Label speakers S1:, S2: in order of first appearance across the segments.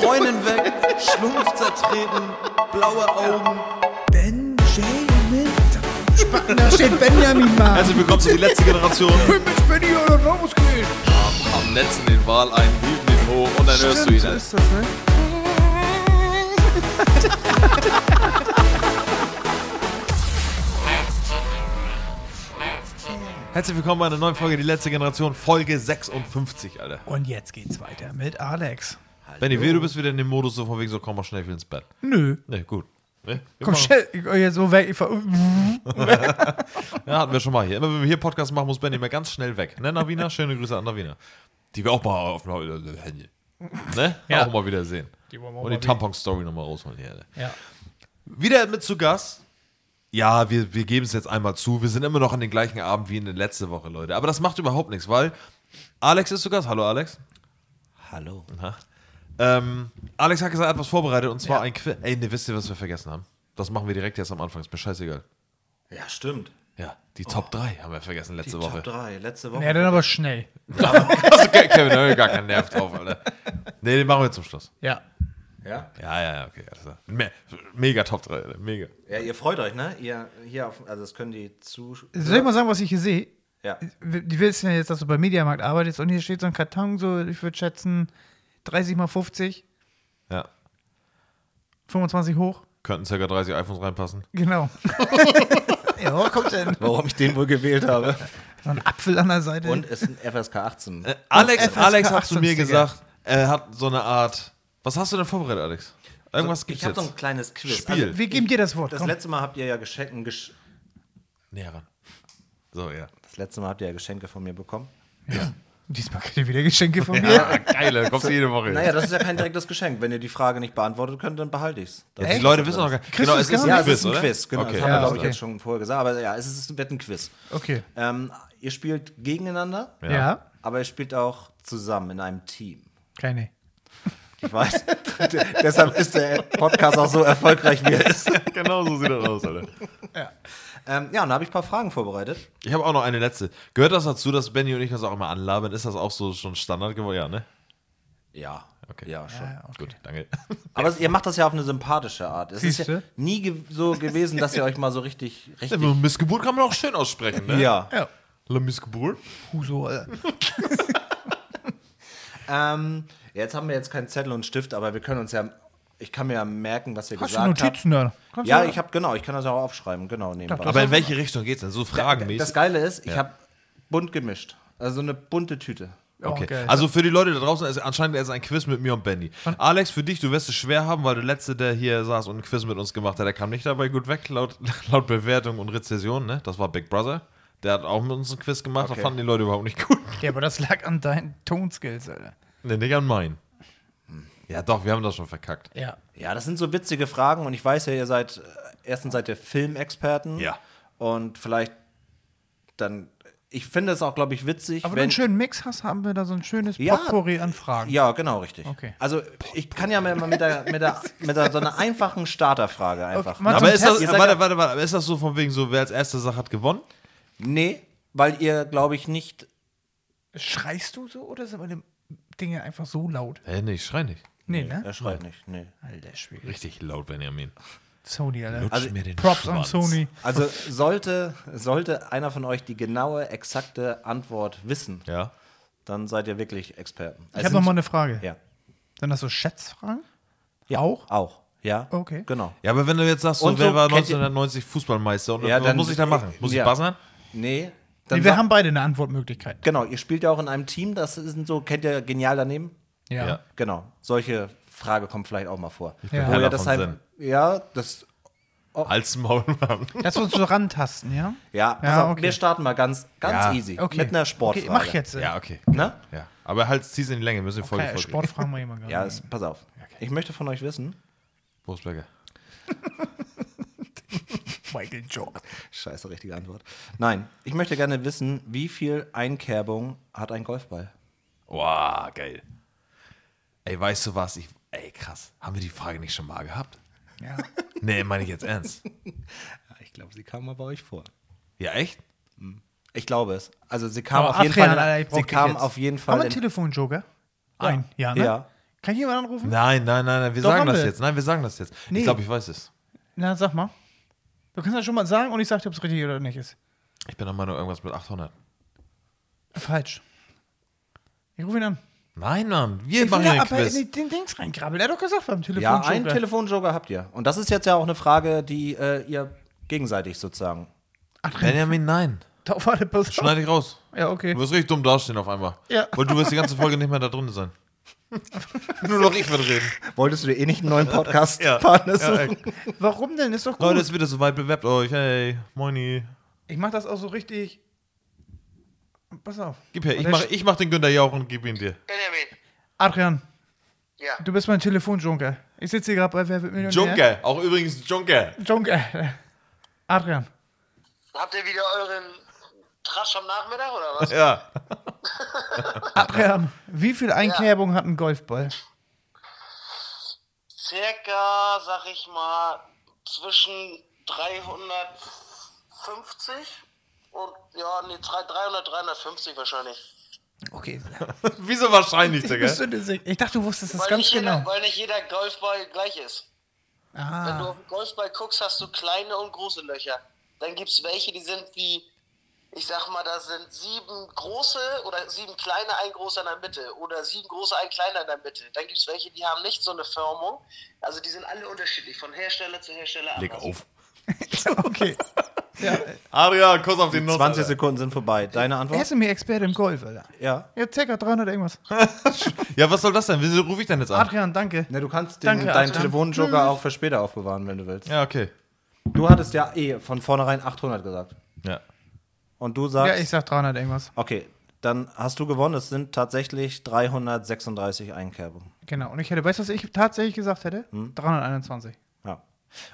S1: Freundin weg, Schlumpf zertreten, blaue Augen.
S2: Benjamin. Spacken, Da steht Benjamin mal.
S3: Herzlich willkommen zu die letzte Generation.
S2: mit Benny oder losgehen.
S1: Am letzten den Wal ein, hielten ihn hoch und dann hörst du ihn.
S2: So ist das, ne?
S3: Herzlich willkommen bei einer neuen Folge die letzte Generation, Folge 56, Alter.
S2: Und jetzt geht's weiter mit Alex.
S3: Benny, weh, du bist wieder in dem Modus so von wegen so, komm mal schnell wieder ins Bett.
S2: Nö.
S3: Ne, gut. Ne? Wir
S2: Komm
S3: machen-
S2: schnell, ich, oh, jetzt so weg. Ich, ver-
S3: Ja, hatten wir schon mal hier. Immer wenn wir hier Podcast machen, muss Benny immer ganz schnell weg. Ne, Navina? Schöne Grüße an Navina. Die wir auch mal auf dem Handy. Ne?
S2: Ja.
S3: Auch mal wieder sehen.
S2: Die wollen wir auch
S3: Und
S2: mal
S3: die Tampon-Story nochmal rausholen hier. Alter.
S2: ja.
S3: Wieder mit zu Gast. Ja, wir, wir geben es jetzt einmal zu. Wir sind immer noch an den gleichen Abend wie in der letzten Woche, Leute. Aber das macht überhaupt nichts, weil Alex ist zu Gast. Hallo, Alex.
S1: Hallo.
S3: Na? Ähm, Alex hat gesagt, er hat was vorbereitet und zwar ein Quiz. Ey, ne, wisst ihr, was wir vergessen haben? Das machen wir direkt jetzt am Anfang. Ist mir scheißegal.
S1: Ja, stimmt.
S3: Ja, die
S2: Oh.
S3: Top 3 haben wir vergessen letzte
S1: die
S3: Woche.
S1: Top 3, letzte Woche.
S2: ja, dann aber schnell.
S3: Also Ke- Kevin, da hab ich gar keinen Nerv drauf, Alter. Nee, den machen wir zum Schluss.
S2: Ja.
S1: Ja?
S3: Ja, ja, ja, okay. alles klar. Me mega Top 3, Alter. Mega.
S1: ja, ihr freut euch, ne? Ihr hier auf, also das können die zu.
S2: Soll ich mal sagen, was ich hier sehe?
S1: Ja.
S2: Die wissen ja jetzt, dass du bei Mediamarkt arbeitest und hier steht so ein Karton, so ich würde schätzen 30 mal 50,
S3: Ja.
S2: 25 hoch.
S3: Könnten ca. 30 iPhones reinpassen.
S2: Genau. ja, wo kommt denn?
S1: Warum ich den wohl gewählt habe.
S2: So ein Apfel an der Seite.
S1: Und es ist ein FSK 18.
S3: Äh, Alex,
S2: FSK
S3: Alex hat zu
S2: 18,
S3: mir
S2: Digga.
S3: gesagt, er hat so eine Art. Was hast du denn vorbereitet, Alex? Irgendwas gibt's
S1: ich habe
S3: jetzt.
S1: so ein kleines Quiz.
S3: Spiel.
S1: Also,
S2: Wir geben dir das Wort.
S1: das
S2: komm.
S1: letzte Mal habt ihr ja Geschenke, Gesch
S3: Näher ran. So, ja.
S1: das letzte Mal habt ihr ja Geschenke von mir bekommen.
S2: Diesmal kriegt ihr wieder Geschenke von mir.
S3: Ja, Ah, geil, da kommst du jede Woche.
S1: Naja, das ist ja kein direktes Geschenk. Wenn ihr die Frage nicht beantwortet könnt, dann behalte ich's. Das
S3: Ja, die
S2: Echt?
S3: Leute wissen noch gar nicht. Genau,
S2: Kriegst du es gar Ja,
S1: ja, es ist ein
S3: oder?
S1: Quiz, genau.
S3: Okay,
S1: Das haben wir,
S2: Ja,
S1: glaube ich,
S2: okay.
S1: jetzt schon vorher gesagt. Aber ja, es ist, wird ein Quiz.
S2: Okay.
S1: Ähm, ihr spielt gegeneinander,
S2: Ja.
S1: aber ihr spielt auch zusammen in einem Team.
S2: Keine.
S1: Ich weiß. Deshalb ist der Podcast auch so erfolgreich, wie er ist.
S3: Genau so sieht das aus, Alter.
S1: Ähm, ja, und da habe ich ein paar Fragen vorbereitet.
S3: Ich habe auch noch eine letzte. Gehört das dazu, dass Benny und ich uns auch immer anlabern? Ist das auch so schon Standard geworden? Ja, ne?
S1: Ja.
S3: Okay.
S1: Ja, schon.
S2: Ja, okay.
S3: Gut, danke.
S1: Aber ihr macht das ja auf eine sympathische Art. Es ist ja
S2: Siehste?
S1: nie ge so gewesen, dass ihr euch mal so richtig, richtig.
S3: Missgeburt kann man auch schön aussprechen, ne?
S1: Ja.
S2: Ja.
S3: La Missgeburt?
S2: Huso. äh.
S1: Hm. Ähm, jetzt haben wir jetzt keinen Zettel und Stift, aber wir können uns ja. Ich kann mir ja merken, was ihr
S2: Hast du
S1: gesagt habt.
S2: Notizen da? Kannst
S1: Ja,
S2: du-
S1: ich habe genau, ich kann das auch aufschreiben, genau nebenbei.
S3: Aber in welche Richtung geht's denn? So
S1: das
S3: fragenmäßig.
S1: Geile ist, ich habe bunt gemischt, also eine bunte Tüte.
S2: Oh,
S3: Okay.
S2: geil.
S3: Also für die Leute da draußen ist anscheinend erst ein Quiz mit mir und Benny. Alex, für dich, du wirst es schwer haben, weil der letzte, der hier saß und ein Quiz mit uns gemacht hat, der kam nicht dabei gut weg, laut, laut Bewertung und Rezession, ne? Das war Big Brother. Der hat auch mit uns ein Quiz gemacht,
S1: Okay.
S3: da fanden die Leute überhaupt nicht gut.
S2: ja, aber das lag an deinen Tonskills, Alter.
S3: Ne, nicht an meinen. Ja, doch, wir haben das schon verkackt.
S2: Ja.
S1: Ja, das sind so witzige Fragen und ich weiß ja, ihr seid äh, erstens seid ihr Filmexperten
S3: Ja.
S1: und vielleicht dann. Ich finde es auch, glaube ich, witzig,
S2: Aber wenn du
S1: wenn
S2: einen schönen Mix hast, haben wir da so ein schönes
S1: Ja.
S2: Potpourri an Fragen.
S1: Ja, genau, richtig.
S2: Okay.
S1: Also ich kann ja mal mit, der, mit, der, mit der, so einer einfachen Starterfrage einfach.
S2: Okay, mal
S3: Aber
S2: zum
S3: ist
S2: Test.
S3: das,
S1: Ihr seid
S3: warte,
S1: ja-
S3: warte, warte, aber ist das so von wegen so, wer als erste Sache hat gewonnen?
S1: Nee, weil ihr, glaube ich, nicht.
S2: Schreist du so oder sind meine Dinge einfach so laut?
S3: Hä, Äh, nee, ich schrei nicht.
S2: Nee, ne?
S1: Er schreit nicht, nee.
S2: Alter Schwede.
S3: Richtig laut, Benjamin.
S2: Sony, Alter.
S3: Also,
S2: Props an Sony.
S1: Also sollte, sollte einer von euch die genaue, exakte Antwort wissen,
S3: Ja.
S1: dann seid ihr wirklich Experten. Also
S2: Ich habe nochmal eine Frage.
S1: Ja.
S2: Sind das so Schätzfragen?
S1: ja.
S2: Auch?
S1: Auch, ja.
S2: Okay.
S1: Genau.
S3: Ja, aber wenn du jetzt sagst, so,
S1: Und so,
S3: wer war
S1: kennt ihr-
S3: 1990 Fußballmeister und
S1: Ja,
S3: was
S1: dann-
S3: muss ich da machen? Muss
S1: Ja.
S3: ich buzzern?
S1: Nee,
S2: Nee, wir
S1: dann sag-
S2: haben beide eine Antwortmöglichkeit.
S1: Genau, ihr spielt ja auch in einem Team, das sind so, kennt ihr genial daneben?
S2: Ja.
S3: Ja.
S1: Genau, solche Frage kommt vielleicht auch mal vor.
S2: bin
S1: Wo
S3: keiner
S1: ihr
S3: von
S1: deshalb, ja, das
S3: Als Maul machen.
S2: Lass uns so rantasten, ja?
S1: Ja, pass
S2: Ja,
S1: auf,
S2: okay.
S1: wir starten mal ganz, ganz
S3: Ja.
S1: easy.
S2: Okay.
S1: Mit einer Sportfrage.
S2: Okay, mach jetzt. äh,
S3: Ja, okay.
S1: Ne?
S3: Ja. Aber halt zieh's in die Länge, müssen wir voll
S2: Keine Sportfragen wir immer gar
S1: Ja,
S2: nicht.
S1: es, pass auf. Ich möchte von euch wissen.
S3: Brustberger.
S2: Michael Jordan.
S1: Scheiße, richtige Antwort. Nein, ich möchte gerne wissen, wie viel Einkerbung hat ein Golfball?
S3: Wow, geil. Ey, weißt du was? Ich, ey, krass. Haben wir die Frage nicht schon mal gehabt?
S2: Ja.
S3: Nee, meine ich jetzt ernst.
S1: Ich glaube, sie kam mal bei euch vor.
S3: Ja, echt?
S1: Ich glaube es. Also sie kam
S2: Aber
S1: auf jeden
S2: Oh, Adrian,
S1: Fall.
S2: Alter, ich brauch
S1: sie
S2: dich
S1: kam
S2: jetzt.
S1: auf jeden
S2: Haben wir
S1: Fall.
S2: einen
S1: In,
S2: Telefonjoker? Ein, ja, ne?
S1: Ja.
S2: Kann ich jemanden anrufen?
S3: Nein, nein, nein, nein. wir
S2: Doch,
S3: sagen
S2: haben
S3: das
S2: wir.
S3: jetzt. Nein, wir sagen das jetzt.
S2: Nee.
S3: Ich glaube, ich weiß es.
S2: Na, sag mal. Du kannst ja schon mal sagen und ich sag dir, ob es richtig oder nicht ist.
S3: Ich bin der Meinung, irgendwas mit 800.
S2: Falsch. Ich rufe ihn an.
S3: Nein, Mann, wir
S2: ich
S3: machen
S2: will
S3: hier
S2: da
S3: einen
S2: aber
S3: Quiz.
S2: in den Dings reinkrabbeln. Er hat doch gesagt, beim Telefon
S1: Ja, einen Telefonjoker habt ihr. Und das ist jetzt ja auch eine Frage, die äh, ihr gegenseitig sozusagen.
S3: Benjamin, nein.
S2: Darauf war der Pass.
S3: Schneid dich raus.
S2: Ja,
S3: Du
S2: okay.
S3: wirst richtig dumm dastehen auf einmal.
S2: Ja.
S3: Weil du wirst die ganze Folge nicht mehr da drin sein. Nur noch ich werde reden.
S1: Wolltest du dir eh nicht einen neuen Podcast-Partner suchen?
S2: Warum denn? Ist doch gut.
S3: Leute, es ist wieder soweit, bewerbt euch. Hey, moini.
S2: ich mach das auch so richtig. Pass auf.
S3: Gib her,
S2: Und
S3: ich
S2: der
S3: mach,
S2: Sch-
S3: ich mach den Günther Jauch und gib ihn dir.
S4: Benjamin,
S2: Adrian,
S4: ja.
S2: du bist mein Telefonjunker. Ich sitze hier gerade bei Wer wird Millionär?
S3: Junker, auch übrigens Junker.
S2: Junker. Adrian.
S4: Habt ihr wieder euren Trash am Nachmittag oder was?
S3: Ja.
S2: Adrian, wie viel Einkerbung hat ein Golfball?
S4: Circa, sag ich mal, zwischen 350 und, ja, nee, 300, 350 wahrscheinlich.
S2: Okay.
S3: Wieso wahrscheinlich, Digga?
S2: Bist du dir sicher? Ich dachte, du wusstest das
S4: Weil
S2: ganz
S4: nicht jeder,
S2: genau.
S4: weil nicht jeder Golfball gleich ist. Wenn du
S2: Ah,
S4: auf den Golfball guckst, hast du kleine und große Löcher. Dann gibt es welche, die sind wie, ich sag mal, da sind sieben große oder sieben kleine, ein großer in der Mitte. Oder sieben große, ein kleiner in der Mitte. Dann gibt es welche, die haben nicht so eine Förmung. Also die sind alle unterschiedlich, von Hersteller zu Hersteller.
S3: Leg
S4: anders.
S3: auf.
S2: Ah, okay. ja.
S3: Adrian, kurz auf den Nuss.
S1: 20
S3: Alter.
S1: Sekunden sind vorbei. Deine
S2: Er
S1: Antwort?
S2: ist nämlich Experte im Golf, Alter.
S1: Ja.
S2: Ja, circa 300 irgendwas.
S3: Ja, was soll das denn? Wieso rufe ich denn jetzt an?
S2: Adrian, danke.
S1: Na, du kannst den,
S2: Danke,
S1: deinen
S2: Adrian.
S1: Telefonjoker auch für später aufbewahren, wenn du willst.
S3: Ja, okay.
S1: Du hattest ja eh von vornherein 800 gesagt.
S3: Ja.
S1: Und du
S2: Ja,
S1: sagst,
S2: ich sag 300 irgendwas.
S1: okay, dann hast du gewonnen. Es sind tatsächlich 336 Einkerbungen.
S2: Genau. Und ich hätte, weißt du, was ich tatsächlich gesagt hätte? 321.
S1: Ja.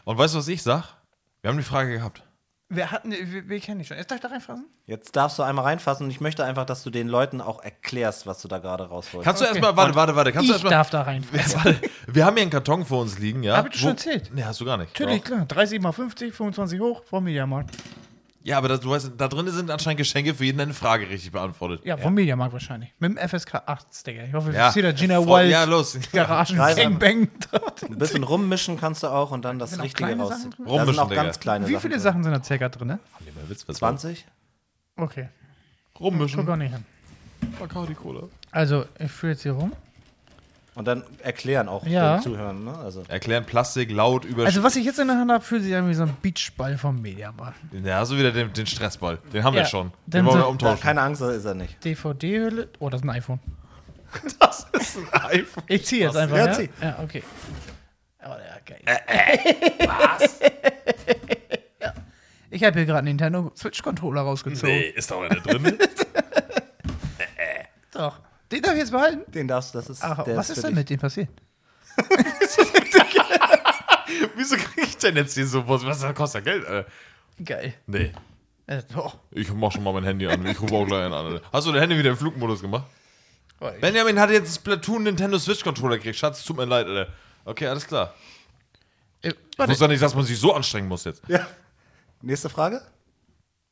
S3: Und weißt du, was ich sag? Wir haben die Frage gehabt.
S2: Wir hatten, wir, wir kennen dich schon. Jetzt darf ich da reinfassen?
S1: Jetzt darfst du einmal reinfassen und ich möchte einfach, dass du den Leuten auch erklärst, was du da gerade rausholst.
S3: Kannst du
S2: Okay.
S3: erstmal, warte, warte, warte. Kannst du
S2: ich
S3: erstmal.
S2: darf da reinfassen.
S3: Warte, wir haben hier einen Karton vor uns liegen, ja?
S2: Hab ich dir schon erzählt.
S3: Nee, hast du gar nicht.
S2: Natürlich, klar. 30 mal 50, 25 hoch vom Mediamarkt.
S3: Ja, aber das, du weißt, da drin sind anscheinend Geschenke für jeden, der eine Frage richtig beantwortet.
S2: Ja, vom Mediamarkt wahrscheinlich. Mit dem FSK 8, Digga. Ich hoffe, ich
S3: Ja.
S2: sehe da Gina
S3: Voll-
S2: Wild.
S3: Ja, los.
S2: Garagen,
S1: Kreis
S2: Bang,
S1: an-
S2: Bang.
S1: Ein bisschen rummischen kannst du auch und dann das
S2: Sind auch
S1: Richtige
S2: kleine
S1: raus.
S2: Sachen drin?
S1: Da sind auch
S3: Rummischen,
S1: ganz
S3: Digga.
S1: kleine
S2: Wie viele
S1: Sachen.
S2: Sachen sind da circa drin? ne?
S3: Lieber Witz, Witz,
S1: 20?
S2: Okay, guck
S3: Rummischen.
S2: auch nicht hin.
S3: Kakao, die Cola.
S2: Mhm. Also, ich führe jetzt hier rum.
S1: Und dann erklären auch
S2: Ja.
S1: den Zuhörern. Ne? Also,
S3: Erklären Plastik laut über.
S2: Also, was ich jetzt in der Hand habe, fühlt sich an wie so ein Beachball vom Mediamarkt.
S3: ja, hast du wieder den, den Stressball. Den haben wir
S2: Ja,
S3: schon. Den
S2: dann
S3: wollen
S2: so-
S3: wir
S1: da,
S3: umtauschen.
S1: keine Angst, da ist er nicht.
S2: DVD-Hülle. Oh, das ist ein iPhone.
S3: das ist ein iPhone.
S2: Ich ziehe jetzt einfach.
S1: Ja,
S2: Ja,
S1: zieh. Äh,
S2: ja okay. Aber ja, geil. Ja. Ich habe hier gerade einen Nintendo Switch-Controller rausgezogen.
S3: Nee, ist doch einer drin.
S2: Doch. Den darf ich jetzt behalten.
S1: Den darfst du, das ist
S2: Ach,
S1: der
S2: was ist
S1: für
S2: denn
S1: dich.
S2: mit dem passiert?
S3: Wieso kriege ich denn jetzt hier so was? Was das kostet ja Geld? Alter.
S2: Geil.
S3: Nee.
S2: Äh, doch.
S3: Ich mach schon mal mein Handy an. Ich rufe auch gleich einen an. Hast du dein Handy wieder im Flugmodus gemacht?
S2: Oh, ich-
S3: Benjamin hat jetzt einen Splatoon Nintendo Switch Controller gekriegt. Schatz, tut mir leid, Alter. Okay, alles klar.
S2: Äh,
S3: Ich
S2: warte.
S3: wusste ja nicht, dass man sich so anstrengen muss jetzt.
S1: Ja. Nächste Frage?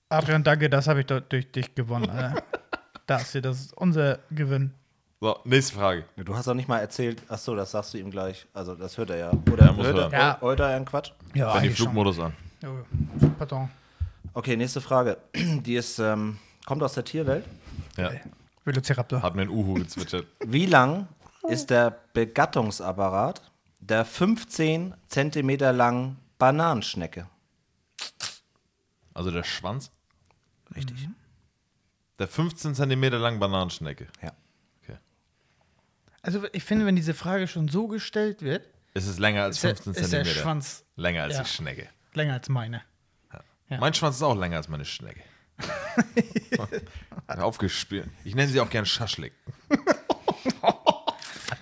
S2: Adrian, danke, das habe ich dort durch dich gewonnen. Alter. das hier, das ist unser Gewinn.
S3: So, nächste Frage.
S1: Du hast auch nicht mal erzählt, ach so, das sagst du ihm gleich. Also, das hört er ja. Oder
S3: Ja, muss
S1: hört er
S3: hören.
S2: Ja.
S1: oder er einen Quatsch?
S2: Ja,
S3: Dann den Flugmodus an.
S2: Oh, pardon.
S1: Okay, nächste Frage. Die ist, ähm, kommt aus der Tierwelt.
S3: Ja.
S2: Velociraptor.
S3: Hat mir ein Uhu gezwitschert.
S1: Wie lang ist der Begattungsapparat der 15 Zentimeter langen Bananenschnecke?
S3: Also der Schwanz
S1: Richtig.
S2: Mhm.
S3: der 15 cm langen Bananenschnecke.
S1: Ja.
S3: Okay.
S2: Also ich finde, wenn diese Frage schon so gestellt wird,
S3: Es ist länger als
S2: ist der,
S3: 15
S2: ist der
S3: cm.
S2: Schwanz
S3: Länger als
S2: Ja.
S3: die Schnecke.
S2: länger als meine. Ja.
S3: Mein Schwanz ist auch länger als meine Schnecke. Aufgespielt. Ich nenne sie auch gern Schaschlik.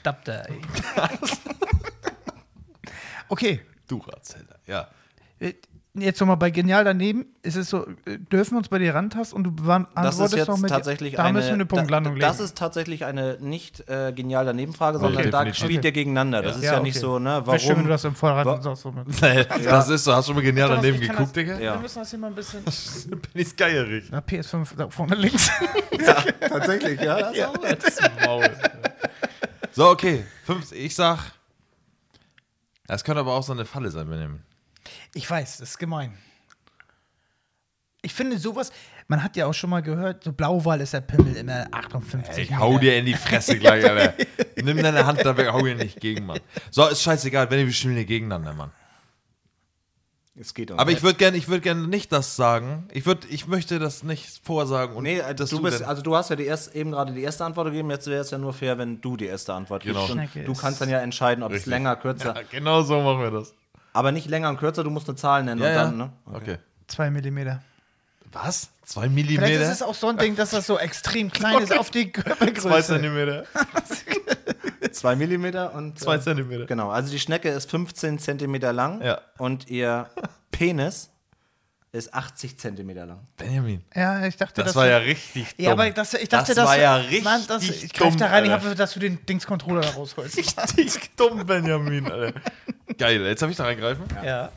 S2: Adapter, ey. okay,
S3: Du Ratzelder. Ja.
S2: äh, jetzt nochmal bei Genial daneben. Ist es so, äh, dürfen wir uns bei dir rantasten und du waren-
S1: Das ist jetzt
S2: doch mit.
S1: tatsächlich
S2: da
S1: eine.
S2: müssen wir eine Punktlandung
S1: da, Das
S2: legen.
S1: ist tatsächlich eine nicht äh, genial Danebenfrage, sondern da
S3: definitiv.
S1: spielt ihr gegeneinander. Das ist ja,
S2: okay.
S1: nicht so, ne?
S2: Wäre schön, wenn du
S1: Warum?
S2: das im Vorrat und sagst. So mit.
S3: Das ist so. Hast du mal genial daneben
S2: Ich kann
S3: geguckt,
S2: das-
S3: Digga?
S1: Ja.
S2: Wir müssen das hier mal ein bisschen.
S3: Bin ich geierig.
S2: Na, PS5 da vorne links.
S1: Tatsächlich, ja. Das ist auch-
S3: Maul. So, okay. Fünf, ich sag. Das könnte aber auch so eine Falle sein, Benjamin.
S2: Ich weiß, das ist gemein. Ich finde sowas, man hat ja auch schon mal gehört, so Blauwal ist der Pimmel immer 58.
S3: Ich hau
S2: Meter.
S3: dir in die Fresse gleich, Alter. Nimm deine Hand da weg, hau dir nicht gegen, Mann. So, ist scheißegal, wenn wir spielen hier gegeneinander, Mann.
S1: Es geht um
S3: Aber ich würde gerne würd gern nicht das sagen. Ich, würd, ich möchte das nicht vorsagen. Und
S1: Nee, äh,
S3: dass
S1: du, bist,
S3: denn-
S1: also du hast ja die erst, eben gerade die erste Antwort gegeben, jetzt wäre es ja nur fair, wenn du die erste Antwort gibst.
S3: Genau.
S1: Und
S2: Schnecke
S1: Du
S2: ist-
S1: kannst dann ja entscheiden, ob es
S3: Richtig.
S1: länger, kürzer.
S3: ja, genau so machen wir das.
S1: Aber nicht länger und kürzer, du musst eine Zahl nennen
S3: Ja,
S1: und
S3: ja.
S1: dann, ne?
S3: okay.
S2: Zwei Millimeter.
S3: Was? Zwei
S2: Vielleicht ist
S3: Millimeter?
S2: es auch so ein Ding, dass das so extrem klein ist auf die
S3: Zwei
S2: Körpergröße.
S3: Zentimeter.
S1: Zwei Millimeter und.
S3: Zwei
S1: äh,
S3: Zentimeter.
S1: Genau, also die Schnecke ist 15 Zentimeter lang
S3: Ja.
S1: und ihr Penis ist 80 Zentimeter lang.
S3: Benjamin.
S2: Ja, ich dachte,
S3: Das,
S2: das
S3: war ja richtig dumm.
S2: Ja, aber das, ich dachte,
S3: das war ja richtig
S2: Mann, das, ich
S3: dumm.
S2: greif da rein, ich
S3: Alter.
S2: hoffe, dass du den Dings-Controller da rausholst.
S3: richtig dumm, Benjamin. Alter. Geil, jetzt darf ich da reingreifen?
S2: Ja.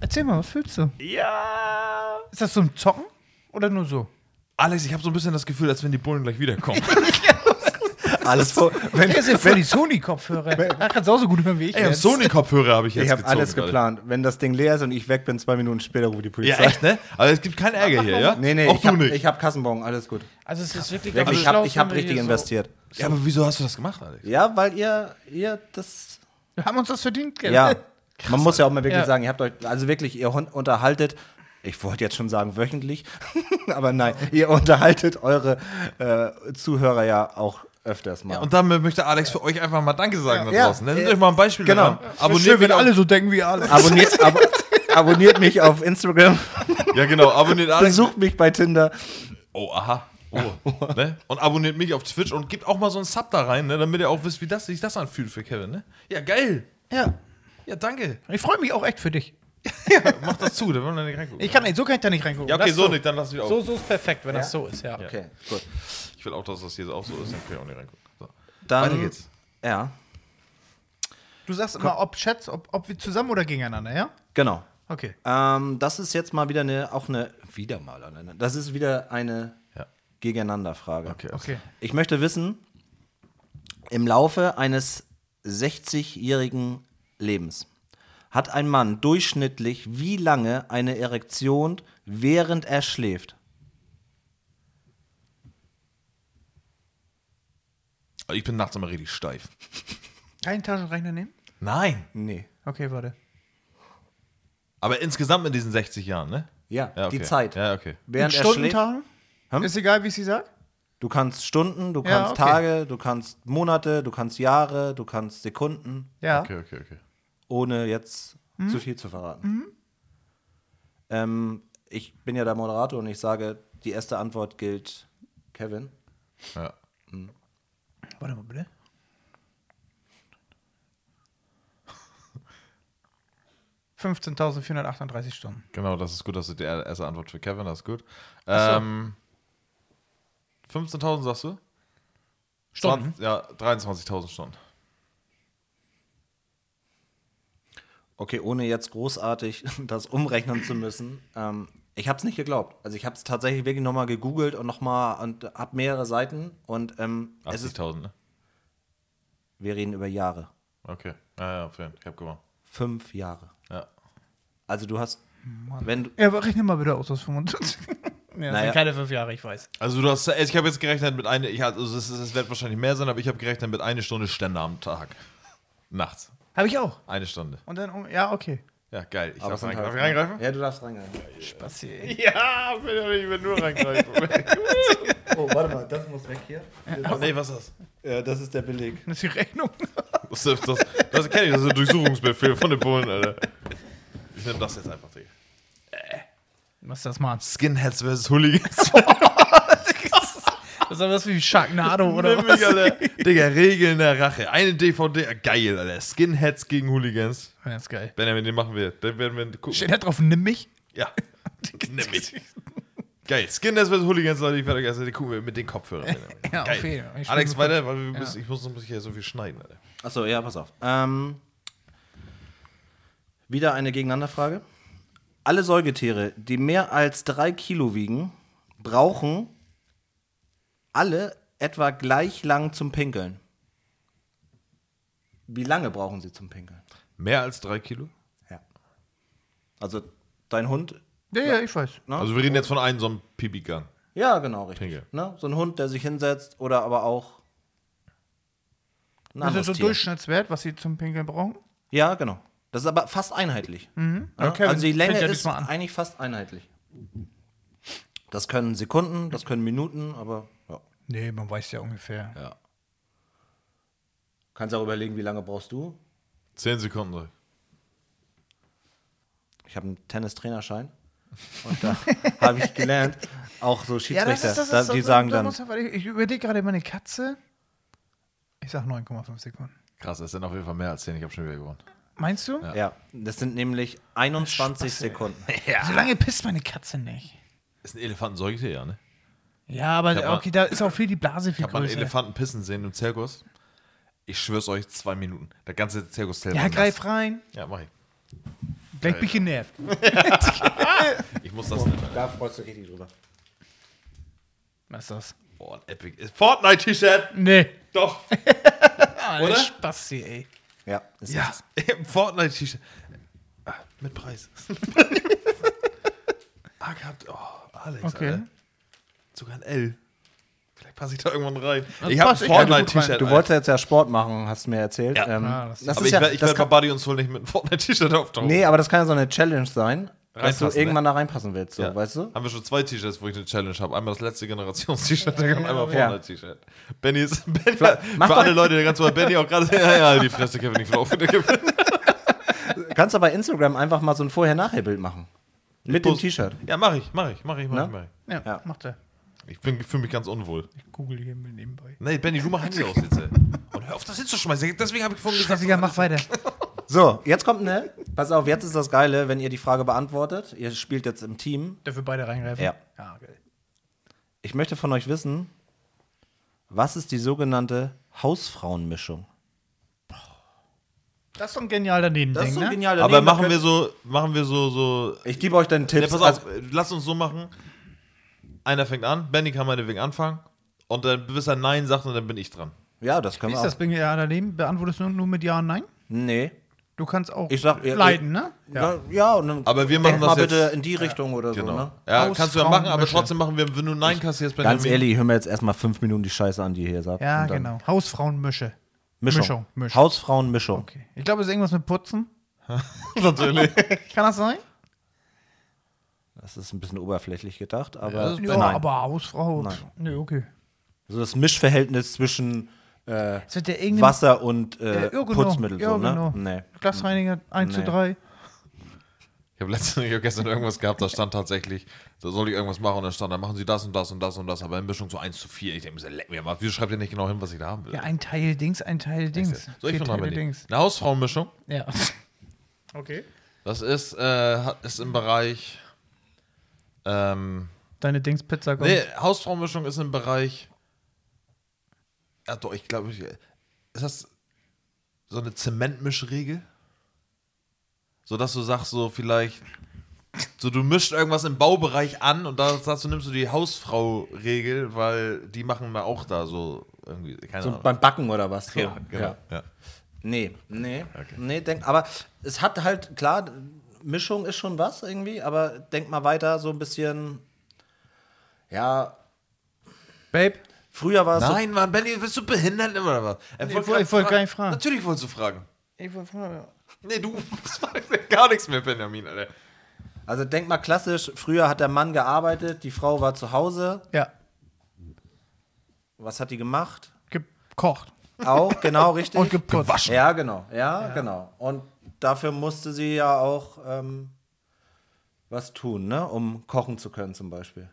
S2: Erzähl mal, was fühlst du?
S3: Ja.
S2: Ist das so ein Zocken oder nur so?
S3: Alex, ich habe so ein bisschen das Gefühl, als wenn die Bullen gleich wiederkommen.
S1: Alles so. Wenn,
S2: Der ist ja voll die Sony-Kopfhörer. Da kannst du auch so gut hören wie ich.
S3: Ey,
S2: jetzt.
S3: Sony-Kopfhörer habe ich jetzt
S1: ich habe
S3: gezogen,
S1: alles
S3: Alter.
S1: geplant. Wenn das Ding leer ist und ich weg bin, zwei Minuten später rufe die
S3: Ja,
S1: Polizei.
S3: echt, ne? Aber es gibt keinen Ärger hier, ja?
S1: Nee, nee,
S3: Auch
S1: ich
S3: du
S1: hab,
S3: nicht.
S1: Ich habe Kassenbon, alles gut.
S2: Also es ist wirklich,
S1: Wirklich,
S2: ganz
S1: ich habe
S2: schlau,
S1: ich hab
S2: wenn wir
S1: richtig
S2: hier
S1: investiert.
S3: ja, aber wieso hast du das gemacht, Alex?
S1: Ja, weil ihr, ihr das
S2: So. Wir haben uns das verdient, gell?
S1: Ja, man muss ja auch mal wirklich
S2: Ja.
S1: sagen, ihr habt euch, also wirklich, ihr hun- unterhaltet, ich wollte jetzt schon sagen wöchentlich, aber nein, ihr unterhaltet eure äh, Zuhörer ja auch öfters mal.
S3: Und damit möchte Alex für euch einfach mal Danke sagen da
S1: Ja.
S3: draußen. Nennt
S1: Ja.
S3: euch mal ein Beispiel
S1: Genau.
S3: daran.
S2: Schön,
S3: Abonniert
S2: wenn
S3: mich
S2: alle
S3: alle.
S2: so denken wie alle.
S1: abonniert, ab, abonniert mich auf Instagram,
S3: Ja, genau. Abonniert Alex.
S1: besucht mich bei Tinder.
S3: Oh, aha. Oh, ne? Und abonniert mich auf Twitch und gebt auch mal so einen Sub da rein, ne? damit ihr auch wisst, wie das sich das anfühlt für Kevin. Ne? Ja, geil.
S2: Ja.
S3: Ja, danke.
S2: Ich freue mich auch echt für dich.
S3: Mach das zu, da wollen wir nicht reingucken.
S2: Ich kann nicht, so kann ich da nicht reingucken.
S3: ja, okay,
S2: Das
S3: so nicht, dann lass wieder auf.
S2: So, so ist perfekt, wenn das so ist, ja.
S1: Okay, gut.
S3: Ich will auch, dass das hier so auch so ist, dann kann ich auch nicht reingucken. So.
S1: Dann,
S3: Weiter geht's.
S1: Ja,
S2: Du sagst immer, ob Chats, ob, ob wir zusammen oder gegeneinander, ja?
S1: genau.
S2: Okay.
S1: Ähm, das ist jetzt mal wieder eine, auch eine, wieder mal, eine- ne, das ist wieder eine
S3: Ja.
S1: Gegeneinander-Frage.
S2: Okay.
S1: Ich möchte wissen, im Laufe eines 60-jährigen Lebens hat ein Mann durchschnittlich wie lange eine Erektion, während er schläft?
S3: Aber Ich bin nachts immer richtig steif.
S2: Keinen Taschenrechner nehmen?
S3: Nein.
S1: Nee.
S2: Okay, warte.
S3: Aber insgesamt in diesen 60 Jahren, ne?
S1: Ja,
S3: okay.
S1: die Zeit.
S3: Ja, okay.
S1: Während
S2: In
S1: er schläft.
S2: Stundentagen? Ist egal, wie ich sie sag.
S1: Du kannst Stunden, du
S2: Ja,
S1: kannst
S2: okay.
S1: Tage, du kannst Monate, du kannst Jahre, du kannst Sekunden,
S2: Ja.
S3: Okay, okay, okay.
S1: ohne jetzt zu viel zu verraten. Ähm, ich bin ja der Moderator und ich sage, die erste Antwort gilt Kevin.
S3: Ja.
S2: Warte mal bitte. ...15.438 Stunden.
S3: Genau, das ist gut, dass du die erste Antwort für Kevin hast, gut. Ähm, 15.000 sagst du?
S2: Stunden?
S3: 20, ja, 23.000 Stunden.
S1: Okay, ohne jetzt großartig das umrechnen zu müssen. Ähm, ich habe es nicht geglaubt. Also ich habe es tatsächlich wirklich nochmal gegoogelt und nochmal und habe mehrere Seiten und ähm, es ist,
S3: 80.000, ne?
S1: wir reden über Jahre.
S3: Okay. Ja, ja, Fan. Ich hab gewonnen.
S1: Fünf Jahre.
S3: Ja.
S1: Also du hast, wenn du,
S2: Ja, aber rechne mal bitte aus, aus 25. ja,
S1: Naja.
S2: keine fünf Jahre, ich weiß.
S3: Also du hast, ich habe jetzt gerechnet mit einer, ich, also es, ist- es wird wahrscheinlich mehr sein, aber ich habe gerechnet mit einer Stunde Ständer am Tag. Nachts.
S2: Habe ich auch.
S3: Eine Stunde.
S2: Und dann, um- ja, okay.
S3: Ja, geil. Ich
S1: aber
S3: darf
S1: es sind
S3: reingreifen.
S1: halt-
S3: reingreifen?
S1: Ja, du darfst reingreifen.
S2: Spaß
S3: Ja, ich will nur reingreifen.
S1: Oh, warte mal, das muss weg hier.
S3: oh, nee, was ist
S1: Ja, das ist der Beleg.
S2: Das ist die Rechnung.
S3: das? Das, das, das kenne ich, das ist ein Durchsuchungsbefehl von den Bullen, Alter. Ich nehme das jetzt einfach, Digga.
S2: Was das mal? Das
S3: Skinheads vs. Hooligans.
S2: ist was wie Sharknado oder
S3: Nimm mich,
S2: was?
S3: Alter. Digga, Regeln der Rache. Eine DVD, äh, geil, Alter. Skinheads gegen Hooligans.
S2: Ja, ist geil.
S3: Benjamin, den machen wir. Dann werden wir gucken.
S2: Steht da drauf, nimm mich?
S3: Ja. Nimm mich. Geil. Skinheads vs. Hooligans, Leute, ich werde euch erst die gucken wir mit den Kopfhörern.
S2: Ja, auf
S3: Geil.
S2: jeden Fall. Ich
S3: Alex,
S2: bin
S3: weiter, weil wir müssen, ich muss noch ein bisschen so viel schneiden, Alter.
S1: Achso, ja, pass auf. Ähm, wieder eine Gegeneinanderfrage. Alle Säugetiere, die mehr als drei Kilo wiegen, brauchen alle etwa gleich lang zum Pinkeln. Wie lange brauchen sie zum Pinkeln?
S3: Mehr als drei Kilo?
S1: Ja. Also dein Hund,
S2: Ja, ja, ich weiß.
S1: ne?
S3: Also wir reden jetzt von einem so einem Pipi-Gang.
S1: ja, genau, richtig.
S3: Pinkel.
S1: Ne? So ein Hund, der sich hinsetzt oder aber auch ein
S2: Das ist
S1: anderes
S2: so
S1: Tier.
S2: Durchschnittswert, was sie zum Pinkeln brauchen.
S1: Ja, genau. Das ist aber fast einheitlich. Ja?
S2: Okay,
S1: also die
S2: Mhm. fängt
S1: Länge
S2: ja
S1: ist
S2: diesmal an.
S1: eigentlich fast einheitlich. Das können Sekunden, das können Minuten, aber ja.
S2: Nee, man weiß ja ungefähr.
S1: Kannst auch überlegen, wie lange brauchst du?
S3: Zehn Sekunden. sag ich.
S1: Ich habe einen Tennistrainerschein und da habe ich gelernt, auch so Schiedsrichter, da, die
S2: so-
S1: sagen
S2: da
S1: dann,
S2: muss er- warte, ich überlege gerade meine Katze. Ich sag 9,5 Sekunden.
S3: Krass, es sind auf jeden Fall mehr als zehn. Ich habe schon wieder gewonnen.
S2: Meinst du?
S1: ja, das sind nämlich 21 Sekunden.
S2: So lange pisst meine Katze nicht.
S3: Ist ein Elefantensäugetier, ja, ne?
S2: Ja,
S3: hab
S2: aber
S3: mal-
S2: okay, da ist auch viel die Blase viel
S3: Ich habe mal einen
S2: größer.
S3: Elefanten pissen sehen im Zirkus. Ich schwör's euch, zwei Minuten. Der ganze Zirkus zählt.
S2: Ja, greif rein.
S3: Ja, mach ich.
S2: Gleich bin ich genervt.
S3: Ich muss das nicht.
S1: Da freust du richtig drüber.
S2: Was ist das?
S3: Boah, ein Epic. Fortnite-T-Shirt!
S2: Nee.
S3: Doch!
S2: Alter,
S3: Oder?
S2: Spaß hier, ey.
S1: Ja, das
S3: Ja,
S1: ist
S3: im Fortnite-T-Shirt. Ah, mit Preis. ah, gehabt. Oh, Alex,
S2: Okay.
S3: Alter. Sogar ein L. Vielleicht passe ich da irgendwann rein.
S2: Das
S3: Ich habe ein
S2: passt, ich kann gut rein.
S3: Fortnite-T-Shirt.
S1: Du wolltest jetzt ja Sport machen, hast du mir erzählt.
S3: Ja.
S1: Ähm,
S2: Ah, das-
S1: das
S3: aber
S1: ist
S3: ich
S1: ja,
S3: werde ich
S1: das
S3: werd bei
S1: kann,
S3: Buddy und Soul nicht mit einem Fortnite-T-Shirt auftauchen.
S1: nee, aber das kann ja so eine Challenge sein, dass du
S3: Reinpassen, ne?
S1: irgendwann da reinpassen willst, so,
S3: Ja.
S1: weißt du?
S3: Haben wir schon zwei T-Shirts, wo ich eine Challenge habe. Einmal das letzte Generations-T-Shirt und einmal
S1: Ja.
S3: Fortnite-T-Shirt. Benny ist. Benny,
S1: mach
S3: für
S1: doch-
S3: alle Leute, der ganz bei Benny auch gerade. Ja, ja, die Fresse, Kevin, ich will auch wieder gewinnen.
S1: Du kannst aber bei Instagram einfach mal so ein Vorher-Nachher-Bild machen. Mit dem
S3: Post-
S1: T-Shirt.
S3: Ja, mach ich, mach ich, mach ich, mach
S1: Na?
S3: ich, mach ich.
S2: Ja,
S1: Ja.
S2: macht er.
S3: Ich fühle mich ganz unwohl.
S2: Ich google hier mit nebenbei.
S3: Nee, Benny, du mach Handy aus jetzt. ey. Und hör auf, das hinzuschmeißen. Deswegen habe ich vorhin gesagt,
S2: Klassiker, mach weiter.
S1: So, jetzt kommt
S3: ne?
S1: eine. Pass auf, jetzt ist das Geile, wenn ihr die Frage beantwortet. Ihr spielt jetzt im Team.
S2: Dafür beide reingreifen?
S1: Ja.
S2: Ja, geil.
S1: Ich möchte von euch wissen, was ist die sogenannte Hausfrauenmischung?
S2: Das ist so ein genial daneben Ding, ne?
S1: genialer
S3: aber machen wir so, machen wir so, so.
S1: Ich gebe euch dann
S3: Nee,
S1: Tipps.
S3: pass
S1: Also,
S3: auf, lass uns so machen. Einer fängt an, Benny kann meinetwegen anfangen. Und dann, bis er Nein sagt, und dann bin ich dran.
S1: ja, das können
S2: Wie
S1: wir
S2: ist das
S1: auch.
S2: genial daneben? Beantwortest du nur mit Ja und Nein?
S1: Nee.
S2: Du kannst auch
S1: Ich sag, ihr-
S2: leiten, ne?
S1: Ja, ja, und dann
S3: Aber wir
S1: denk
S3: machen das
S1: mal
S3: jetzt- Genau.
S1: bitte in die Richtung oder so, ne?
S3: Ja,
S2: Haus,
S3: kannst du ja
S2: Frauen,
S3: machen, aber
S2: Wäsche.
S3: trotzdem machen wir, wenn du Nein kassierst, Benjamin.
S1: Ganz ehrlich, hören wir jetzt erstmal fünf Minuten die Scheiße an, die ihr hier sagt.
S2: Ja,
S1: und dann-
S2: genau. Hausfrauenmische.
S1: Mischung.
S2: Mischung, Mischung.
S1: Hausfrauenmischung.
S2: Okay. Ich glaube, es ist irgendwas mit Putzen.
S3: Natürlich.
S2: Kann das sein?
S1: Äh, Das ist ein bisschen oberflächlich gedacht, aber.
S3: das ist
S2: Ja,
S1: nein.
S2: aber Hausfrau. Nein. Nee, okay.
S1: Also das Mischverhältnis zwischen äh,
S2: Es wird ja irgendein
S1: Wasser und äh,
S2: Ja, irgendwo,
S1: Putzmittel, so,
S2: irgendwo.
S1: ne? Nee.
S2: Glasreiniger 1 zu
S1: Nee.
S2: 3.
S3: Ich habe letztens, ich hab gestern irgendwas gehabt, da stand tatsächlich, da soll ich irgendwas machen und da stand, da machen sie das und das und das und das, aber in Mischung so 1 zu 4. Ich denke mir, so, leck mir mal, wieso schreibt ihr nicht genau hin, was ich da haben will?
S2: Ja, ein Teil Dings, ein Teil Dings.
S3: so, ich bin
S2: Vier
S3: dran,
S2: Teile
S3: Benny.
S2: Dings.
S3: Eine Hausfrauenmischung,
S2: Ja. Okay.
S3: das ist, äh, hat- ist im Bereich, ähm,
S2: Deine Dings-Pizza kommt.
S3: nee, Hausfrauenmischung ist im Bereich, ja doch, ich glaube, ich- ist das so eine Zementmischregel? So, dass du sagst, so vielleicht, so du mischst irgendwas im Baubereich an und da- dazu nimmst du die Hausfrau-Regel, weil die machen wir auch da so irgendwie, keine
S1: So
S3: Ahnung.
S1: beim Backen oder was? So.
S3: Genau.
S1: Ja.
S3: Ja.
S1: Nee, nee. Nee, denk, aber es hat halt, klar, Mischung ist schon was irgendwie, aber denk mal weiter, so ein bisschen. Ja,
S2: Babe,
S1: früher war es so.
S3: Nein, Mann, Benny, bist du behindert oder was? Er
S2: Ich wollte- ich wollte
S3: fragen-
S2: gar nicht fragen.
S3: Natürlich wolltest du fragen.
S2: ich wollte fragen.
S3: Nee, du sagst gar nichts mehr, Benjamin, Alter.
S1: Also denk mal klassisch, früher hat der Mann gearbeitet, die Frau war zu Hause.
S2: Ja,
S1: Was hat die gemacht?
S2: gekocht
S1: Auch, genau, richtig.
S2: und geputzt.
S1: Ja, genau. Ja, genau. Und dafür musste sie ja auch ähm, was tun, ne? um kochen zu können zum Beispiel.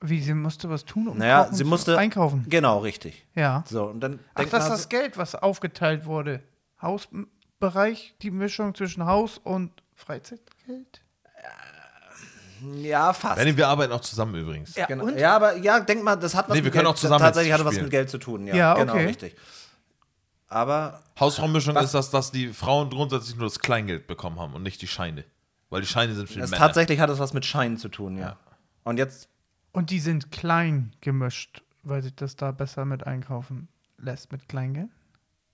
S2: Wie, sie musste was tun, um
S1: Naja,
S2: kochen
S1: sie
S2: zu-
S1: musste.
S2: einkaufen.
S1: Genau, richtig.
S2: Ja.
S1: So, und dann
S2: Ach,
S1: denk
S2: das ist
S1: mal
S2: das Geld, was aufgeteilt wurde. Hausbereich, die Mischung zwischen Haus und Freizeitgeld?
S1: so- Ja, fast.
S3: Benny, wir arbeiten auch zusammen übrigens.
S2: Ja,
S1: Genau.
S2: und?
S1: Ja, aber ja, denk mal, das hat was
S3: Nee, wir können auch
S1: Geld.
S3: zusammen
S1: tatsächlich
S3: jetzt
S1: hatte was
S3: spielen.
S1: mit Geld zu tun, ja.
S2: Ja,
S1: genau,
S2: okay.
S1: richtig. Aber
S3: Hausfrauenmischung
S1: Was?
S3: ist das, dass die Frauen grundsätzlich nur das Kleingeld bekommen haben und nicht die Scheine. Weil die Scheine sind für die
S1: es
S3: Männer.
S1: tatsächlich hat es was mit Scheinen zu tun, ja. Und jetzt
S2: Und die sind klein gemischt, weil sie das da besser mit einkaufen. lässt mit Kleingeld?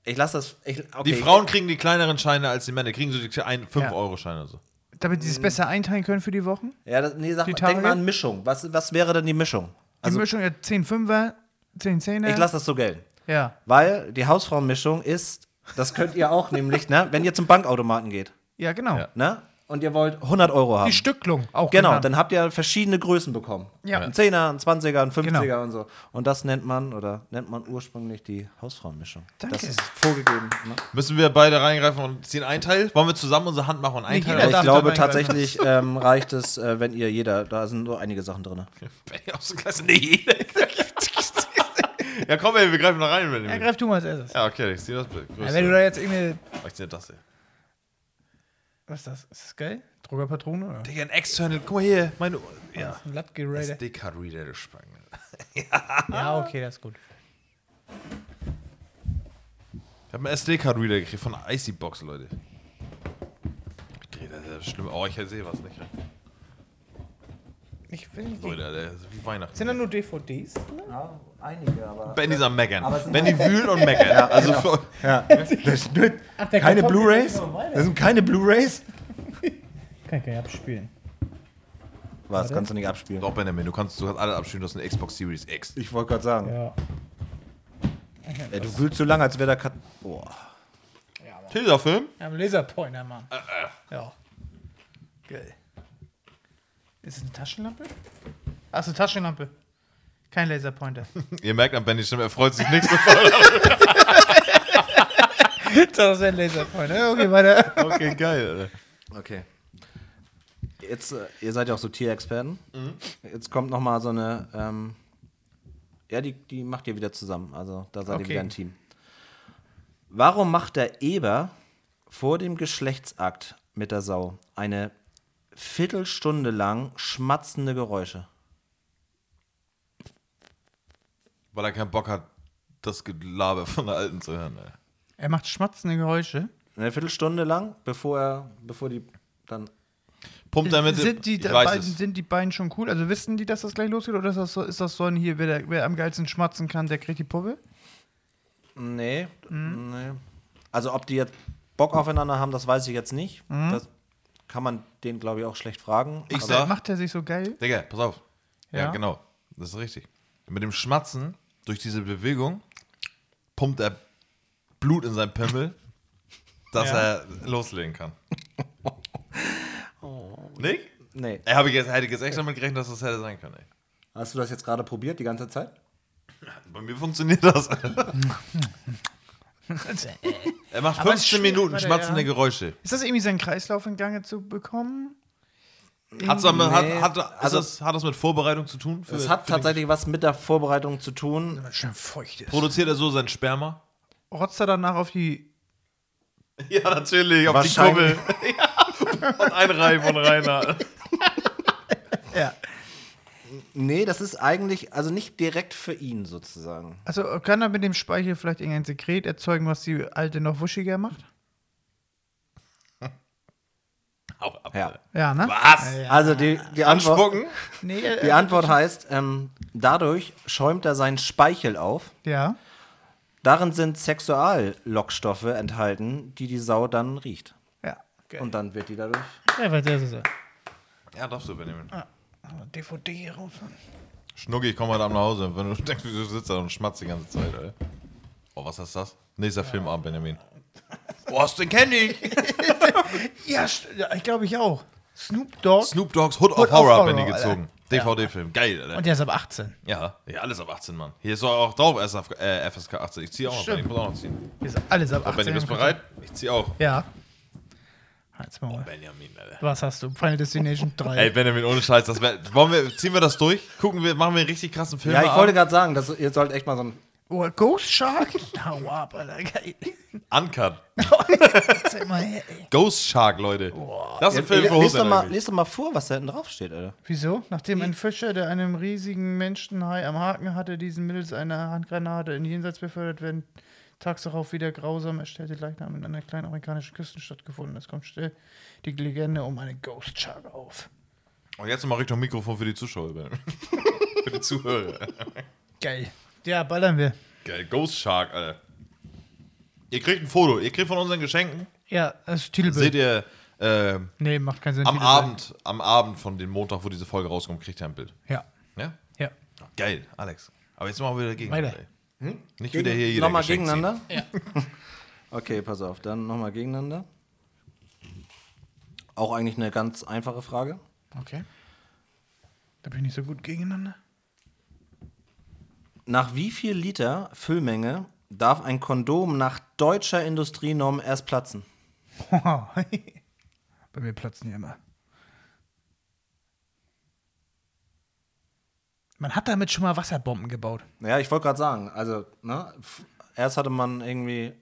S1: Ich lasse das. Ich, okay.
S3: Die Frauen kriegen die kleineren Scheine als die Männer. Kriegen so die 5-Euro-Scheine. So.
S2: Damit
S1: Mm.
S2: die es besser einteilen können für die Wochen?
S1: Ja, das, nee, sag
S2: Die
S1: mal, denk
S2: Tage?
S1: mal an Mischung. Was, was wäre denn die Mischung?
S2: Die
S1: Also,
S2: Mischung ja 10 Fünfer, 10 Zehner.
S1: ich lasse das so gelten.
S2: Ja.
S1: Weil die Hausfrauenmischung ist, das könnt ihr auch nämlich, ne, wenn ihr zum Bankautomaten geht,
S2: Ja, genau.
S3: Ja.
S1: ne, und ihr wollt 100 Euro haben.
S2: Die Stücklung auch.
S1: Genau,
S2: genannt.
S1: dann habt ihr verschiedene Größen bekommen.
S2: Ja.
S1: Ein Zehner, ein Zwanziger, ein Fünfziger
S2: Genau.
S1: und so. Und das nennt man oder nennt man ursprünglich die Hausfrauenmischung.
S2: Danke.
S1: Das ist vorgegeben. Ne?
S3: Müssen wir beide reingreifen und ziehen einen Teil? Wollen wir zusammen unsere Hand machen und einen
S2: Nicht
S3: Teil?
S2: jeder
S1: Aber ich
S2: darf
S1: glaube
S2: dabei bleiben.
S1: tatsächlich ähm, reicht es, äh, wenn ihr jeder, da sind so einige Sachen drin.
S3: Benny aus der Klasse. Nee. ja, komm, ey, wir greifen da rein, Benny.
S2: Ja,
S3: Ja,
S2: greif du mal als erstes. Ja.
S3: okay, ich ziehe das. Größte.
S2: wenn du da jetzt irgendwie.
S3: ich zieh das hier.
S2: Was ist das? Ist das geil? Druckerpatrone? Oder?
S3: Digga, ein External. Guck mal hier, meine. Uhr. Ja.
S2: Ein Lattgerade.
S3: SD Card Reader gesprungen.
S2: Ja, okay, das ist gut.
S3: Ich habe einen SD Card Reader gekriegt von Icy Box, Leute. Ich dreh das das ist schlimm. Oh, ich sehe was nicht.
S2: Ich will nicht.
S3: Leute, Alter, das ist wie Weihnachten.
S2: Sind da nur DVDs?
S1: Ja, einige, aber.
S3: Benny ist am
S1: Aber
S3: Meckern.
S1: sind-
S3: Benny wühlt und meckert. also für,
S1: Keine Blu-Rays?
S2: genau,
S1: Das sind keine Blu-Rays?
S2: Kann ich gar nicht abspielen.
S1: Was, kannst du nicht abspielen?
S3: doch, Benjamin, du kannst du hast alle abschieben, du hast eine Xbox Series X.
S1: Ich wollte gerade sagen.
S2: Ja.
S1: Ey, du fühlst so lange, als wäre der Kat. Boah.
S3: Dieser Film?
S2: Am Laserpointer, Mann. Ja. Geil. Ist es eine Taschenlampe? Ach, ist eine Taschenlampe. Kein Laserpointer.
S3: Ihr merkt an Benny schon, er freut sich nicht so.
S2: das ist ein Laserpointer. Okay, weiter.
S3: Okay, geil, Alter.
S1: Okay. Jetzt, äh, ihr seid ja auch so Tierexperten. Jetzt kommt noch mal so eine. Ähm, ja, die, die macht ihr wieder zusammen. Also da seid ihr
S2: Okay.
S1: wieder ein Team. Warum macht der Eber vor dem Geschlechtsakt mit der Sau eine Viertelstunde lang schmatzende Geräusche?
S3: Weil er keinen Bock hat, das Gelaber von der Alten zu hören. Ey.
S2: Er macht schmatzende Geräusche.
S1: Eine Viertelstunde lang, bevor er, bevor die dann.
S3: Pumpt damit.
S2: sind, die
S3: ich
S2: da-
S3: weiß
S2: beiden,
S3: es.
S2: sind die beiden schon cool? Also wissen die, dass das gleich losgeht? Oder ist das so, ist das so ein hier, wer, der, wer am geilsten schmatzen kann, der kriegt die Puppe?
S1: Nee, nee. Also ob die jetzt Bock aufeinander haben, das weiß ich jetzt nicht. Das kann man den, glaube ich, auch schlecht fragen.
S3: Ich
S1: Aber-
S3: sag- Ja.
S2: Macht er sich so geil?
S3: Digga, pass auf. Ja.
S2: Ja.
S3: genau. Das ist richtig. Mit dem Schmatzen, durch diese Bewegung, pumpt er Blut in sein Pimmel, dass er loslegen kann.
S1: Oh.
S3: Nicht?
S1: Nee.
S3: Ey, hab ich jetzt, hätte ich jetzt echt damit gerechnet, dass das hätte sein können. Ey.
S1: Hast du das jetzt gerade probiert die ganze Zeit?
S3: Bei mir funktioniert das. er macht
S2: Aber
S3: 15
S2: schwierig,
S3: Minuten
S2: warte,
S3: schmatzende
S2: ja.
S3: Geräusche.
S2: Ist das irgendwie seinen Kreislauf in Gange zu bekommen?
S3: Hat's damit,
S1: Nee.
S3: hat, hat, ist
S1: Also-
S3: das, hat das mit Vorbereitung zu tun? Für-
S1: Es hat
S3: für den-
S1: tatsächlich was mit der Vorbereitung zu tun.
S2: Schön feucht ist.
S3: Produziert er so sein Sperma?
S2: Rotzt er danach auf die.
S3: Ja, natürlich, auf die
S1: Wahrscheinlich.
S3: Kuppel. Ja. und einreiben und rein.
S1: Nee, das ist eigentlich, also nicht direkt für ihn sozusagen.
S2: Also kann er mit dem Speichel vielleicht irgendein Sekret erzeugen, was die alte noch wuschiger macht?
S3: Hau ab.
S1: Ja.
S2: Ja, ne?
S3: Was?
S1: Also die, die Antwort,
S3: Anspucken?
S2: Nee, äh,
S1: die Antwort heißt, ähm, dadurch schäumt er seinen Speichel auf.
S2: ja.
S1: Darin sind Sexuallockstoffe enthalten, die die Sau dann riecht.
S2: Ja. Okay.
S1: Und dann wird die dadurch.
S2: ja, weil der so so.
S3: Ja, darfst du, Benjamin.
S2: DVD hier raus.
S3: Schnucki, ich komm heute Abend nach Hause. Wenn du denkst, du sitzt da und schmatzt die ganze Zeit, Alter. Oh, was ist das? Nächster Filmabend, Benjamin. Oh, hast den kenn ich.
S2: Ja, st- ja, ich glaube ich auch. Snoop Dogg.
S3: Snoop Dogg's Hood, of
S2: of
S3: Horror,
S2: Horror,
S3: Benny
S2: Alter.
S3: gezogen. DVD-Film. Geil, Alter.
S2: Und der ist ab 18.
S3: Ja, ja, alles ab 18, Mann. Hier ist auch drauf SF, äh, FSK 18. Ich zieh auch noch,
S2: Stimmt.
S3: Benny. Ich muss auch noch ziehen.
S2: Der ist alles ab 18.
S3: Benny, bist du bereit? Ich zieh auch.
S2: Ja. Halt's mal.
S3: Benjamin, Alter.
S2: Was hast du? Final Destination 3.
S3: Ey, Benjamin, ohne Scheiß, das wär, wollen wir, ziehen wir das durch? Gucken wir, machen wir einen richtig krassen Film.
S1: Ja, ich wollte gerade sagen, das, ihr sollt echt mal so ein.
S2: Oh, Ghost Shark? Hau ab, Alter. Geil.
S3: Uncut.
S2: Zeig mal her, ey.
S3: Ghost Shark, Leute. Das ist ein Film für
S1: Lest
S3: Hose.
S1: doch,
S3: ne?
S1: mal, lest doch mal vor, was da hinten drauf steht, Alter.
S2: Wieso? Nachdem ein Fischer, der einem riesigen Menschenhai am Haken hatte, diesen mittels einer Handgranate in Jenseits befördert werden, tags darauf wieder grausam erstellte Leichnam in einer kleinen amerikanischen Küstenstadt gefunden. Es kommt still die Legende um eine Ghost Shark auf.
S3: Und Oh, jetzt nochmal Richtung Mikrofon für die Zuschauer. Benjamin. für die Zuhörer.
S2: Geil. Ja, ballern wir.
S3: Geil, Ghost Shark, Alter. Ihr kriegt ein Foto. Ihr kriegt von unseren Geschenken.
S2: Ja, das ist Titelbild.
S3: Seht ihr äh,
S2: Nee, macht keinen Sinn.
S3: am
S2: Titelbild.
S3: Abend, am Abend von dem Montag, wo diese Folge rauskommt, kriegt ihr ein Bild.
S2: Ja,
S3: Ja?
S2: ja.
S3: Geil, Alex. Aber jetzt machen wir wieder gegeneinander.
S2: Weiter.
S3: ey. Nicht wieder hier jeder
S1: Nochmal
S3: Geschenk
S1: gegeneinander?
S2: Ja.
S1: okay, pass auf, dann nochmal gegeneinander. Auch eigentlich eine ganz einfache Frage.
S2: Okay. Da bin ich nicht so gut gegeneinander.
S1: Nach wie viel Liter Füllmenge darf ein Kondom nach deutscher Industrienorm erst platzen?
S2: Bei mir platzen die immer. Man hat damit schon mal Wasserbomben gebaut.
S1: Ja, ich wollte gerade sagen, also, ne, f- erst hatte man irgendwie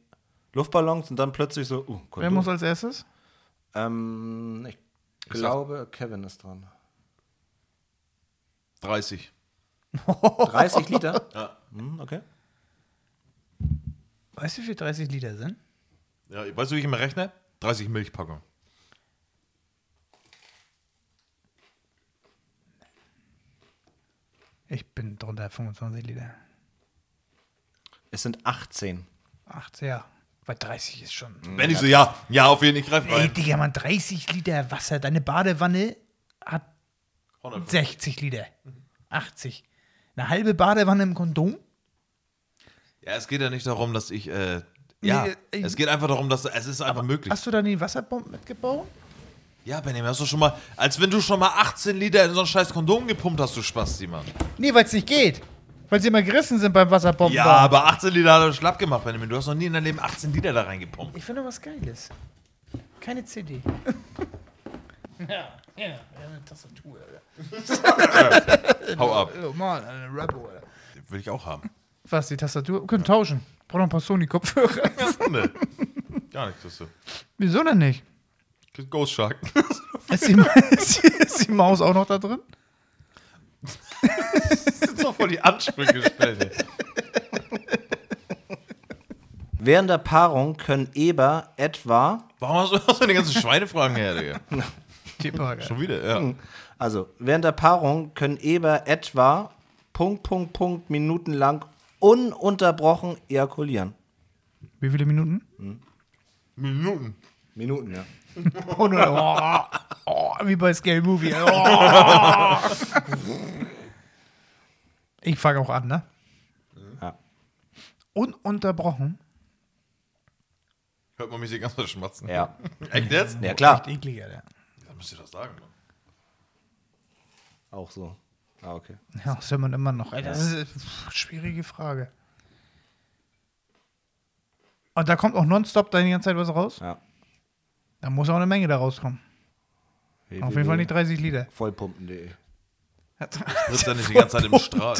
S1: Luftballons und dann plötzlich so, uh,
S2: Wer
S1: Kondom.
S2: muss als erstes?
S1: Ähm, ich glaube, Kevin ist dran.
S3: ziehen. 30.
S2: Oh.
S1: 30 Liter?
S3: Ja.
S1: Hm, okay.
S2: Weißt du, wie viel 30 Liter sind?
S3: ja. Weißt du, wie ich immer rechne? 30 Milchpackungen.
S2: Ich bin drunter 25 Liter.
S1: Es sind 18.
S2: 18, ja. Bei 30 ist schon.
S3: Wenn ich so, ja, ja, auf jeden Fall, ich greife
S2: Ey,
S3: rein.
S2: Digga, man, 30 Liter Wasser. Deine Badewanne hat
S3: 100.
S2: 60 Liter. 80. Eine halbe Badewanne im Kondom?
S3: Ja, es geht ja nicht darum, dass ich, äh, ja,
S2: Nee, äh,
S3: es geht einfach darum, dass es ist einfach möglich.
S2: Hast du dann die Wasserbomben mitgebaut?
S3: Ja, Benjamin, hast du schon mal, als wenn du schon mal 18 Liter in so ein scheiß Kondom gepumpt hast, du Spasti, Mann.
S2: Nee, weil es nicht geht. Weil sie immer gerissen sind beim Wasserbomben.
S3: Ja, aber 18 Liter hat er schlapp gemacht, Benjamin. Du hast noch nie in deinem Leben 18 Liter da reingepumpt.
S2: Ich finde was Geiles. Keine CD. ja, ja, ja, eine Tastatur. Äh,
S3: Hau ab.
S2: Normal, Oh eine Rebel. Alter.
S3: Will ich auch haben.
S2: Was, die Tastatur? Wir können tauschen. Brauch noch ein paar Sony-Kopfhörer.
S3: nee. Gar nichts, das so.
S2: Wieso denn nicht?
S3: Ghost Shark.
S2: Ist die, ist, die, ist die Maus auch noch da drin?
S3: Das sind doch voll die Ansprüche gestellt. ey.
S1: Während der Paarung können Eber etwa,
S3: Warum hast du, hast du die ganzen Schweinefragen her, Digga? Schon wieder,
S2: Hm.
S3: ja.
S1: also während der Paarung können Eber etwa Punkt, Punkt, Punkt, minutenlang ununterbrochen ejakulieren.
S2: Wie viele Minuten?
S3: Minuten.
S1: Minuten, ja.
S2: Oh, nur, oh, oh, wie bei Scary Movie. Oh. Ich fange auch an, ne?
S1: Ja.
S2: Ununterbrochen.
S3: Hört man mich die ganze Zeit schmatzen.
S1: Ja,
S3: Echt jetzt?
S1: ja klar.
S2: Ah. Echt ekliger, der.
S3: Dann müsst ihr das sagen, Mann.
S1: Auch so. Ah, okay.
S2: Ja, das hört man immer noch. Ey, das ist äh, pff, schwierige Frage. Und da kommt auch nonstop da die ganze Zeit was raus.
S1: Ja.
S2: Da muss auch eine Menge da rauskommen. Auf jeden Fall nicht 30 Liter.
S1: Vollpumpen.de.
S3: Sitzt ja nicht die ganze Zeit im Strahl.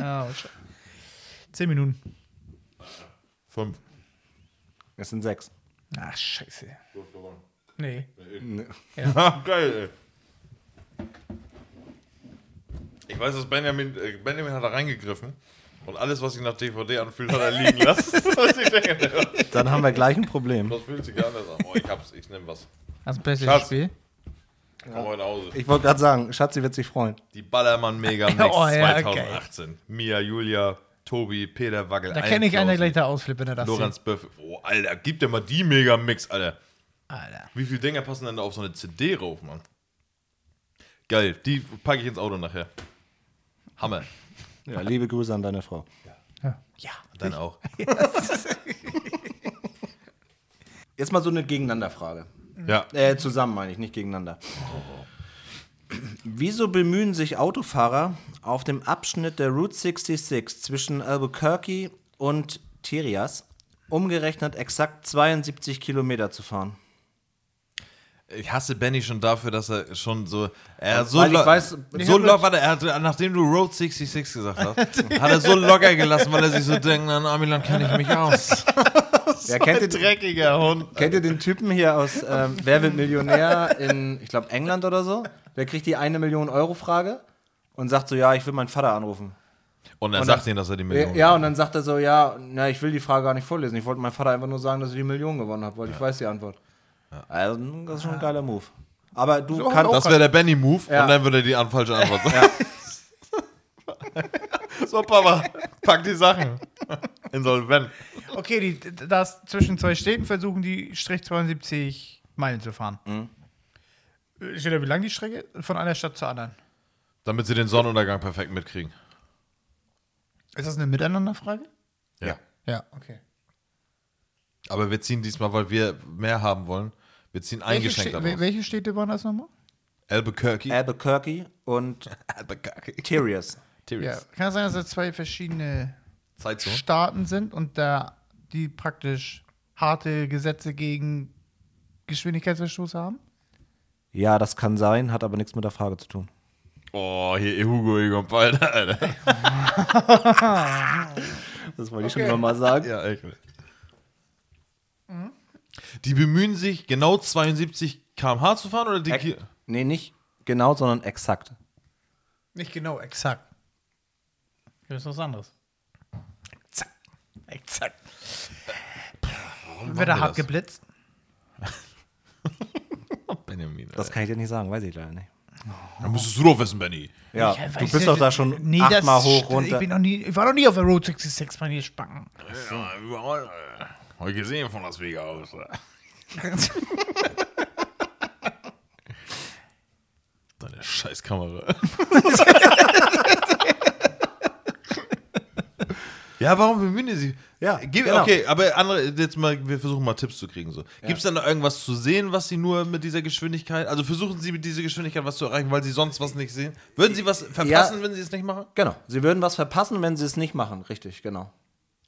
S2: Oh, 10 Minuten.
S3: Fünf.
S1: Es sind sechs.
S2: Ach, Ah, scheiße. Nee.
S3: Ah, Geil, ey. Ich weiß, dass Benjamin, äh, Benjamin hat da reingegriffen und alles, was sich nach DVD anfühlt, hat er liegen lassen. Was ich denke, ne,
S1: Dann haben wir gleich ein Problem.
S3: das fühlt sich gar anders an. Oh, ich hab's, ich nehm was.
S2: Also bestes
S3: Schatz.
S2: Spiel.
S3: Ich komm heute nach Hause.
S1: Ich wollte gerade sagen, Schatzi wird sich freuen.
S3: Die Ballermann Mega Mix
S2: Oh, ja, geil.
S3: 2018. Mia, Julia, Tobi, Peter Wackel.
S2: Da kenne ich einen, der
S3: Einklausen,
S2: gleich da ausflippt, wenn er das
S3: Lorenz Böff. Oh, Alter, gib dir mal die Mega Mix, Alter.
S2: sieht. Alter.
S3: Wie viele Dinger passen denn da auf so eine CD rauf, Mann? Geil, die packe ich ins Auto nachher. Hammer.
S1: Ja, liebe Grüße an deine Frau.
S2: Ja. ja.
S3: Dann auch.
S1: Jetzt mal so eine Gegeneinanderfrage.
S3: Ja.
S1: Äh, zusammen meine ich, nicht gegeneinander. Wieso bemühen sich Autofahrer auf dem Abschnitt der Route 66 zwischen Albuquerque und Terias umgerechnet exakt 72 Kilometer zu fahren?
S3: Ich hasse Benny schon dafür, dass er schon so. Er hat so
S1: Weil ich
S3: lo-
S1: weiß- Ich
S3: so
S1: hab
S3: locker, er hat, nachdem du Road 66 gesagt hast, hat er so locker gelassen, weil er sich so denkt: An Amiland kenne ich mich aus.
S1: Ja, kennt, ihr,
S3: dreckiger Hund.
S1: kennt ihr den Typen hier aus ähm, Wer wird Millionär in, ich glaube, England oder so? Der kriegt die eine Million Euro Frage und sagt so, ja, ich will meinen Vater anrufen.
S3: Und er
S1: Und
S3: sagt
S1: dann-
S3: ihnen, dass er die
S1: Ja,
S3: Million.
S1: ja, und dann sagt er so, ja, na, ich will die Frage gar nicht vorlesen. Ich wollte meinem Vater einfach nur sagen, dass ich die Million gewonnen habe, weil ich weiß die Antwort. Also, das ist schon ein geiler Move. Aber du
S2: So,
S1: kannst.
S2: auch-
S3: Das wäre der Benny-Move
S1: Ja.
S3: und dann würde er die an- falsche Antwort sagen. So, Papa, pack die Sachen. Insolvent.
S2: Okay, die, das zwischen zwei Städten versuchen die Strich 72 Meilen zu fahren.
S3: Mhm.
S2: Äh, Steht da, wie lang die Strecke? ist? Von einer Stadt zur anderen.
S3: Damit sie den Sonnenuntergang perfekt mitkriegen.
S2: Ist das eine Miteinanderfrage?
S3: Ja.
S2: Ja, okay.
S3: Aber wir ziehen diesmal, weil wir mehr haben wollen, wir ziehen ein
S2: Welche,
S3: Geschenk
S2: Städte,
S3: daraus.
S2: wel- welche Städte waren das nochmal?
S3: Albuquerque.
S1: Albuquerque und
S3: Albuquerque.
S1: Tyrius.
S2: Ja.
S3: Tyrus.
S2: Kann sein, dass das zwei verschiedene
S3: Zeitzone.
S2: Staaten sind und da die praktisch harte Gesetze gegen Geschwindigkeitsverstoß haben?
S1: Ja, das kann sein, hat aber nichts mit der Frage zu tun.
S3: Oh, hier Hugo, hier kommt weiter, Alter.
S1: Das wollte ich schon immer mal sagen.
S3: Ja, echt. Die bemühen sich, genau 72 km/h zu fahren oder die.
S1: Ex
S3: Ki-
S1: nee, nicht genau, sondern exakt.
S2: Nicht genau, exakt. Das ist was anderes. Exakt. Exakt. Wird
S3: machen
S2: er
S3: wir
S2: hart
S3: das?
S2: geblitzt?
S3: Benjamin.
S1: Das
S3: Alter.
S1: kann ich dir nicht sagen, weiß ich leider nicht.
S3: Dann müsstest du doch wissen, Benny.
S1: Ja,
S2: Ich
S1: Ah, du
S2: weiß
S1: bist
S2: nicht,
S1: doch da schon
S2: nee, das
S1: achtmal
S2: st-
S1: hoch
S2: Ich,
S1: runter.
S2: bin noch nie, ich war noch nie auf der Road 66 bei mir Spacken.
S3: Ja, überall. Heute gesehen von Las Vegas aus. Deine Scheißkamera. ja, warum bemühen die sich?
S1: Ja,
S3: Gib,
S1: genau.
S3: okay, aber andere, jetzt mal, wir versuchen mal Tipps zu kriegen. So. Gibt es dann noch irgendwas zu sehen, was sie nur mit dieser Geschwindigkeit, also versuchen sie mit dieser Geschwindigkeit was zu erreichen, weil sie sonst was nicht sehen? Würden sie was verpassen, wenn sie es nicht machen?
S1: Genau, sie würden was verpassen, wenn sie es nicht machen. Richtig, genau.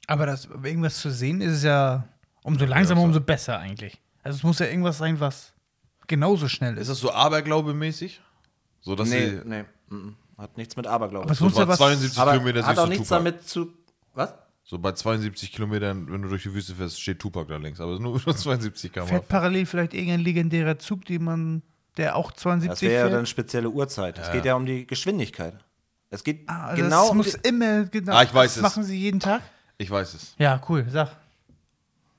S2: Aber das, irgendwas zu sehen ist ja umso langsamer, umso besser eigentlich. Also es muss ja irgendwas sein, was genauso schnell
S3: Ist
S2: ist.
S3: das so Aberglaube-mäßig? So, dass
S1: Nee,
S3: sie
S1: nee. mm, mm. Hat nichts mit Aberglauben
S2: Aber es
S1: zu tun.
S2: muss
S3: so
S2: ja
S3: bei
S2: was.
S3: 72
S1: Aber
S3: Kilometern
S1: hat
S3: siehst
S1: auch
S3: du
S1: nichts
S3: Tupac.
S1: damit zu. Was?
S3: So bei 72 Kilometern, wenn du durch die Wüste fährst, steht Tupac da links, aber nur 72 km.
S2: Fährt parallel vielleicht irgendein legendärer Zug, den man, der auch
S1: Das
S2: 72
S1: wäre ja
S2: fährt.
S1: dann spezielle Uhrzeit. Es geht ja um die Geschwindigkeit. Es geht
S2: ah, also
S1: genau
S2: das
S1: um
S2: muss
S1: die,
S2: immer genau.
S3: Ah, ich weiß es.
S2: das Machen sie jeden Tag?
S3: Ich weiß es.
S2: Ja, cool, sag.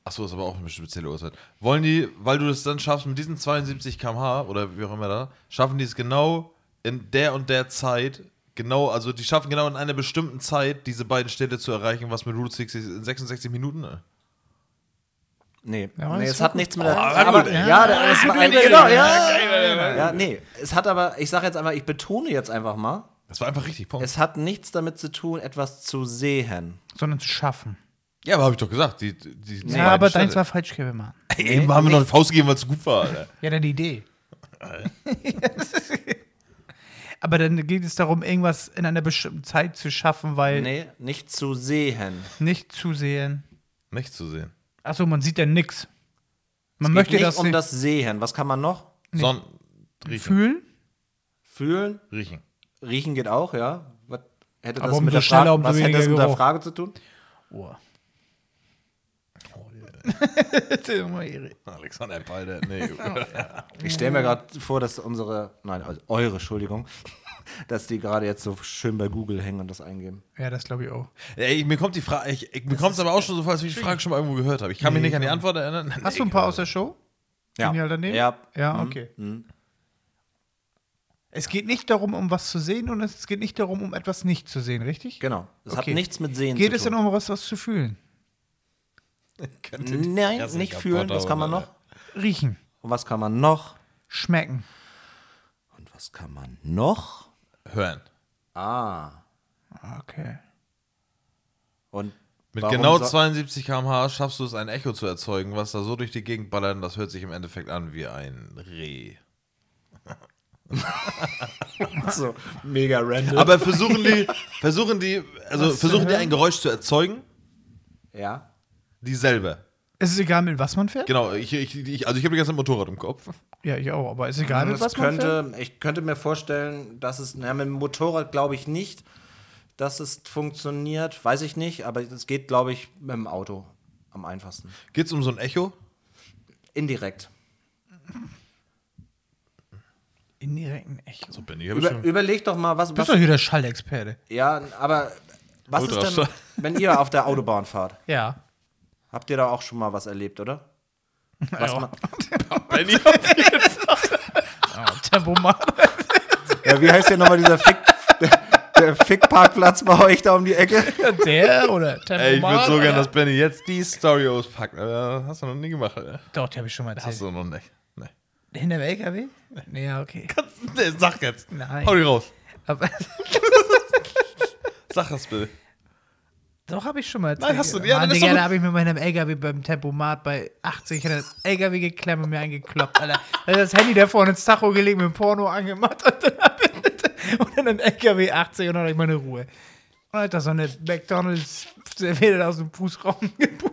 S3: Achso, ist aber auch eine spezielle Uhrzeit. Wollen die, weil du das dann schaffst mit diesen 72 km/h oder wie auch immer da, schaffen die es genau in der und der Zeit, genau, also die schaffen genau in einer bestimmten Zeit diese beiden Städte zu erreichen, was mit Route 66 in 66 Minuten. ne?
S1: Nee,
S2: Ja,
S1: nee
S2: das
S1: es
S2: war
S1: hat
S2: gut. Oh,
S1: nichts mit der.
S3: war
S1: aber,
S3: gut,
S1: ja,
S3: ja.
S1: da- das war eine, genau, ja. ja, nee. Es hat aber, ich sage jetzt einfach, ich betone jetzt einfach mal,
S3: Das war einfach richtig. Punkt.
S1: es hat nichts damit zu tun, etwas zu sehen.
S2: Sondern zu schaffen.
S3: Ja, aber habe ich doch gesagt. Die, die die
S2: ja,
S3: beiden
S2: aber deins
S3: Städte.
S2: war falsch, Kevin, Mann.
S3: Ey, Eben haben wir noch eine Faust gegeben, weil es gut war, Alter.
S2: Ja, dann die Idee. aber dann geht es darum, irgendwas in einer bestimmten Zeit zu schaffen, weil
S1: Nee, nicht zu sehen.
S2: nicht zusehen.
S3: Nicht zu sehen.
S2: Achso, man sieht ja nix. Man
S1: Es
S2: möchte
S1: geht nicht
S2: das,
S1: um
S2: nicht
S1: das Sehen. Was kann man noch?
S3: Sonnen. Riechen.
S2: fühlen,
S1: Fühlen?
S3: Riechen.
S1: Riechen geht auch, ja. Was hätte
S2: Aber
S1: das
S2: umso
S1: mit der
S2: schneller,
S1: Frage,
S2: umso
S1: was hätte
S2: weniger
S1: das mit der
S2: Geruch.
S1: Frage zu tun?
S2: Ohr.
S3: Alexander Peide, nee.
S1: Ich stelle mir gerade vor, dass unsere, nein, also eure, Entschuldigung, dass die gerade jetzt so schön bei Google hängen und das eingeben.
S2: Ja, das glaube ich auch.
S3: Ey, mir kommt die Frage, ich, ich, mir kommt es aber auch schon so vor, als wenn ich die Frage schon mal irgendwo gehört habe. Ich kann mich nicht an die Antwort erinnern.
S2: ähm, Hast du ein paar aus der Show? Genial daneben?
S1: Ja. Mhm.
S2: Ja, okay. Es geht nicht darum, um was zu sehen und es geht nicht darum, um etwas nicht zu sehen, richtig?
S1: Genau. Es
S2: Okay.
S1: hat nichts mit Sehen
S2: Geht es
S1: zu
S2: denn
S1: tun.
S2: um was, was zu fühlen?
S1: Nein, nicht fühlen. Was kann man noch?
S2: Riechen,
S1: Und was kann man noch?
S2: schmecken.
S1: Und was kann man noch?
S3: Hören.
S1: Ah.
S2: Okay.
S1: Und
S3: Mit
S1: warum
S3: genau
S1: so-
S3: 72 km/h schaffst du es, ein Echo zu erzeugen, was da so durch die Gegend ballert. Das hört sich im Endeffekt an wie ein Reh.
S1: so mega random.
S3: Aber versuchen die, versuchen die, also versuchen die ein Geräusch zu erzeugen,
S1: ja.
S3: die selber.
S2: Es ist egal, mit was man fährt?
S3: Genau, ich, ich, ich, also ich habe die ganze Zeit ein Motorrad im Kopf.
S2: Ja, ich auch, aber es ist egal, mit
S1: Das
S2: was man fährt?
S1: Mhm, Ähm, könnte, ich könnte mir vorstellen, dass es, na, mit dem Motorrad glaube ich nicht, dass es funktioniert, weiß ich nicht, aber es geht, glaube ich, mit dem Auto am einfachsten.
S3: Geht es um so ein Echo?
S1: Indirekt.
S2: Indirekten Echo.
S3: So bin ich aber
S1: Über,
S3: schon.
S1: überleg doch mal, was,
S2: Du bist
S1: Also was
S2: doch hier der Schallexperte.
S1: ja, aber was ist denn,
S3: Ultraschall.
S1: wenn ihr auf der Autobahn fahrt?
S2: Ja.
S1: Habt ihr da auch schon mal was erlebt, oder? Was man,
S3: Benny,
S2: Tempomat.
S1: ja, wie heißt denn nochmal dieser Fick, der Fickparkplatz bei euch da um die Ecke.
S2: Der oder
S3: Ey, ich würde
S2: Tempomat.
S3: so gern, dass
S2: oder-
S3: Benny jetzt die Story auspackt. Alter. Hast du noch nie gemacht, ne? Alter.
S2: Doch, die habe ich schon mal
S3: Hast
S2: erzählt.
S3: du noch nicht. Nee.
S2: Hinter dem LKW? Nee, ja, okay.
S3: Nee, Sag jetzt.
S2: Nein.
S3: Hau die raus.
S2: Aber,
S3: Sag das bitte.
S2: doch, habe ich schon mal erzählt.
S3: Nein, hast du- ja,
S2: Mann,
S3: dann ist
S2: Digga,
S3: doch-
S2: da habe ich mit meinem LKW beim Tempomat bei 80 hinter das LKW geklemmt und mir eingekloppt, Alter. Da ist das Handy da vorne ins Tacho gelegt, mit dem Porno angemacht und dann, hab ich- und dann im LKW 80 und dann hatte ich meine Ruhe. Und hat da so eine McDonalds-Serviette aus dem Fußraum gepult.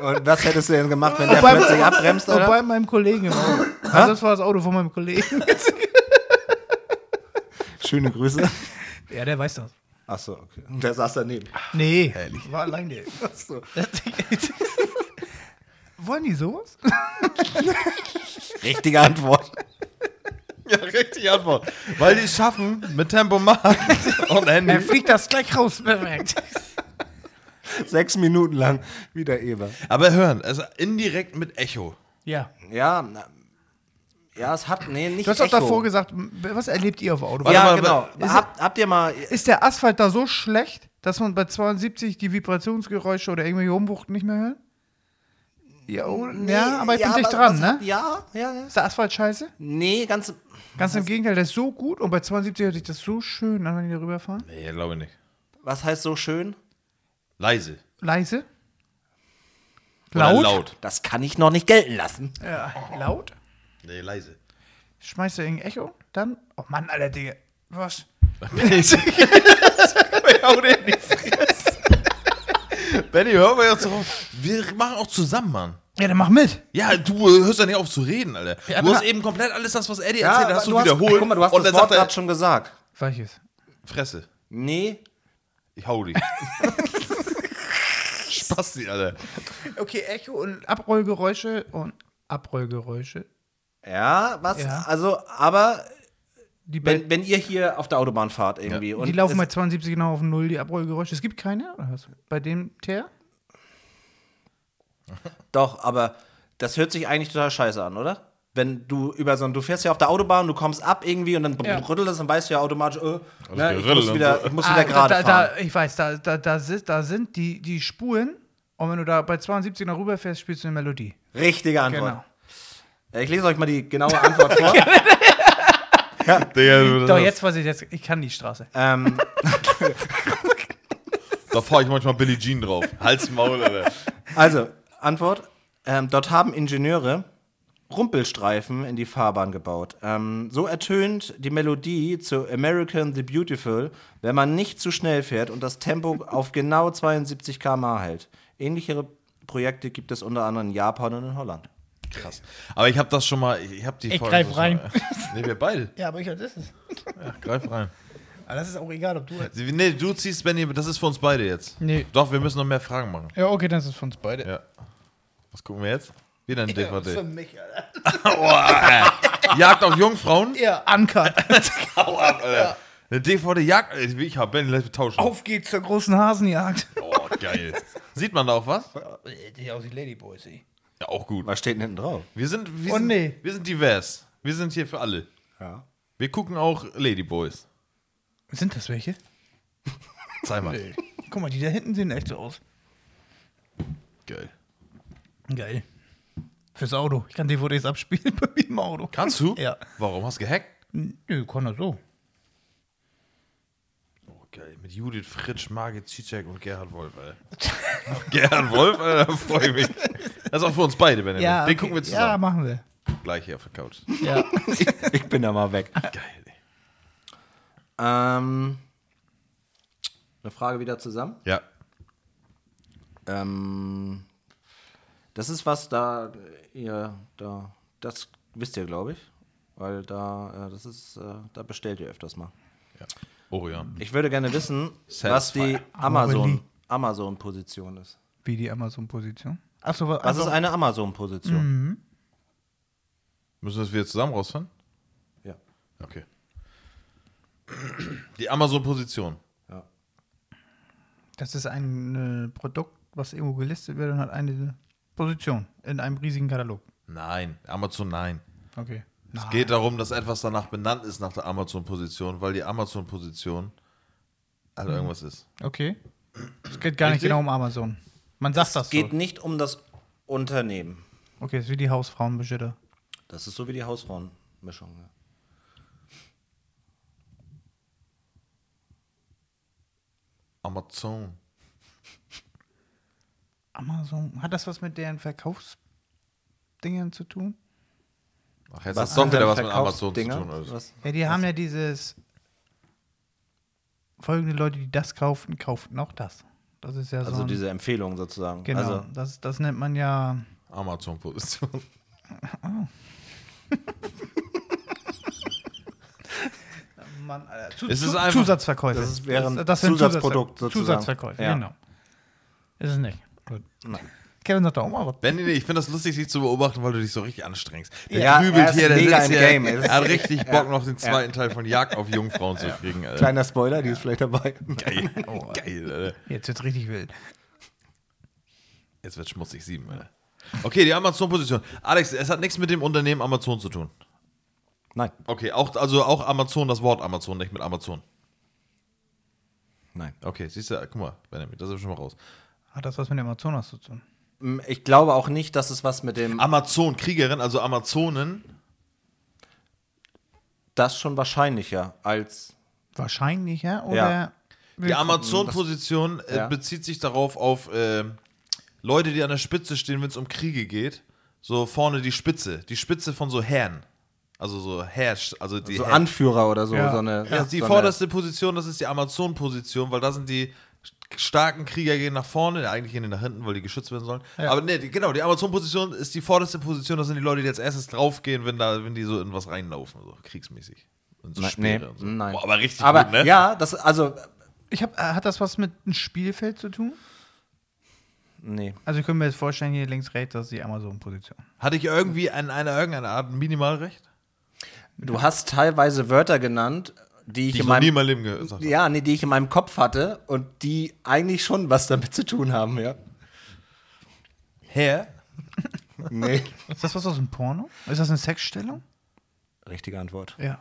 S1: Und was hättest du denn gemacht, wenn der
S2: Wobei-
S1: plötzlich abbremst,
S2: Und
S1: oder?
S2: bei meinem Kollegen im Auto. Also das war das Auto von meinem Kollegen.
S1: Schöne Grüße.
S2: Ja, der weiß das.
S1: Achso, okay. Der saß daneben.
S2: Nee, war alleine. Wollen die sowas?
S1: Richtige Antwort.
S3: Ja, richtig Antwort. Weil die es schaffen, mit Tempomat und
S2: Er
S3: Handy.
S2: fliegt das gleich raus, bemerkt.
S1: Sechs Minuten lang. Wieder Eber.
S3: Aber hören, also indirekt mit Echo.
S2: Ja.
S1: Ja, na, ja, es hat. Nee, nicht
S2: Du hast auch
S1: Echo.
S2: davor gesagt, m- was erlebt ihr auf der Autobahn?
S1: Ja,
S3: Warte mal,
S1: genau. Habt, habt ihr mal.
S2: Ist der Asphalt da so schlecht, dass man bei 72 die Vibrationsgeräusche oder irgendwelche Umbuchten nicht mehr hört? Ja, oder? ja aber ich bin dicht
S1: was-
S2: dran,
S1: was-
S2: ne?
S1: Ja, ja, ja.
S2: Ist der Asphalt scheiße?
S1: Nee, ganz.
S2: Ganz im Gegenteil, der ist so gut und bei 72 hört sich das so schön an, wenn die da rüberfahren.
S3: Nee, glaube ich nicht.
S1: Was heißt so schön?
S3: Leise.
S2: Leise?
S3: Oder
S2: Laut?
S3: laut.
S1: Das kann ich noch nicht gelten lassen.
S2: Ja, laut?
S3: Nee, leise.
S2: Schmeißt er irgendein Echo? Dann? Oh Mann, Alter, Digga. Was?
S3: Benny, hau den in die Fresse. Benny, hör mal jetzt drauf. Wir machen auch zusammen, Mann.
S2: Ja, dann mach mit.
S3: Ja, du äh, hörst ja nicht auf zu reden, Alter.
S2: Ja,
S3: du
S2: aber-
S3: hast eben komplett alles das, was Eddie
S1: Ja,
S3: erzählt hat, hast du, wiederholt.
S1: Guck mal, du hast
S3: und
S1: das
S3: dann
S1: Wort
S3: sagt
S1: gerade
S3: er,
S1: schon gesagt.
S2: Welches?
S3: Fresse.
S1: Nee.
S3: Ich hau dich. Spasti, Alter.
S2: Okay, Echo und Abrollgeräusche und Abrollgeräusche.
S1: Ja, was?
S2: Ja.
S1: Also, aber
S2: Die, Bel-
S1: wenn, wenn ihr hier auf der Autobahn fahrt irgendwie und
S2: die laufen
S1: es-
S2: bei 72 genau auf Null, die Abrollgeräusche. Es gibt keine? Oder was? Bei dem Teer?
S1: Doch, aber das hört sich eigentlich total scheiße an, oder? Wenn du über so ein, du fährst ja auf der Autobahn, du kommst ab irgendwie und dann
S2: Ja.
S1: rüttelt es, dann weißt du ja automatisch, äh, ne, ich,
S3: gerüttelt
S1: muss
S3: und
S1: wieder,
S3: so.
S1: ich muss wieder gerade
S2: Ah, da,
S1: fahren.
S2: da, Ich weiß, da, da, da, sind, da sind die, die Spuren und wenn du da bei 72 noch rüberfährst, spielst du eine Melodie.
S1: Richtige Antwort.
S2: Genau.
S1: Äh, Ich lese euch mal die genaue Antwort vor.
S3: Digga, du-
S2: Doch, jetzt weiß ich, jetzt, ich kann die Straße.
S1: ähm,
S3: Da fahre ich manchmal Billie Jean drauf. Hals Maul, Alter.
S1: also, Antwort. Ähm, dort haben Ingenieure Rumpelstreifen in die Fahrbahn gebaut. Ähm, so ertönt die Melodie zu American the Beautiful, wenn man nicht zu schnell fährt und das Tempo auf genau 72 km/h hält. Ähnlichere Projekte gibt es unter anderem in Japan und in Holland.
S3: Krass. Aber ich habe das schon mal. Ich habe die.
S2: Ich
S3: Folge
S2: greif
S3: schon
S2: rein.
S3: Mal. Nee, wir beide.
S2: Ja, aber ich das ist.
S3: Greif rein.
S2: Aber das ist auch egal, ob du.
S3: Sie- Nee, du ziehst, Benny, das ist für uns beide jetzt.
S2: Nee.
S3: Doch, wir müssen noch mehr Fragen machen.
S2: Ja, okay, dann ist es für uns beide.
S3: Ja. Was gucken wir jetzt? Wieder ein
S2: das ist für
S3: DVD.
S2: mich, Alter.
S3: Jagd auf Jungfrauen?
S2: Ja, Uncut.
S3: Hau ab, Alter. Eine DVD Jagd. Ey, Ich hab Benny, lass mich tauschen.
S2: Auf geht's zur großen Hasenjagd.
S3: Oh, geil. Sieht man da auch was?
S2: Die aus die Äh, Ladyboys, ey.
S3: Ja, auch gut.
S1: Was steht denn hinten drauf?
S3: Wir sind, wir,
S2: Oh,
S3: sind,
S2: nee.
S3: wir sind divers. Wir sind hier für alle.
S1: Ja.
S3: Wir gucken auch Ladyboys.
S2: Sind das welche?
S3: Zeig mal.
S2: Guck mal, die da hinten sehen echt so aus.
S3: Geil.
S2: Geil. Fürs Auto. Ich kann DVDs abspielen bei mir im Auto.
S3: Kannst du?
S2: Ja.
S3: Warum hast du gehackt?
S2: Nö, kann er so.
S3: Oh, geil. Mit Judith Fritsch, Margit Zizek und Gerhard Wolf, Alter. Gerhard Wolf, Alter, freue ich mich. Das ist auch für uns beide, Benjamin. Den gucken wir
S2: Ja,
S3: zusammen.
S2: machen wir.
S3: Gleich hier auf der Couch.
S2: Ja.
S1: Ich bin da mal weg.
S3: Geil. ey.
S1: Ähm, eine Frage wieder zusammen.
S3: Ja.
S1: Ähm, das ist was da äh, ihr da das wisst ihr glaube ich, weil da äh, das ist äh, da bestellt ihr öfters mal.
S3: ja. Orion.
S1: Ich würde gerne wissen, was die
S3: Satisfyer.
S1: Amazon Amazon Position ist.
S2: Wie die Amazon-Position. Achso, was
S1: Was ist eine Amazon Position?
S3: Müssen wir das wieder zusammen rausfahren?
S1: Ja.
S3: Okay. Die Amazon-Position.
S1: ja.
S2: Das ist ein äh, Produkt, was irgendwo gelistet wird und hat eine Position in einem riesigen Katalog.
S3: Nein. Amazon, nein.
S2: Okay.
S3: Es geht darum, dass etwas danach benannt ist nach der Amazon-Position, weil die Amazon-Position halt irgendwas ist.
S2: Okay. Es geht gar nicht
S3: Richtig?
S2: genau um Amazon. Man sagt das
S1: Geht
S2: so.
S1: nicht um das Unternehmen.
S2: Okay, ist wie die Hausfrauenbeschütter.
S1: Das ist so wie die Hausfrauenmischung. ja.
S3: Amazon.
S2: Amazon. Hat das was mit deren Verkaufsdingern zu tun?
S3: Ach, jetzt hat
S1: sind
S3: doch wieder
S1: denn
S3: was mit Amazon zu
S1: Verkaufsdinger?
S3: tun. also. Alles.
S1: Was?
S2: Ja, die haben ja dieses. Folgende Leute, die das kauften, kauften auch das. Das ist ja so.
S1: Also
S2: ein,
S1: diese Empfehlung sozusagen.
S2: genau.
S1: Also,
S2: das, das nennt man ja.
S3: Amazon-Position.
S2: Mann, Alter. äh, Zu,
S3: Es
S2: zu,
S3: ist einfach-
S2: Zusatzverkäufe.
S1: das ist- wäre ein
S2: sind Zusatzver-
S1: Zusatzprodukt sozusagen.
S2: Zusatzverkäufe,
S1: Ja.
S2: genau. Ist es nicht. Gut. Kevin sagt oh, doch auch mal was.
S3: Benny, nee, ich finde das lustig, dich zu beobachten, weil du dich so richtig anstrengst. Der
S1: Ja,
S3: grübelt
S1: er ist
S3: hier, der
S1: mega
S3: sitzt
S1: im
S3: hier,
S1: Game, ey. Das
S3: Er hat richtig Bock, noch den zweiten Teil von Jagd auf Jungfrauen zu kriegen, Alter.
S1: kleiner Spoiler, die ist vielleicht dabei.
S3: Geil. Geil, Alter.
S2: Jetzt wird's richtig wild.
S3: Jetzt wird schmutzig sieben, Alter. Okay, die Amazon-Position. Alex, es hat nichts mit dem Unternehmen Amazon zu tun.
S1: Nein,
S3: Okay, auch, also auch Amazon, das Wort Amazon, nicht mit Amazon.
S1: nein.
S3: Okay, siehst du, guck mal, Benjamin, das ist schon mal raus.
S2: Hat das was mit dem Amazonas zu tun?
S1: Mm, Ich glaube auch nicht, dass es was mit dem.
S3: Amazon, Kriegerin, also Amazonen.
S1: Das schon wahrscheinlicher als.
S2: Wahrscheinlich, ja? Oder
S1: Ja.
S3: Die Amazon-Position äh,
S1: Ja.
S3: bezieht sich darauf auf ähm, Leute, die an der Spitze stehen, wenn es um Kriege geht. So vorne die Spitze, die Spitze von so Herren. Also so Herrsch, also die
S1: So
S3: Herr-
S1: Anführer oder so.
S2: Ja.
S1: so eine,
S3: Ja, die
S1: so eine-
S3: vorderste Position, das ist die Amazon-Position, weil da sind die starken Krieger gehen nach vorne, ja, eigentlich gehen die nach hinten, weil die geschützt werden sollen.
S2: Ja.
S3: Aber nee, die, genau, die Amazon-Position ist die vorderste Position, das sind die Leute, die als erstes draufgehen, wenn da, wenn die so in was reinlaufen, so kriegsmäßig. Und so
S1: Nein,
S3: Speere
S1: nee,
S3: und so.
S1: nein.
S3: Boah, aber richtig
S1: aber,
S3: gut, ne?
S1: Ja, das, also,
S2: Ich hab, äh, hat das was mit einem Spielfeld zu tun?
S1: nee.
S2: Also können wir jetzt vorstellen, hier links, rechts, das ist die Amazon-Position.
S3: Hatte ich irgendwie an einer irgendeiner Art Minimalrecht?
S1: Du hast teilweise Wörter genannt, die ich
S3: Die ich
S1: in
S3: noch nie in
S1: meinem.
S3: meinem Leben gesagt habe.
S1: Ja, nee, die ich in meinem Kopf hatte und die eigentlich schon was damit zu tun haben, ja.
S3: Herr?
S1: Nee.
S2: Ist das was aus dem Porno? Ist das eine Sexstellung?
S1: Richtige Antwort.
S2: Ja.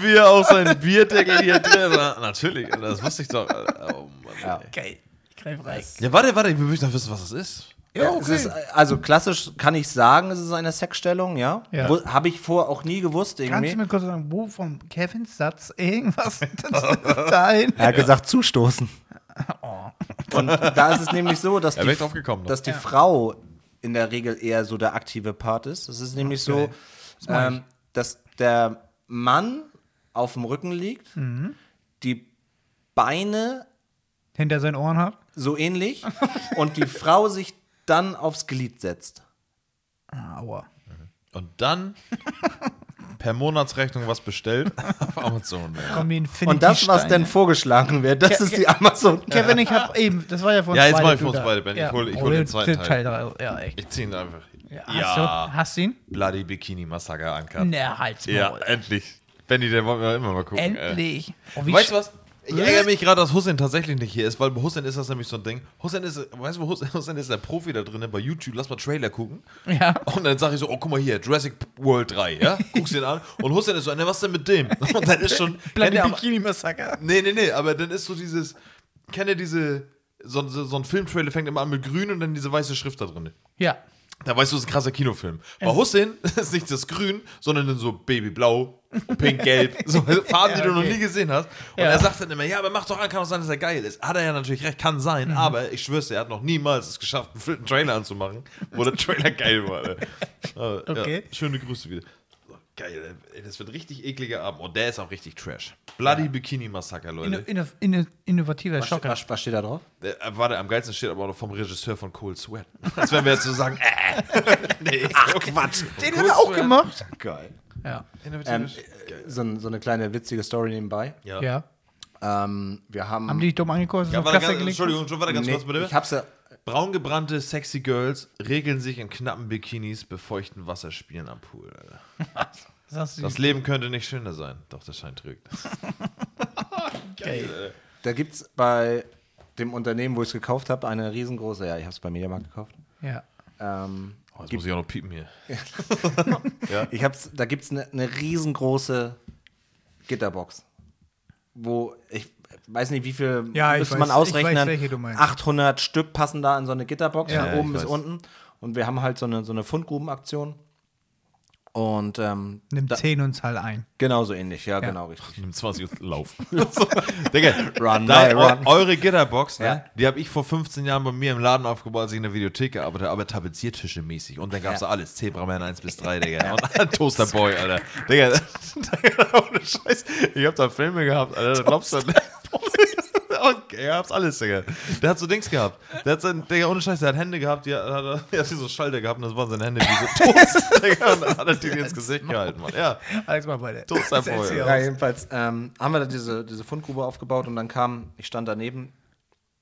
S3: Wie er auch seinen Bierdeckel hier drin hat. Natürlich, das wusste ich doch. Oh Mann.
S1: Ja.
S3: ey.
S2: Geil. Ich greif rein.
S3: Ja, warte, warte, ich will wirklich noch wissen, was das ist.
S1: Ja, es ist, äh, also klassisch kann ich sagen, es ist eine Sexstellung, ja.
S2: Ja.
S1: Habe ich vorher auch nie gewusst
S2: Kannst
S1: irgendwie.
S2: du mir kurz sagen, wo vom Kevins Satz irgendwas dahin?
S1: Er hat gesagt, zustoßen. Und da ist es nämlich so, dass
S3: Er
S1: die,
S3: wäre drauf gekommen.
S1: dass die Frau in der Regel eher so der aktive Part ist. Es ist nämlich so, ähm, dass der Mann auf dem Rücken liegt, die Beine
S2: Hinter seinen Ohren hat?
S1: so ähnlich und die Frau sich dann aufs Glied setzt.
S2: Aua.
S3: Und dann per Monatsrechnung was bestellt auf Amazon. ey.
S2: Komm, wie
S1: Und das, was denn vorgeschlagen wird, das ist die Amazon.
S2: Kevin, ich hab eben, das war ja von
S3: Ja, jetzt mach ich für uns beide, Ben. Ich hol- ich hol den zweiten Teil.
S2: oh, Ja, echt.
S3: Ich zieh ihn einfach.
S2: Ja, hast, du,
S3: Ja,
S2: hast du ihn?
S3: Bloody Bikini Massaker ankert.
S2: Ne, halt's Maul.
S3: Ja, endlich. Benny, der wollen wir immer mal gucken. ey.
S2: Endlich. Oh, wie
S3: Weißt
S2: sch-
S3: du was? Ich ärgere mich gerade, dass Hussein tatsächlich nicht hier ist, weil bei Hussein ist das nämlich so ein Ding. Hussein ist, weißt du, wo Hussein, Hussein ist der Profi da drin bei YouTube, lass mal Trailer gucken.
S2: Ja.
S3: Und dann sage ich so, oh, guck mal hier, Jurassic World 3, ja? Guckst den an. Und Hussein ist so, ne, was denn mit dem? Und dann ist schon.
S2: Bloody
S3: Ende am-
S2: Bikini Massaker.
S3: Nee, nee, nee, aber dann ist so dieses, kennt ihr diese, so, so, so ein Filmtrailer fängt immer an mit grün und dann diese weiße Schrift da drin.
S2: Ja.
S3: Da weißt du, es ist ein krasser Kinofilm. Bei Hussein ist nicht das Grün, sondern dann so Babyblau, Pink, Gelb, so Farben, die du noch nie gesehen hast. Und
S2: Ja.
S3: er sagt dann immer, ja, aber mach doch an, kann doch sein, dass er geil ist. Hat er ja natürlich recht, kann sein,
S2: Mhm.
S3: aber ich schwör's, dir, er hat noch niemals es geschafft, einen vierten Trailer anzumachen, wo der Trailer geil war. Ey. Aber,
S2: Okay.
S3: Ja, schöne Grüße wieder. So, Geil, ey, das wird richtig ekliger Abend. Und der ist auch richtig trash. Bloody Bikini Massaker, Leute.
S2: Inno, inno, inno, innovativer Schocker.
S1: Was, was steht da drauf?
S3: Der, äh, warte, am geilsten steht aber auch noch vom Regisseur von Cold Sweat. Als wenn wir jetzt so sagen, äh. nee, Ach, Quatsch.
S2: Den hat er auch gemacht.
S1: Geil.
S2: Ja.
S1: Ähm, äh, so, ein- so eine kleine witzige Story nebenbei.
S3: ja. ja.
S2: ja.
S1: Ähm, wir haben.
S2: Haben die dich dumm angeguckt? Ja,
S3: warte, ganz, Entschuldigung, schon warte ganz
S1: nee,
S3: kurz bitte.
S1: ich hab's ja.
S3: Braungebrannte sexy Girls regeln sich in knappen Bikinis bei feuchten Wasserspielen am Pool. Alter.
S2: Das hast du
S3: Das Leben könnte nicht schöner sein. Doch, der Schein trügt.
S2: geil.
S1: Da gibt's bei dem Unternehmen, wo ich es gekauft habe, eine riesengroße. Ja, ich hab's bei Mediamarkt gekauft.
S2: Ja.
S1: Ähm,
S3: Oh, jetzt
S1: gibt-
S3: muss ich auch noch piepen hier.
S1: Ich hab's, da gibt es eine eine riesengroße Gitterbox, wo ich weiß nicht, wie viel
S5: Ja, ich
S1: müsste
S5: weiß- ich
S1: man
S5: weiß,
S1: ausrechnen.
S5: welche du meinst.
S1: 800 Stück passen da in so eine Gitterbox
S5: Ja.
S1: von
S3: Ja,
S1: oben
S3: ich
S1: bis
S3: weiß.
S1: unten. Und wir haben halt so eine, so eine Fundgrubenaktion. Und ähm,
S5: Nimm
S1: da,
S5: 10 und zahl ein.
S1: genauso ähnlich, ja,
S5: Ja.
S1: genau richtig.
S3: Nimm 20 und lauf. Digga,
S1: Run,
S3: dein,
S1: boy, run.
S3: eu- eure Gitterbox, ne,
S1: Ja.
S3: die habe ich vor 15 Jahren bei mir im Laden aufgebaut, als ich in der Videothek gearbeitet habe, aber Tapeziertische mäßig. Und dann gab es
S1: Ja.
S3: da alles. Zebraman 1 bis 3, Digga. Und Toasterboy, Alter. Digga, Digga, ohne Scheiß. Ich habe da Filme gehabt, Alter. Das glaubst du nicht. Okay, ihr habt's alles, Digga. Der hat so Dings gehabt. Der hat sein, Digga, ohne Scheiß, der hat Hände gehabt, die hat, hat, hat so Schalter gehabt und das waren seine Hände wie so Toast, Digga. Und dann hat er die ins Gesicht gehalten, Mann. Ja,
S5: Alles mal bei der.
S3: Toasterboy. Alter.
S1: Ja, jedenfalls ähm, haben wir da diese, diese Fundgrube aufgebaut und dann kam, ich stand daneben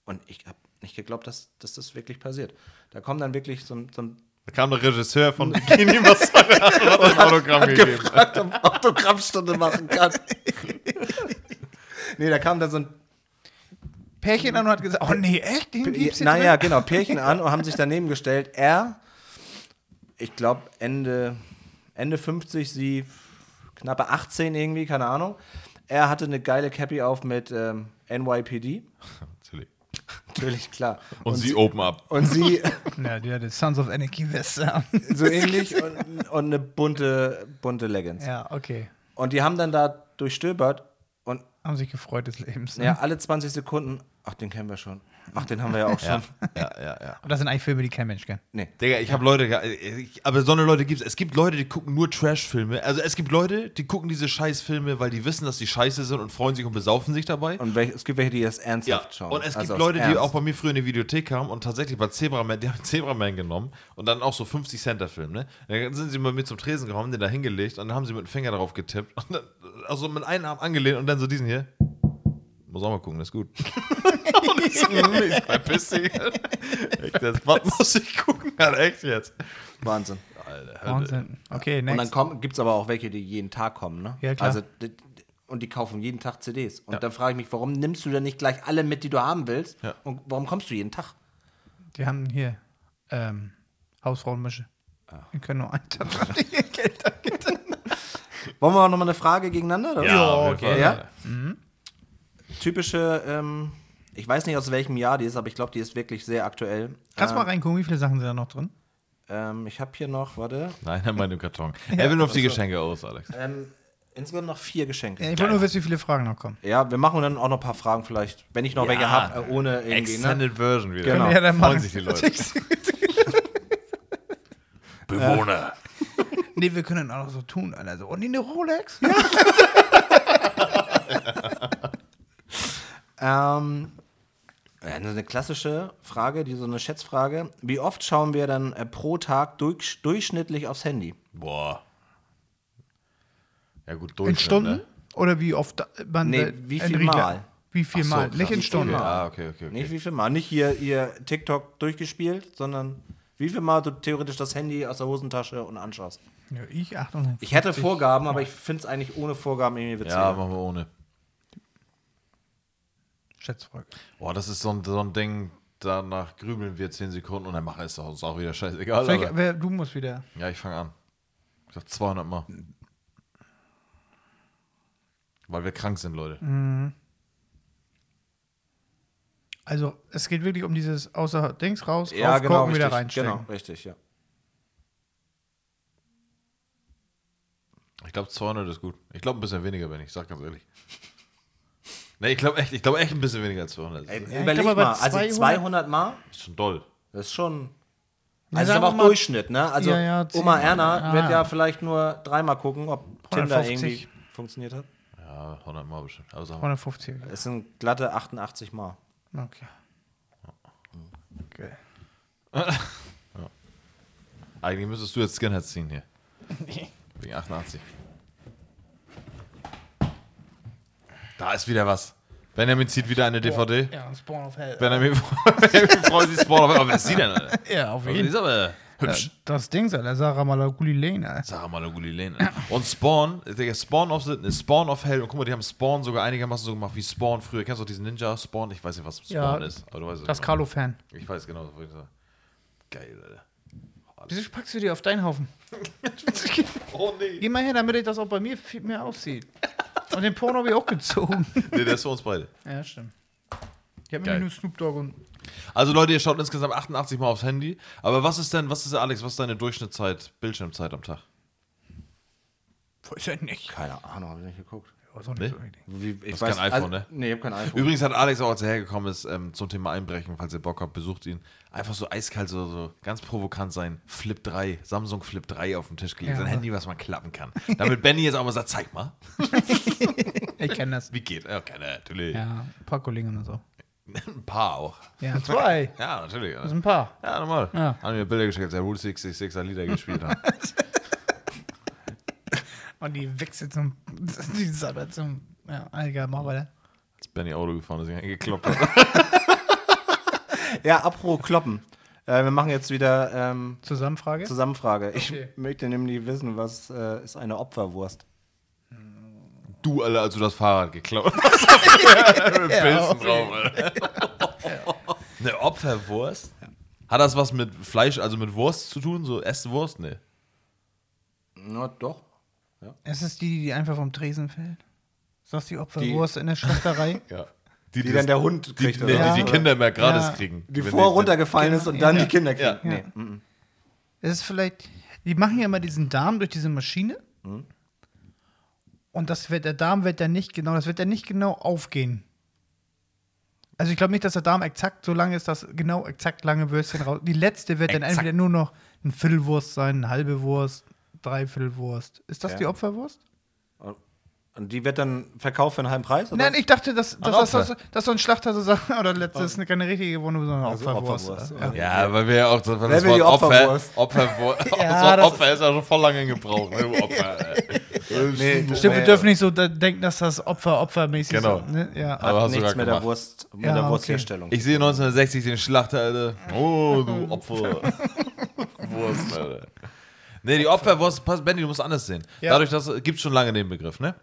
S1: und ich habe nicht geglaubt, dass, dass das wirklich passiert. Da kommt dann wirklich so, ein- so ein
S3: Da kam der Regisseur von Bikini Massage und hat ein Autogramm gegeben.
S1: gefragt, ob ich Autogrammstunde machen kann. nee, da kam dann so ein.
S5: Pärchen an und hat gesagt, oh nee, echt, den gibt's hier
S1: Naja,
S5: drin?
S1: genau, Pärchen an und haben sich daneben gestellt. Er, ich glaube, Ende, Ende 50, sie knappe 18 irgendwie, keine Ahnung. Er hatte eine geile Cappy auf mit ähm, NYPD.
S3: Natürlich.
S1: Natürlich, klar.
S3: Und, sie open up.
S1: Und sie
S5: Na, der hat die Sons of Anarchy Wester.
S1: so ähnlich und, und eine bunte, bunte Leggings.
S5: ja, okay.
S1: Und die haben dann da durchstöbert und
S5: Haben sich gefreut des Lebens.
S3: Mhm.
S5: Ne?
S1: Ja, alle 20 Sekunden. Ach, den kennen wir schon. Ach, den haben wir ja auch schon.
S3: Ja, ja, ja.
S5: Und das sind eigentlich Filme, die kein Mensch kennt.
S3: Digga, ich habe Leute, ge- ich, aber so eine Leute gibt es. Es gibt Leute, die gucken nur Trash-Filme. Also es gibt Leute, die gucken diese Scheiß-Filme, weil die wissen, dass die scheiße sind und freuen sich und besaufen sich dabei.
S1: Und welch, es gibt welche, die das ernsthaft schauen.
S3: Und es gibt
S1: Also aus
S3: Leute, die
S1: Ernst.
S3: auch bei mir früher in die Videothek kamen und tatsächlich bei Zebraman, die haben Zebraman genommen und dann auch so 50 Center Film, ne? Dann sind sie bei mir zum Tresen gekommen, haben den da hingelegt und dann haben sie mit dem Finger drauf getippt und dann, also mit einem Arm angelehnt und dann so diesen hier. Muss auch mal gucken, das ist gut. und ich so, nee, ich verpiss dich. Echt, das, was muss ich gucken? Alter, echt jetzt.
S1: Wahnsinn.
S5: Wahnsinn. Okay,
S1: Äh, Und dann
S5: next.
S1: kommen- gibt's aber auch welche, die jeden Tag kommen, ne?
S5: Ja, klar.
S1: Also, die- die- und die kaufen jeden Tag CDs. Und dann frage ich mich, warum nimmst du denn nicht gleich alle mit, die du haben willst?
S3: Ja.
S1: Und warum kommst du jeden Tag?
S5: Die haben hier ähm, Hausfrauenmische.
S1: Ah.
S5: Wir können nur einen Tag Geld
S1: Wollen wir auch nochmal eine Frage gegeneinander? oder?
S3: auf jeden Fall.
S1: Ja? Typische, ähm, ich weiß nicht, aus welchem Jahr die ist, aber ich glaube, die ist wirklich sehr aktuell.
S5: Kannst du mal
S1: ähm,
S5: reingucken, wie viele Sachen sind da noch drin?
S1: ähm, ich habe hier noch, warte,
S3: Nein, an meinem Karton. er will nur auf die Geschenke aus, Alex.
S1: ähm, insgesamt noch vier Geschenke.
S5: Ja, ich wollte nur wissen, wie viele Fragen noch kommen.
S1: Ja, wir machen dann auch noch ein paar Fragen vielleicht, wenn ich noch welche habe, äh, ohne irgendwie. Ne?
S3: Extended Version wieder.
S1: Genau.
S5: Ja, dann
S3: Freuen
S5: machen-
S3: sich die Leute. Bewohner.
S5: nee, wir können auch noch so tun, Alter. So, und in eine Rolex? Ja.
S1: Ähm, ja, eine klassische Frage, die so eine Schätzfrage. Wie oft schauen wir dann äh, pro Tag durch, durchschnittlich aufs Handy?
S3: Boah. Ja, gut,
S5: In
S3: Durchschnitt,
S5: Stunden?
S3: Ne?
S5: Oder wie oft da- man.
S1: Nee,
S5: äh,
S1: wie
S5: ein
S1: viel
S5: Riegler-
S1: Mal?
S5: Wie viel
S3: Ach so,
S5: Mal?
S3: krass.
S5: Nicht in
S3: Wie viel
S5: Stunden.
S1: Mal?
S3: Ah, okay, okay. okay.
S1: Nicht wie viel Mal, nicht hier ihr TikTok durchgespielt, sondern wie viel Mal du theoretisch das Handy aus der Hosentasche und anschaust.
S5: Ja, ich, 800.
S1: Ich hätte Vorgaben, aber ich finde es eigentlich ohne Vorgaben irgendwie witzig.
S3: ja, machen wir ohne.
S5: Schätzfrage.
S3: Boah, das ist so ein, so ein Ding, danach grübeln wir 10 Sekunden und dann machen wir es doch uns auch wieder scheißegal.
S5: Vielleicht,
S3: Aber,
S5: wer, du musst wieder.
S3: ja, ich fange an. Ich sag 200 Mal. Weil wir krank sind, Leute.
S5: Mhm. Also, es geht wirklich um dieses außer Dings raus,
S1: ja
S5: rauf,
S1: genau,
S5: gucken,
S1: richtig,
S5: wieder reinstecken.
S1: genau, richtig, ja.
S3: Ich glaube, 200 ist gut. Ich glaube, ein bisschen weniger bin ich, ich sag ganz ehrlich. Nee, ich glaube echt, ich glaub echt ein bisschen weniger als 200.
S1: Ey,
S5: ich
S1: überleg
S5: glaub, aber
S1: mal, also
S5: 200
S1: 200 Mal
S3: ist schon doll.
S1: Das ist schon.
S5: Ja,
S1: Also ist
S5: sagen
S1: aber
S5: wir
S1: auch
S5: mal-
S1: Durchschnitt, ne? Also
S5: Ja, ja, zehn-
S1: Oma Erna
S5: ja,
S1: wird
S5: ja.
S1: ja vielleicht nur dreimal gucken, ob Tinder
S5: 150.
S1: irgendwie funktioniert hat.
S3: Ja, 100 Mal bestimmt. Aber sag mal.
S5: 150.
S1: Es sind glatte 88 Mal.
S5: Okay. okay.
S3: Eigentlich müsstest du jetzt Skinheads ziehen hier. Wegen 88. Da ist wieder was. Benjamin zieht wieder eine DVD.
S5: Ja, Spawn of Hell.
S3: Benjamin, Benjamin freut sich Sport auf. Aber wer ist die denn? Alter?
S5: Ja, auf
S3: Also die
S5: jeden
S3: ist aber äh,
S5: Fall.
S3: hübsch.
S5: Das Ding, Alter. Sarah Malaguli Lane, Alter.
S3: Sag mal, Guli Lane. Und Spawn, Digga, Spawn of, the- Spawn of Hell. Und guck mal, die haben Spawn sogar einigermaßen so gemacht wie Spawn früher. Kennst du auch diesen Ninja Spawn? Ich weiß nicht, was Spawn
S5: Ja,
S3: ist. Aber du weißt es
S5: Das
S3: genau.
S5: Carlo-Fan.
S3: Ich weiß genau, was ich sagen. Geil, Alter.
S6: Wieso packst du die auf deinen Haufen?
S3: Oh nee.
S6: Geh mal her, damit ich das auch bei mir viel mehr aussieht. Und den Porno habe ich auch gezogen.
S3: Nee, der ist für uns beide.
S6: ja, stimmt. Ich habe
S3: Geil.
S6: mir nur Snoop Dogg und.
S3: Also Leute, ihr schaut insgesamt 88 Mal aufs Handy. Aber was ist denn, was ist Alex, was ist deine Durchschnittszeit, Bildschirmzeit am Tag?
S2: Weiß ich nicht.
S1: Keine Ahnung, habe ich nicht geguckt.
S2: Weiß auch nicht so
S3: Nee.
S2: richtig.
S1: Wie, ich also,
S3: Hast kein iPhone, ne?
S1: Nee, ich habe kein iPhone.
S3: Übrigens hat Alex auch, als er hergekommen ist, ähm, zum Thema Einbrechen, falls ihr Bock habt, besucht ihn. Einfach so eiskalt, so, so ganz provokant sein. Flip 3, Samsung Flip 3 auf den Tisch gelegt.
S2: Ja.
S3: Sein Handy, was man klappen kann. Damit Benny jetzt auch mal sagt, zeig mal.
S2: Ich kenne das.
S3: Wie geht? Okay, natürlich.
S2: Ja, ein paar Kollegen und so.
S3: Ein paar auch.
S2: Ja, zwei.
S3: Ja, natürlich.
S6: Das sind ein paar.
S3: Ja, normal.
S2: Ja.
S3: Haben mir Bilder geschickt, als der Route 66 er Lieder gespielt hat.
S2: Und die Wichse zum. Die Sabber zum. Ja, egal, mach weiter.
S3: Als Benny Auto gefahren ist, ihn gekloppt hat.
S1: Ja, apropos Kloppen. Äh, wir machen jetzt wieder ähm,
S2: Zusammenfrage?
S1: Zusammenfrage. Ich
S2: Okay.
S1: möchte nämlich wissen, was äh, ist eine Opferwurst?
S3: Du, alle, als du das Fahrrad geklaut hast. Mit Pilzen drauf, Alter. Eine Opferwurst? Hat das was mit Fleisch, also mit Wurst zu tun? So, esst Wurst? Nee.
S1: Na doch.
S2: Ist es die, die einfach vom Tresen fällt? Ist das die Opferwurst in der Schlachterei?
S3: Ja. Die,
S1: Die dann der Hund
S3: die,
S1: kriegt.
S3: die,
S1: oder
S2: Ja.
S1: was?
S3: die, die Kinder mehr gratis
S2: Ja.
S3: kriegen.
S1: die
S3: Wenn
S1: vor
S3: die-
S1: runtergefallen ist und dann
S2: Ja.
S1: die Kinder kriegen.
S3: Ja.
S1: Nee.
S2: Ja. Ist es vielleicht. Die machen ja immer diesen Darm durch diese Maschine. Und das wird, der Darm wird dann nicht genau, das wird dann nicht genau aufgehen. Also ich glaube nicht, dass der Darm exakt so lange ist, dass genau exakt lange Würstchen raus. Die letzte wird dann
S3: Exakt.
S2: entweder nur noch ein Viertelwurst sein, eine halbe Wurst, Dreiviertelwurst. Ist das
S1: Ja.
S2: die Opferwurst?
S1: Mhm. Und die wird dann verkauft für einen halben Preis? oder?
S2: Nein, ich dachte, dass, dass, dass,
S3: Opfer.
S2: dass, dass so ein Schlachter so sagt, oder letzte ist keine richtige Gewohnung, sondern
S1: Also
S2: Opferwurst.
S1: Opferwurst,
S2: ja.
S1: ja.
S3: Ja, weil wir ja auch weil das
S1: will
S3: Wort
S1: die
S3: Opfer,
S1: Opferwurst?
S3: Opferwurst,
S2: Ja,
S3: das Wort
S2: das-
S3: Opfer ist ja schon voll lange in Gebrauch. Ne? du Opfer, ey.
S1: Nee,
S2: Stimmt, wir
S1: nee.
S2: dürfen nicht so da- denken, dass das Opfer opfermäßig
S3: Genau.
S2: ist. Ne? Ja.
S3: Aber hast du
S1: nichts
S3: gerade
S1: mit der
S3: gemacht.
S1: Wurst, mit
S2: Ja,
S1: der
S2: okay.
S1: Wurstherstellung.
S3: Ich sehe 1960 den Schlachter, Alter. Oh, du Opfer. Wurst, Alter. Nee, die Opferwurst, pass, Benny, du musst anders sehen.
S2: Ja.
S3: Dadurch, dass gibt schon lange den Begriff, ne?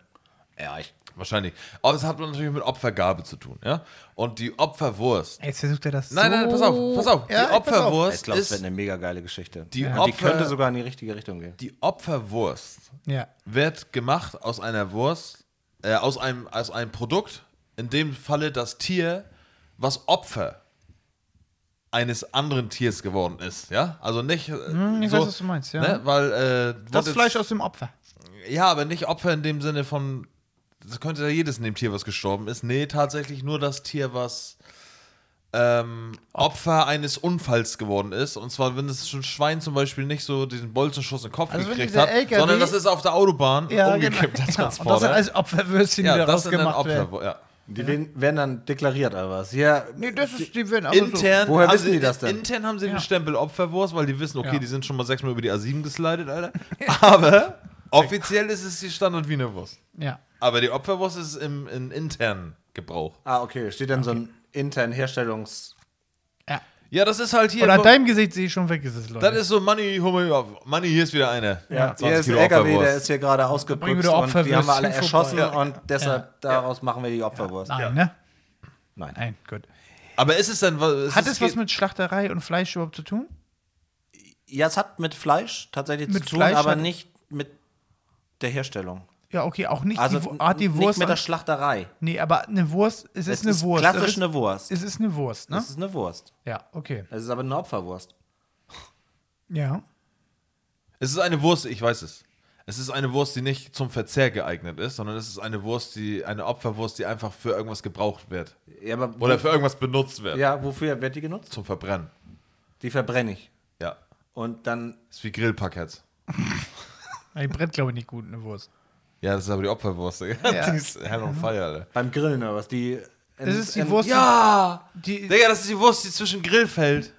S1: ja, ich,
S3: Wahrscheinlich. Aber es hat natürlich mit Opfergabe zu tun, ja? Und die Opferwurst.
S2: Jetzt versucht er das
S3: Nein,
S2: so.
S3: nein, pass auf, pass auf.
S2: Ja,
S3: die
S2: pass auf.
S1: ich
S3: Opferwurst
S1: glaube, es wird
S3: ist.
S1: eine mega geile Geschichte.
S3: Die
S1: Und die
S3: Opfer-
S1: könnte sogar in die richtige Richtung gehen.
S3: Die Opferwurst
S2: Ja.
S3: wird gemacht aus einer Wurst, äh, aus, einem, aus einem Produkt, in dem Falle das Tier, was Opfer eines anderen Tiers geworden ist, ja? Also nicht äh,
S2: Hm, ich
S3: so,
S2: weiß, was du meinst, ja.
S3: Ne? Weil äh,
S2: Das
S3: wurde-
S2: Fleisch aus dem Opfer.
S3: ja, aber nicht Opfer in dem Sinne von das könnte ja jedes Nebentier, was gestorben ist. Nee, tatsächlich nur das Tier, was ähm, Opfer eines Unfalls geworden ist. Und zwar, wenn es schon Schwein zum Beispiel nicht so diesen Bolzenschuss in den Kopf
S2: Also wenn
S3: gekriegt
S2: dieser
S3: hat,
S2: LKW
S3: sondern das ist auf der Autobahn umgekippt, der
S2: genau. Und das sind
S3: Transporter.
S2: alles Opferwürstchen, die
S3: ja, das
S2: daraus
S3: sind dann
S2: gemacht
S3: Opfer.
S2: werden.
S3: wo- Ja.
S1: Die wen- werden dann deklariert, oder was? Ja,
S2: Nee, das ist, die werden aber so.
S3: Intern,
S1: Woher
S3: haben
S1: wissen
S3: sie,
S1: die das denn?
S3: intern haben sie
S2: Ja.
S3: den Stempel Opferwurst, weil die wissen, okay,
S2: Ja.
S3: die sind schon mal sechsmal über die A7 geslidet, Alter. Aber offiziell ist es die Standard Wiener Wurst.
S2: Ja.
S3: Aber die Opferwurst ist im, in internen Gebrauch.
S1: ah, okay, steht dann so ein intern Herstellungs...
S2: ja.
S3: Ja, das ist halt hier.
S2: Und an deinem Gesicht sehe ich schon weg, ist es, Leute.
S3: das ist so Money, Money, hier ist wieder eine.
S1: Ja,
S3: 20
S1: hier ist ein
S3: Kilo
S1: LKW, der
S3: Opferwurst.
S1: ist hier gerade
S2: Bringen wir
S1: ausgebrüxt
S2: die
S1: und die haben wir
S2: Opferwürstchen
S1: alle
S2: vorbei.
S1: erschossen
S2: Ja.
S1: und deshalb daraus machen wir die Opferwurst.
S2: Nein, ne?
S1: Nein.
S2: Nein, gut.
S3: Aber ist es denn. was-
S2: Hat es
S3: geht-
S2: was mit Schlachterei und Fleisch überhaupt zu tun?
S1: Ja, es hat mit Fleisch tatsächlich
S2: Mit
S1: zu tun,
S2: Fleisch
S1: aber
S2: hat-
S1: nicht mit der Herstellung.
S2: Ja, okay, auch nicht.
S1: Also
S2: die, Wu- hat die
S1: nicht
S2: Wurst.
S1: mit der Schlachterei.
S2: nee, aber eine Wurst, es ist
S1: Es
S2: eine
S1: ist
S2: Wurst.
S1: klassisch
S2: es ist,
S1: eine Wurst.
S2: Es ist eine Wurst, ne?
S1: Es ist eine Wurst.
S2: Ja, okay.
S1: Es ist aber eine Opferwurst.
S2: Ja.
S3: Es ist eine Wurst, ich weiß es. Es ist eine Wurst, die nicht zum Verzehr geeignet ist, sondern es ist eine Wurst, die. Eine Opferwurst, die einfach für irgendwas gebraucht wird.
S1: Ja, aber
S3: Oder für irgendwas benutzt wird.
S1: ja, wofür wird die genutzt?
S3: Zum Verbrennen.
S1: Die verbrenne ich.
S3: Ja.
S1: Und dann,
S3: Ist wie Grillpackets.
S2: Die brennt, glaube ich, nicht gut, eine Wurst.
S3: Ja, das ist aber die Opferwurst. Digga.
S2: Ja.
S3: Die ist hell on fire, Alter.
S1: beim Grillen oder was, die...
S2: Das ist die Wurst.
S3: Ja!
S2: Die,
S3: Digga, das ist die Wurst, die zwischen Grill fällt.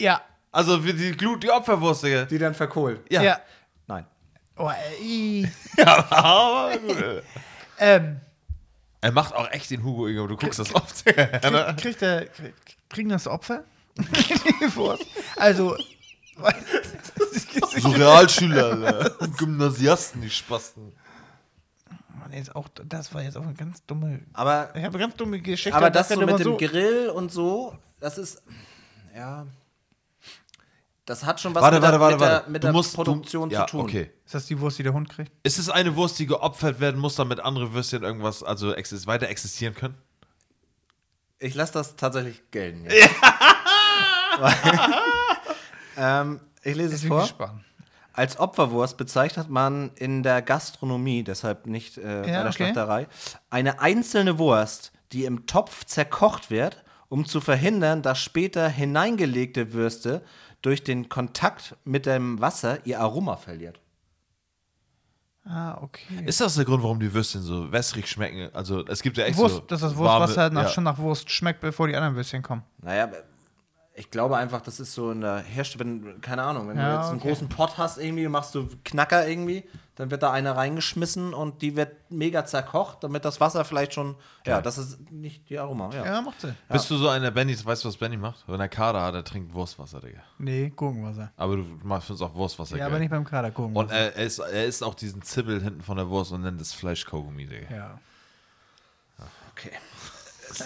S2: ja.
S3: Also wie die Glut, die Opferwurst, Digga.
S1: Die dann verkohlt.
S2: Ja.
S1: Nein.
S2: Oh, ey.
S3: Aber gut, Alter.
S2: ähm.
S3: Er macht auch echt den Hugo, Ingo, du guckst das oft.
S2: Krieg, kriegt der, krieg, kriegen das Opfer? Die Wurst? also,
S3: so Realschüler, Alter. Und Gymnasiasten, die Spasten.
S2: Mann, jetzt auch, das war jetzt auch eine ganz dumme.
S1: Aber,
S2: Ich habe eine ganz dumme Geschichte.
S1: aber das so
S2: könnte
S1: mit
S2: man
S1: dem Grill und so, das ist... Ja, Das hat schon was
S3: Warte,
S1: mit
S3: warte,
S1: der,
S3: warte,
S1: mit der,
S3: warte.
S1: mit
S3: Du
S1: der
S3: musst- du-
S1: Produktion
S3: ja,
S1: zu tun.
S3: Okay.
S2: Ist das die Wurst, die der Hund kriegt?
S3: Ist es eine Wurst, die geopfert werden muss, damit andere Würstchen irgendwas, also exis- weiter existieren können?
S1: Ich lasse das tatsächlich gelten. jetzt. ähm, ich lese es
S2: Deswegen
S1: vor.
S2: gespannt.
S1: Als Opferwurst bezeichnet man in der Gastronomie, deshalb nicht äh, bei der
S2: okay.
S1: Schlachterei, eine einzelne Wurst, die im Topf zerkocht wird, um zu verhindern, dass später hineingelegte Würste durch den Kontakt mit dem Wasser ihr Aroma verliert.
S2: Ah, okay.
S3: Ist das der Grund, warum die Würstchen so wässrig schmecken? Also es gibt ja echt so
S2: Wurst, dass das Wurstwasser
S3: warme-
S2: nach,
S3: ja.
S2: schon nach Wurst schmeckt, bevor die anderen Würstchen kommen.
S1: Naja, äh, ich glaube einfach, das ist so in der Herstellung, wenn, keine Ahnung, wenn du
S2: Ja,
S1: jetzt einen
S2: okay.
S1: großen Pott hast irgendwie, machst du Knacker irgendwie, dann wird da eine reingeschmissen und die wird mega zerkocht, damit das Wasser vielleicht schon, ja, das ist nicht die Aroma, ja.
S2: Ja, macht Sinn.
S3: Bist du so einer Benny, weißt du, was Benny macht? Wenn er Kader hat, er trinkt Wurstwasser, Digga.
S2: Nee, Gurkenwasser.
S3: Aber du machst findest auch Wurstwasser
S2: Ja,
S3: geil.
S2: aber nicht beim Kader,
S3: und
S2: Gurkenwasser.
S3: er, er, isst, er isst auch diesen Zibbel hinten von der Wurst und nennt es Fleischkaugummi, Digga.
S2: ja.
S1: Okay.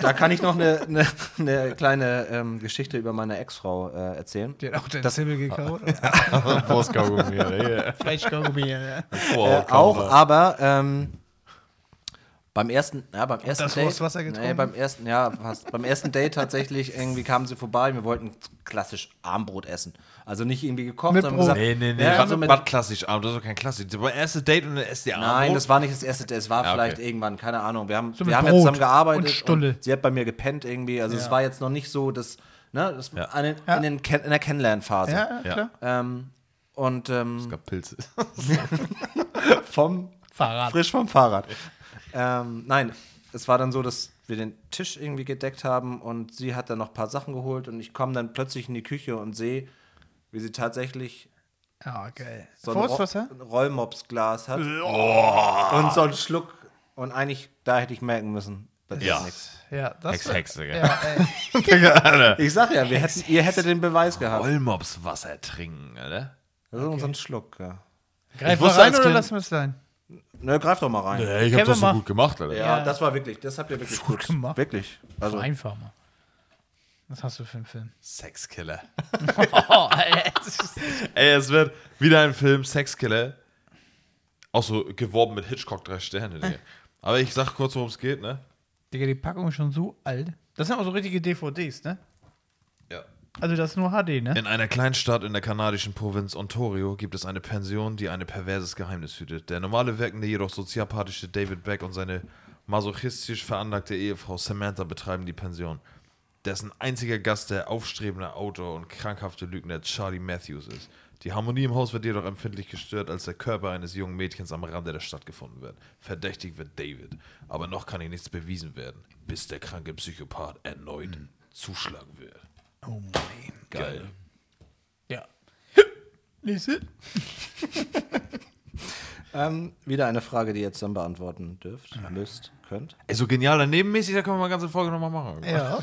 S1: Da kann ich noch eine, eine, eine kleine ähm, Geschichte über meine Ex-Frau äh, erzählen.
S2: Die hat auch den Zibbel gekaut. oder?
S3: Wurstkaugummi, Digga.
S2: Fleischkaugummi, ja.
S1: Äh, auch, aber ähm, beim ersten, ja, beim ersten
S2: das Wurstwasser getrunken?
S1: Nee, beim ersten, ja, fast. beim ersten Date tatsächlich irgendwie kamen sie vorbei. Wir wollten klassisch Armbrot essen. Also nicht irgendwie gekocht,
S2: Mit
S1: sondern
S2: Brot.
S3: Nee, nee, nee.
S1: Ja,
S3: Ja,
S1: also mit,
S3: was klassisch Abend, das ist doch kein klassisch. Das war erste Date und dann esst ihr Abend.
S1: nein, das war nicht das erste Date. Es war
S3: Ja, okay.
S1: vielleicht irgendwann, keine Ahnung. Wir haben,
S2: So
S1: wir
S2: mit
S1: haben ja
S2: Brot
S1: zusammen gearbeitet.
S2: und Stulle.
S1: sie hat bei mir gepennt irgendwie. Also es war jetzt noch nicht so, dass, ne, das
S3: Ja.
S1: an den,
S2: Ja.
S1: in, den, Ken- in der Kennenlernphase.
S2: Ja,
S3: Ja. Äh,
S2: ja, klar.
S1: Ähm, und ähm,
S3: gab Pilze.
S1: vom
S2: Fahrrad.
S1: frisch vom Fahrrad. ähm, nein, es war dann so, dass wir den Tisch irgendwie gedeckt haben und sie hat dann noch ein paar Sachen geholt und ich komme dann plötzlich in die Küche und sehe, wie sie tatsächlich
S2: Ja, geil.
S1: so ein, Ro
S2: Wurstwasser?
S1: ein Rollmopsglas hat und so einen Schluck und eigentlich da hätte ich merken müssen, das ist
S3: Ja.
S1: nichts.
S2: Ja, das
S3: Hex, Hex, Digga.
S2: Ja, ey.
S1: Ich sag ja, wir hätten, ihr hättet den Beweis gehabt.
S3: Rollmopswasser trinken, Alter.
S1: Das ist unser Schluck, ja.
S2: Greif mal
S3: wusste
S2: rein
S3: als
S2: oder
S3: Kind-
S2: lassen wir es sein?
S1: Ne, greif doch mal rein.
S3: Ja, ich
S2: hab Kevin das so macht- gut
S3: gemacht, Alter.
S1: Ja, das war wirklich, das habt ihr wirklich gut
S2: gemacht.
S1: Wirklich. Also,
S2: Einfach mal. Was hast du für einen Film?
S3: Sexkiller.
S2: Oh, Alter.
S3: Ey, es wird wieder ein Film Sexkiller. Auch so geworben mit Hitchcock drei Sterne, Digga. Aber ich sag kurz, worum es geht, ne?
S2: Digga, die Packung ist schon so alt. Das sind aber so richtige DVDs, ne?
S3: Ja.
S2: Also das ist nur HD, ne?
S3: In einer Kleinstadt in der kanadischen Provinz Ontario gibt es eine Pension, die ein perverses Geheimnis hütet. Der normale wirkende, jedoch soziopathische David Beck und seine masochistisch veranlagte Ehefrau Samantha betreiben die Pension, dessen einziger Gast der aufstrebende Autor und krankhafte Lügner Charlie Matthews ist. Die Harmonie im Haus wird jedoch empfindlich gestört, als der Körper eines jungen Mädchens am Rande der Stadt gefunden wird. Verdächtig wird David, aber noch kann ihm nichts bewiesen werden, bis der kranke Psychopath erneut zuschlagen wird.
S2: Oh mein.
S3: Geil.
S2: Ja. Nächste.
S1: ähm, wieder eine Frage, die ihr zusammen beantworten dürft, müsst, könnt.
S3: Ey, so genial danebenmäßig, da können wir mal eine ganze Folge nochmal machen.
S2: Ja.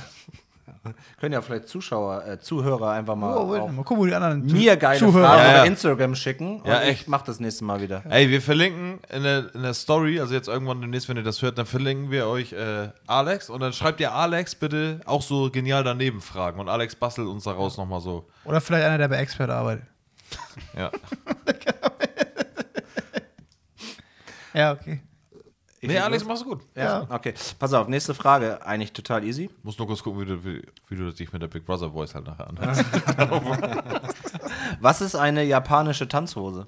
S1: Können ja vielleicht Zuschauer, äh, Zuhörer einfach mal,
S2: Oh, warte
S1: auch
S2: mal. Guck mal, wo die anderen.
S1: mir geile
S2: Zuhörer.
S1: Fragen
S3: Ja, ja.
S1: über Instagram schicken.
S3: Ja,
S1: und
S3: echt.
S1: Ich mach das nächste Mal wieder.
S3: Ey, wir verlinken in der, in der Story, also jetzt irgendwann demnächst, wenn ihr das hört, dann verlinken wir euch äh, Alex und dann schreibt ihr Alex bitte auch so genial daneben Fragen und Alex bastelt uns daraus nochmal so.
S2: Oder vielleicht einer, der bei Expert arbeitet.
S3: Ja.
S2: Ja, okay.
S3: nee, Alex, mach's gut.
S1: Ja. Okay, pass auf, nächste Frage. Eigentlich total easy.
S3: Muss nur kurz gucken, wie du, wie, wie du dich mit der Big Brother Voice halt nachher anhörst.
S1: Was ist eine japanische Tanzhose?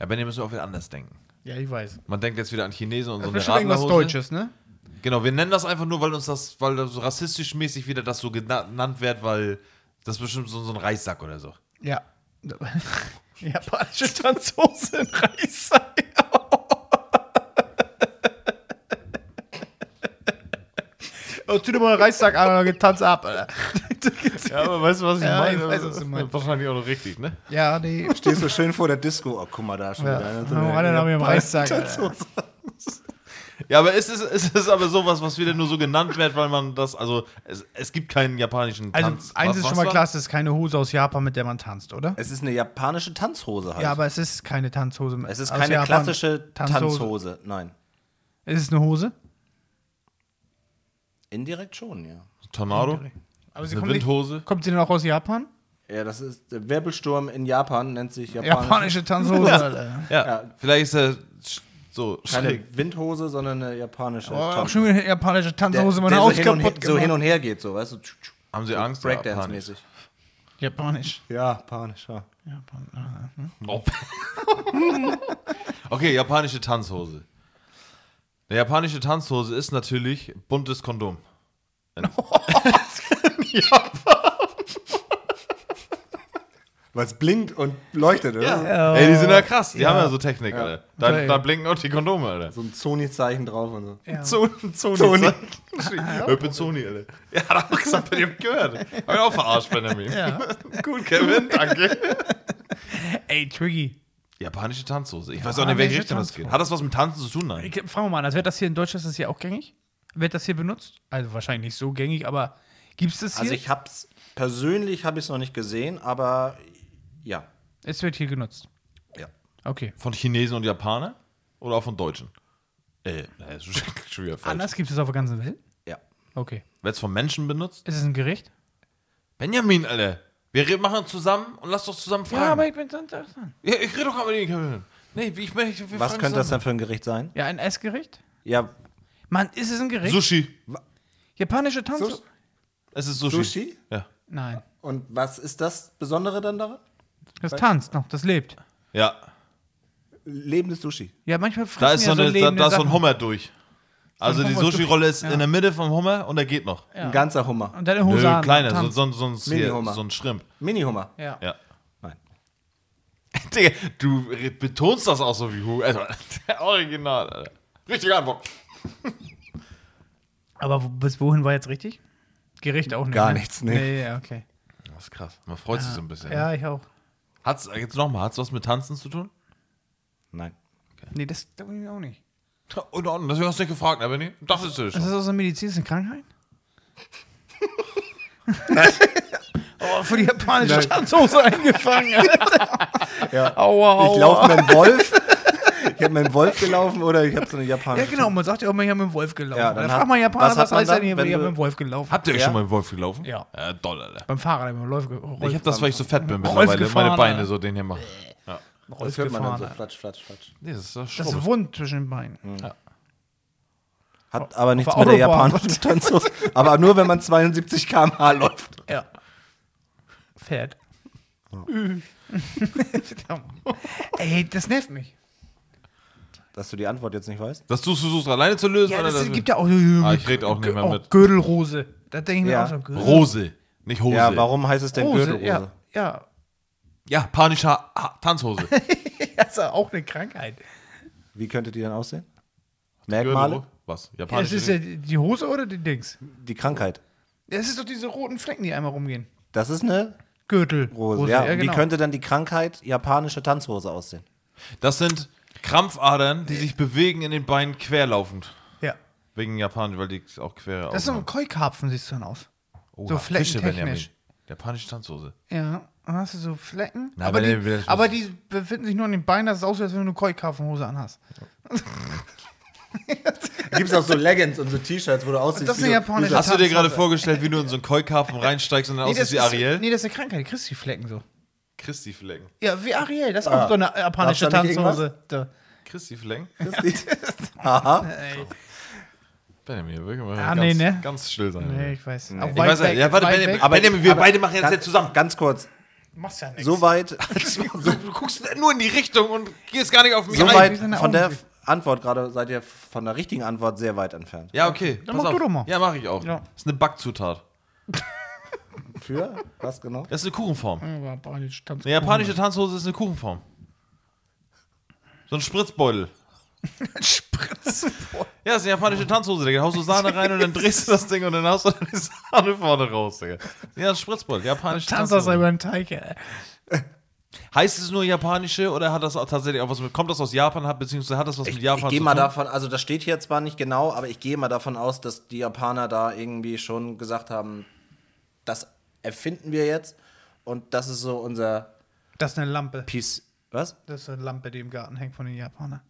S3: ja, Benny, müssen wir auch wieder anders denken.
S2: Ja, ich weiß.
S3: Man denkt jetzt wieder an Chinesen und so
S2: Das
S3: eine
S2: ist schon irgendwas
S3: Radlerhose.
S2: Deutsches, ne?
S3: Genau, wir nennen das einfach nur, weil uns das, weil das so rassistisch mäßig wieder das so genannt wird, weil das ist bestimmt so, so ein Reissack oder so.
S2: Ja. Japanische Tanzhose in Reisei. Oh, tu dir mal einen Reissack an und tanz ab, Alter.
S3: Ja, aber weißt du, was ich
S2: Ja,
S3: meine?
S2: ich weiß, was du meinst.
S3: äh, Wahrscheinlich auch noch richtig, ne?
S2: Ja, nee.
S1: Stehst du schön vor der Disco? Oh, guck mal da schon
S2: Ja.
S1: wieder.
S2: Oh, Alter, da hab ich einen Reissack. Alter.
S3: Ja, aber es ist, es ist aber sowas, was wieder nur so genannt wird, weil man das, also es, es gibt keinen japanischen
S2: Also,
S3: Tanz.
S2: eins
S3: Was-
S2: ist
S3: was
S2: schon mal
S3: war-
S2: klar, es ist keine Hose aus Japan, mit der man tanzt, oder?
S1: Es ist eine japanische Tanzhose halt.
S2: Ja, aber es ist keine Tanzhose.
S1: es ist
S2: aus
S1: keine
S2: Japan.
S1: klassische Tanzhose. Nein.
S2: Es ist eine Hose.
S1: Indirekt schon, ja.
S3: Tornado?
S2: Aber sie
S3: Eine
S2: kommt, nicht,
S3: Windhose?
S2: kommt sie denn auch aus Japan?
S1: Ja, das ist der Wirbelsturm in Japan, nennt sich japanisch.
S2: Japanische Tanzhose, Alter.
S3: Ja,
S1: Ja.
S3: vielleicht ist er sch- so schräg.
S1: Keine Windhose, sondern eine japanische.
S2: Oh, auch
S1: Tanz-
S2: schon wieder eine japanische
S1: der,
S2: Tanzhose, meine
S1: der so,
S2: Haus
S1: hin und her,
S2: kaputt
S1: so hin
S2: gemacht.
S1: und her geht, so, weißt du? tsch, tsch,
S3: Haben sie Angst?
S1: Breakdance-mäßig.
S2: Japanisch.
S1: Ja, panisch, ja.
S2: Japan. ah, hm.
S3: Oh. okay, japanische Tanzhose. Eine japanische Tanzhose ist natürlich buntes Kondom.
S1: Was blinkt und leuchtet, oder?
S2: Äh,
S3: Ey, die sind ja krass. Die haben Oh. ja so Technik,
S1: Ja.
S3: Alter. Da,
S2: Okay.
S3: da blinken auch die Kondome, Alter.
S1: So ein Sony-Zeichen drauf und so.
S2: Ja.
S3: Zoni. Zoni. Zoni. Öppe Zoni, Alter. Ja, da hab ich gesagt, bei dem gehört. Hab ich auch verarscht, Benjamin.
S2: Ja.
S3: Gut, Kevin, danke.
S2: Ey, Triggy.
S3: Japanische Tanzhose. Ich weiß auch nicht, in welche
S2: Japanische
S3: Richtung das geht.
S2: Tanzhose.
S3: Hat das was mit Tanzen zu tun? Nein.
S2: Ich, fragen wir mal an, als wäre das hier in Deutschland, ist das hier auch gängig? Wird das hier benutzt? Also wahrscheinlich nicht so gängig, aber gibt es das hier?
S1: Also ich hab's, persönlich habe ich's noch nicht gesehen, aber ja.
S2: es wird hier genutzt.
S1: Ja.
S2: Okay.
S3: Von Chinesen und Japanern? Oder auch von Deutschen? Äh, naja, ist schon- schon wieder falsch.
S2: Anders gibt es auf der ganzen Welt?
S1: Ja.
S2: Okay.
S3: Wird's von Menschen benutzt?
S2: Ist es ein Gericht?
S3: Benjamin, Alter. Wir re- machen zusammen und lass doch zusammen fragen. Ja,
S2: ich bin dann dran.
S3: ich, rede doch gerade mit Ihnen, Kevin. Nee, ich möchte. wir
S1: Was
S3: fragen
S1: könnte das
S3: zusammen.
S1: denn für ein Gericht sein?
S2: Ja, ein Essgericht?
S1: Ja,
S2: Mann, ist es ein Gericht?
S3: Sushi.
S2: Japanische Tanz.
S1: Sushi?
S3: Es ist Sushi.
S1: Sushi?
S3: Ja.
S2: Nein.
S1: und was ist das Besondere dann daran?
S2: Das tanzt noch, das lebt.
S3: Ja.
S1: Lebendes Sushi.
S2: Ja, manchmal
S3: Da
S2: fressen
S3: ist
S2: ja
S3: so, eine, da,
S2: lebende
S3: da ist so ein
S2: Sachen.
S3: Hummer durch. Also die
S2: Hummer durch.
S3: Sushi-Rolle ist in der Mitte vom Hummer und der geht noch.
S2: Ja.
S1: Ein ganzer Hummer.
S2: Und dann eine Hose
S3: Nö,
S2: an.
S3: kleiner, so,
S2: tanzt.
S3: so, so, ein- hier,
S1: Mini-Hummer.
S3: so ein Schrimp.
S1: Mini-Hummer.
S2: ja.
S3: Ja.
S1: Nein.
S3: Digga, du re- betonst das auch so wie Hu. Also, der Original, Alter. Richtige Antwort.
S2: Aber wo- bis wohin war jetzt richtig? Gericht auch nicht.
S1: Gar
S2: ne?
S1: nichts, nee.
S2: Nee, ja, okay.
S3: Das ist krass. Man freut sich so ein bisschen.
S2: Ja, ich auch.
S3: Hat's, jetzt nochmal, hat's was mit Tanzen zu tun?
S1: Nein.
S2: Nee, das glaube ich auch nicht.
S3: Und, und, deswegen hast du nicht gefragt, aber nee, das ist es
S2: Ist
S3: schon.
S2: das aus einer medizinischen Krankheit? oh, für die japanische Tanzhose eingefangen.
S1: Ja.
S2: Aua, aua.
S1: Ich laufe mit dem Wolf. ich habe mit dem Wolf gelaufen oder ich habe so eine japanische.
S2: ja, genau. Man sagt ja immer, ich habe mit dem Wolf gelaufen.
S1: Ja,
S2: dann
S1: dann
S2: fragt
S1: hat-
S2: man Japaner, was,
S1: was hat man
S2: heißt denn
S1: dann,
S2: hier,
S1: wenn
S2: ich habe
S1: du-
S2: mit dem Wolf gelaufen?
S3: Habt ihr euch
S1: Ja.
S3: schon mal im Wolf gelaufen?
S2: Ja.
S3: Ja, doll, Alter.
S2: Beim Fahrrad habe ich mit dem Wolf gelaufen.
S3: Ich hab das, weil ich so fett bin
S2: Rolf
S3: mittlerweile.
S2: gefahren,
S3: Meine Beine
S2: Alter.
S3: so den hier machen.
S1: Das hört man dann so. Flatsch, flatsch, flatsch.
S3: Nee, das ist doch
S2: Das ist
S3: schrubbig.
S2: wund zwischen den Beinen.
S1: Hat aber nichts
S2: der
S1: mit der
S2: Autobahn.
S1: japanischen Tanzsoße. aber nur, wenn man 72 km/h läuft.
S2: Ja. Fett. Ey, das nervt mich.
S1: Dass du die Antwort jetzt nicht weißt?
S3: Dass du es versuchst, alleine zu lösen?
S2: Ja,
S3: oder
S2: das
S3: dass-
S2: gibt ja auch. oh,
S3: Ah, ich red auch nicht mehr mit.
S2: Gürtelrose. Da denke ich mir
S1: Ja.
S2: auch so. Gürtel-
S3: Rose, nicht Hose.
S1: Ja, warum heißt es denn
S2: Rose,
S1: Gürtelrose?
S2: Ja, ja.
S3: Ja, panische ha ha ah, Tanzhose.
S2: Das ist ja auch eine Krankheit.
S1: Wie könnte die denn aussehen? Merkmale?
S3: Was?
S2: Es
S3: Japanische?
S2: ist ja die die Hose oder die Dings?
S1: Die Krankheit.
S2: Es ist doch diese roten Flecken, die einmal rumgehen.
S1: Das ist eine
S2: Gürtelrose.
S1: Rose. ja.
S2: genau.
S1: Wie könnte dann die Krankheit japanische Tanzhose aussehen?
S3: das sind Krampfadern, die sich bewegen in den Beinen querlaufend.
S2: ja.
S3: Wegen Japan, weil die auch quer
S2: Das ist so
S3: Augen
S2: ein Keukarpfen, siehst du dann aus.
S3: haben.
S2: so
S3: Oha,
S2: fleckentechnisch.
S3: Fische, Benjamin. Japanische Tanzhose.
S2: Ja, dann hast du so Flecken.
S3: Na,
S2: aber,
S3: wenn
S2: die,
S3: du- wenn du-
S2: aber die befinden sich nur an den Beinen, das ist aus, als wenn du eine Keukarpfenhose anhast.
S1: Gibt es auch so Leggings und so T-Shirts, wo du aussiehst.
S2: Das ist
S1: wie
S2: eine
S1: du-
S2: japanische
S3: Hast du dir
S2: Tanzhose.
S3: gerade vorgestellt, wie du in so einen Keukarpfen reinsteigst und dann aussiehst
S2: das
S3: wie
S2: ist-
S3: Ariel?
S2: Nee, das ist eine Krankheit, du kriegst die Flecken so.
S3: Christi Flecken.
S2: Ja, wie Ariel, das ist auch so eine japanische
S1: Gab's da nicht
S2: Tanzhose. Da.
S3: Christi Flecken?
S1: Aha.
S3: Benjamin, wirklich mal
S2: Ah,
S3: ganz,
S2: nee, ne?
S3: ganz still sein.
S2: Nee, ich weiß. Auch
S3: Ich weiß ja, ja, warte,
S2: weit
S3: Benjamin,
S2: weg.
S3: Benjamin, wir
S1: aber-
S3: beide machen jetzt,
S1: Ganz-
S3: jetzt zusammen.
S1: Ganz kurz.
S2: Machst ja nichts.
S1: So weit,
S3: Du guckst nur in die Richtung und gehst gar nicht auf mich
S1: so
S3: ein.
S1: weit
S2: wie seine
S1: von der
S2: Augen.
S1: Antwort gerade seid ihr von der richtigen Antwort sehr weit entfernt.
S3: Ja, okay.
S2: Dann
S3: pass
S2: mach
S3: auf.
S2: du doch mal.
S3: Ja, mach ich auch.
S2: Ja.
S3: Ist eine Backzutat.
S1: Für? Was genau?
S3: Das ist eine Kuchenform.
S2: Aber japanische Tanzhose.
S3: Eine japanische Tanzhose ist eine Kuchenform. So ein Spritzbeutel.
S2: Spritze.
S3: Ja, das ist eine japanische Tanzhose, Digga. Da haust du Sahne rein und dann drehst du das Ding und dann hast du die Sahne vorne raus, Digga. Ja, ein Spritzbeutel. Japanische
S2: Tanz das
S3: Tanzhose.
S2: über den Teig, ey.
S3: Heißt es nur japanische oder hat das auch tatsächlich auch was mit. Kommt das aus Japan, hat, beziehungsweise hat das was mit Japan
S1: ich gehe
S3: zu
S1: mal
S3: tun?
S1: davon, also das steht hier zwar nicht genau, aber ich gehe mal davon aus, dass die Japaner da irgendwie schon gesagt haben, das erfinden wir jetzt und das ist so unser
S2: Das ist eine Lampe.
S1: Piece. Was?
S2: Das ist eine Lampe, die im Garten hängt von den Japanern.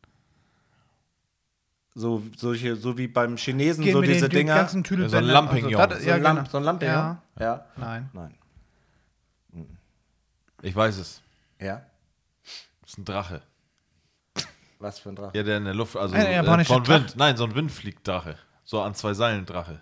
S1: So, solche, so wie beim Chinesen,
S2: Gehen
S1: so
S2: mit
S1: diese
S2: den, den
S1: Dinger.
S2: ganzen Tüdelbändern.
S3: so ein Lampignon.
S2: Also, das-
S1: so,
S2: ja,
S1: ein Lamp,
S2: genau.
S1: so ein Lampe, ja.
S2: Ja.
S1: ja.
S2: Nein.
S1: Nein.
S3: Ich weiß es.
S1: Ja.
S3: Das ist ein Drache.
S1: Was für ein Drache.
S3: Ja, der in der Luft, also
S2: Ein
S3: äh,
S2: japanischer
S3: von
S2: Drache.
S3: Wind. Nein, so ein Windfliegdrache. So an zwei Seilen Drache.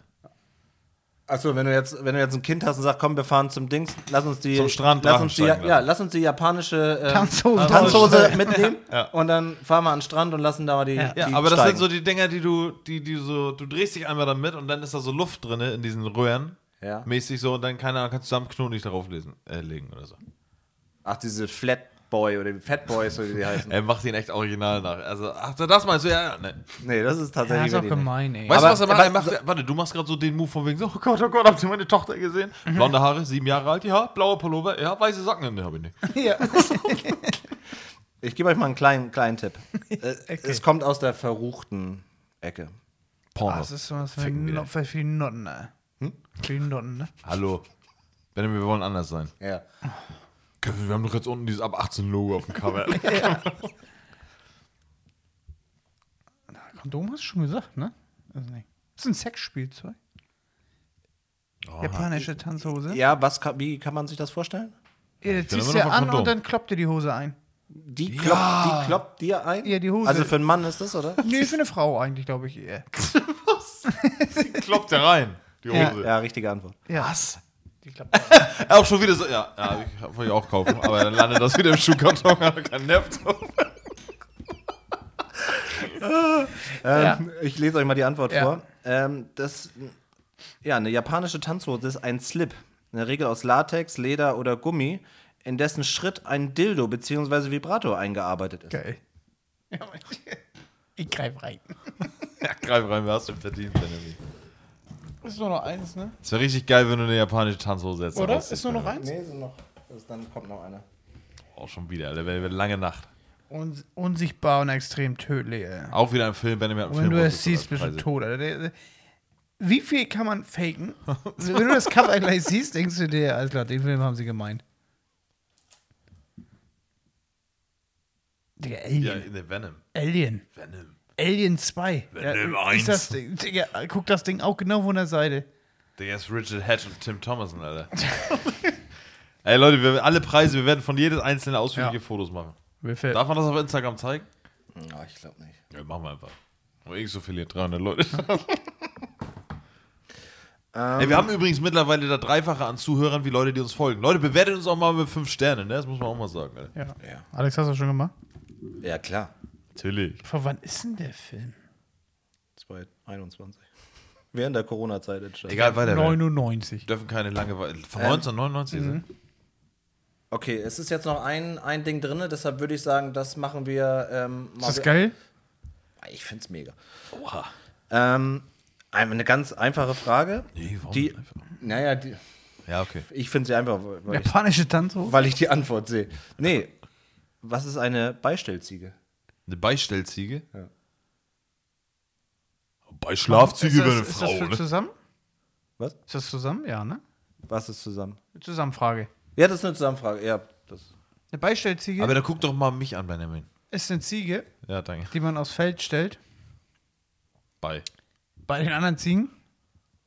S1: Achso, wenn du jetzt, wenn du jetzt ein Kind hast und sagst, komm, wir fahren zum Dings, lass uns die.
S3: Zum Strand
S1: lass uns die,
S3: Drachensteigen
S1: ja,
S3: lassen.
S1: lass uns die japanische ähm,
S2: Tanzhose.
S1: Tanzhose mitnehmen und dann fahren wir an den Strand und lassen da mal die.
S3: Ja,
S1: die
S3: aber das sind
S1: steigen.
S3: so die Dinger, die du, die, die so, du drehst dich einmal damit und dann ist da so Luft drin in diesen Röhren.
S1: Ja.
S3: Mäßig so und dann keiner kann zusammenknoten nicht darauf lesen, äh, legen oder so.
S1: Ach, diese Flatboy oder die Fatboys, oder wie die heißen.
S3: Er macht ihn echt original nach. Also, ach, das meinst du, ja, ja, ne.
S1: nee, das ist
S2: Ja,
S1: tatsächlich.
S2: ist auch
S1: wirklich nicht.
S2: gemein, ey.
S3: Weißt
S1: Aber-
S3: du, was er macht? Er
S1: aber-
S3: macht warte, du machst gerade so den Move von wegen so, oh Gott, oh Gott, habt ihr meine Tochter gesehen?
S1: Mhm.
S3: Blonde Haare, sieben Jahre alt, ja, blaue Pullover, ja, weiße Socken, ne, hab ich nicht.
S1: Ich gebe euch mal einen kleinen, kleinen Tipp. Äh, Es kommt aus der verruchten Ecke.
S2: Ah,
S3: Pornos.
S2: das ist sowas für,
S3: Ficken wir
S2: no, für viele Noten, ey. Für die Noten, ne?
S3: Hallo. Benny, wir wollen anders sein.
S1: Ja.
S3: Wir haben doch jetzt unten dieses ab 18 Logo auf dem Cover.
S2: Kondom hast du schon gesagt, ne? Also nee. Das ist ein Sexspielzeug. Japanische Tanzhose.
S1: Ja, was kann, wie kann man sich das vorstellen?
S2: Ja, das
S3: bin
S2: ziehst
S3: immer
S2: du ja
S3: noch
S2: an
S3: ein Kondom.
S2: und dann kloppt dir die Hose ein.
S1: Die kloppt, die kloppt dir ein?
S2: Ja, die Hose.
S1: Also für einen Mann ist das, oder?
S2: Nee, für eine Frau eigentlich, glaube ich eher.
S3: Kloppt ja rein, die
S2: Ja.
S3: Hose.
S1: Ja, richtige Antwort.
S2: Ja. Was? Die klappt
S3: Auch schon wieder so, ja, ja ich wollte ich auch kaufen, aber dann landet das wieder im Schuhkarton, aber kein Laptop.
S1: Ähm, Ich lese euch mal die Antwort
S2: Ja.
S1: vor. Ähm, das, ja, eine japanische Tanzhose ist ein Slip. In der Regel aus Latex, Leder oder Gummi, in dessen Schritt ein Dildo bzw. Vibrator eingearbeitet ist.
S2: Geil. Ja, Mann. Ich greife rein.
S3: Ja, greif rein, wir hast du verdient, Benjamin.
S2: Ist nur noch eins, ne?
S3: Es wäre richtig geil, wenn du eine japanische Tanzhose setzt.
S2: Oder? Ist nur noch eins?
S1: Nee, so noch. Das- Dann kommt noch einer.
S3: Auch schon wieder, Alter, wäre eine lange Nacht.
S2: Un unsichtbar und extrem tödlich, ey.
S3: Auch wieder ein Film, Benjamin hat einen
S2: Wenn
S3: Film.
S2: du das
S3: rausgesucht
S2: siehst,
S3: als
S2: bist du
S3: Preise.
S2: tot, Alter. Der- der- Wie viel kann man faken? Wenn du das Cover gleich siehst, denkst du dir, alles klar, den Film haben sie gemeint. Digga, Alien.
S3: Ja, in der Venom.
S2: Alien.
S3: Venom.
S2: Alien 2.
S3: Venom
S2: Ja,
S3: 1.
S2: ist das, Ding- Digga, guck das Ding auch genau von der Seite.
S3: Der ist Richard Hatch und Tim Thomason, Alter. Ey, Leute, wir, alle Preise, wir werden von jedes einzelne ausführliche
S2: Ja.
S3: Fotos machen.
S2: Darf
S3: Darf man das auf Instagram zeigen?
S1: Ja, ich glaube nicht.
S3: Ja, machen wir einfach. Aber ich so verlieren 300 Leute.
S2: Ähm.
S3: Ey, wir haben übrigens mittlerweile da dreifache an Zuhörern wie Leute, die uns folgen. Leute, bewertet uns auch mal mit 5 Sternen, ne? Das muss man auch mal sagen. Alter.
S2: Ja. Alex, hast du das schon gemacht?
S1: Ja, klar.
S3: Natürlich.
S2: Von wann ist denn der Film?
S1: 2021. Während der Corona-Zeit entstanden.
S3: Egal, weiter. Wir
S2: 99.
S3: dürfen keine Langeweile. Von
S2: Ähm.
S3: 1999 sind.
S2: Mhm.
S1: Okay, es ist jetzt noch ein, ein Ding drin, deshalb würde ich sagen, das machen wir ähm, mal.
S2: Ist das geil?
S1: Ich find's mega. Oha. Ähm, ein- eine ganz einfache Frage.
S3: Nee, warum
S1: die,
S3: einfach?
S1: naja, die,
S3: Ja, okay.
S1: ich finde sie einfach, weil ich,
S2: Japanische Tanzhose?
S1: weil ich die Antwort sehe. Nee, was ist eine Beistellziege?
S3: Eine Beistellziege?
S1: Ja.
S3: Beischlafziege wäre eine
S2: ist das
S3: Frau,
S2: für
S3: ne?
S2: zusammen?
S1: Was?
S2: Ist das zusammen? Ja, ne?
S1: Was ist zusammen?
S2: Zusammenfrage.
S1: Ja, das ist eine Zusammenfrage. Ja, das.
S2: Eine Beistellziege
S3: Aber da guck doch mal mich an, Benjamin.
S2: ist eine Ziege,
S3: Ja, danke.
S2: die man aufs Feld stellt.
S3: Bei.
S2: Bei den anderen Ziegen.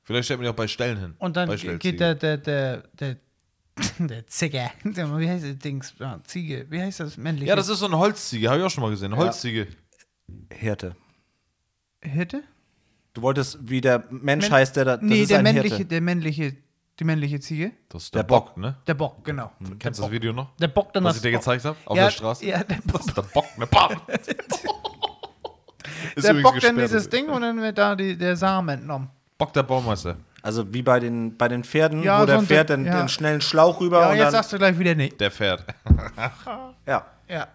S3: Vielleicht stellt man die auch bei Stellen hin.
S2: Und dann
S3: Beistellziege.
S2: geht der, der, der, der, der Zigger. Der- Wie heißt das Dings? Ja, Ziege. Wie heißt das männliche?
S3: Ja, das ist so eine Holzziege, habe ich auch schon mal gesehen. Eine
S1: Ja.
S3: Holzziege.
S1: Hirte.
S2: Hirte?
S1: Du wolltest, wie der Mensch
S2: Men-
S1: heißt, der da. Das
S2: nee,
S1: ist
S2: der
S1: ein
S2: männliche,
S1: Hirte.
S2: der männliche, die männliche Ziege.
S3: Das ist
S1: Der
S3: der,
S1: Bock.
S3: Bock, ne?
S2: Der Bock, genau.
S3: Kennst du das Video noch?
S2: Der Bock dann
S3: Was
S2: das-
S3: ich dir gezeigt habe? Auf
S2: ja,
S3: der Straße?
S2: Ja, der Bock.
S3: Der Bock, ne? Bam! ist
S2: Der
S3: übrigens
S2: Bock dann
S3: gesperrt.
S2: dieses Ding und dann wird da die, der Samen entnommen.
S3: Bock der Baumeister.
S1: Also wie bei den, bei den Pferden,
S2: Ja,
S1: wo der
S2: so ein
S1: Pferd
S2: Ding,
S1: den,
S2: ja.
S1: den schnellen Schlauch rüber
S2: Ja,
S1: und
S2: jetzt
S1: dann.
S2: sagst du gleich wieder nee.
S3: Der Pferd.
S1: Ja.
S2: Ja,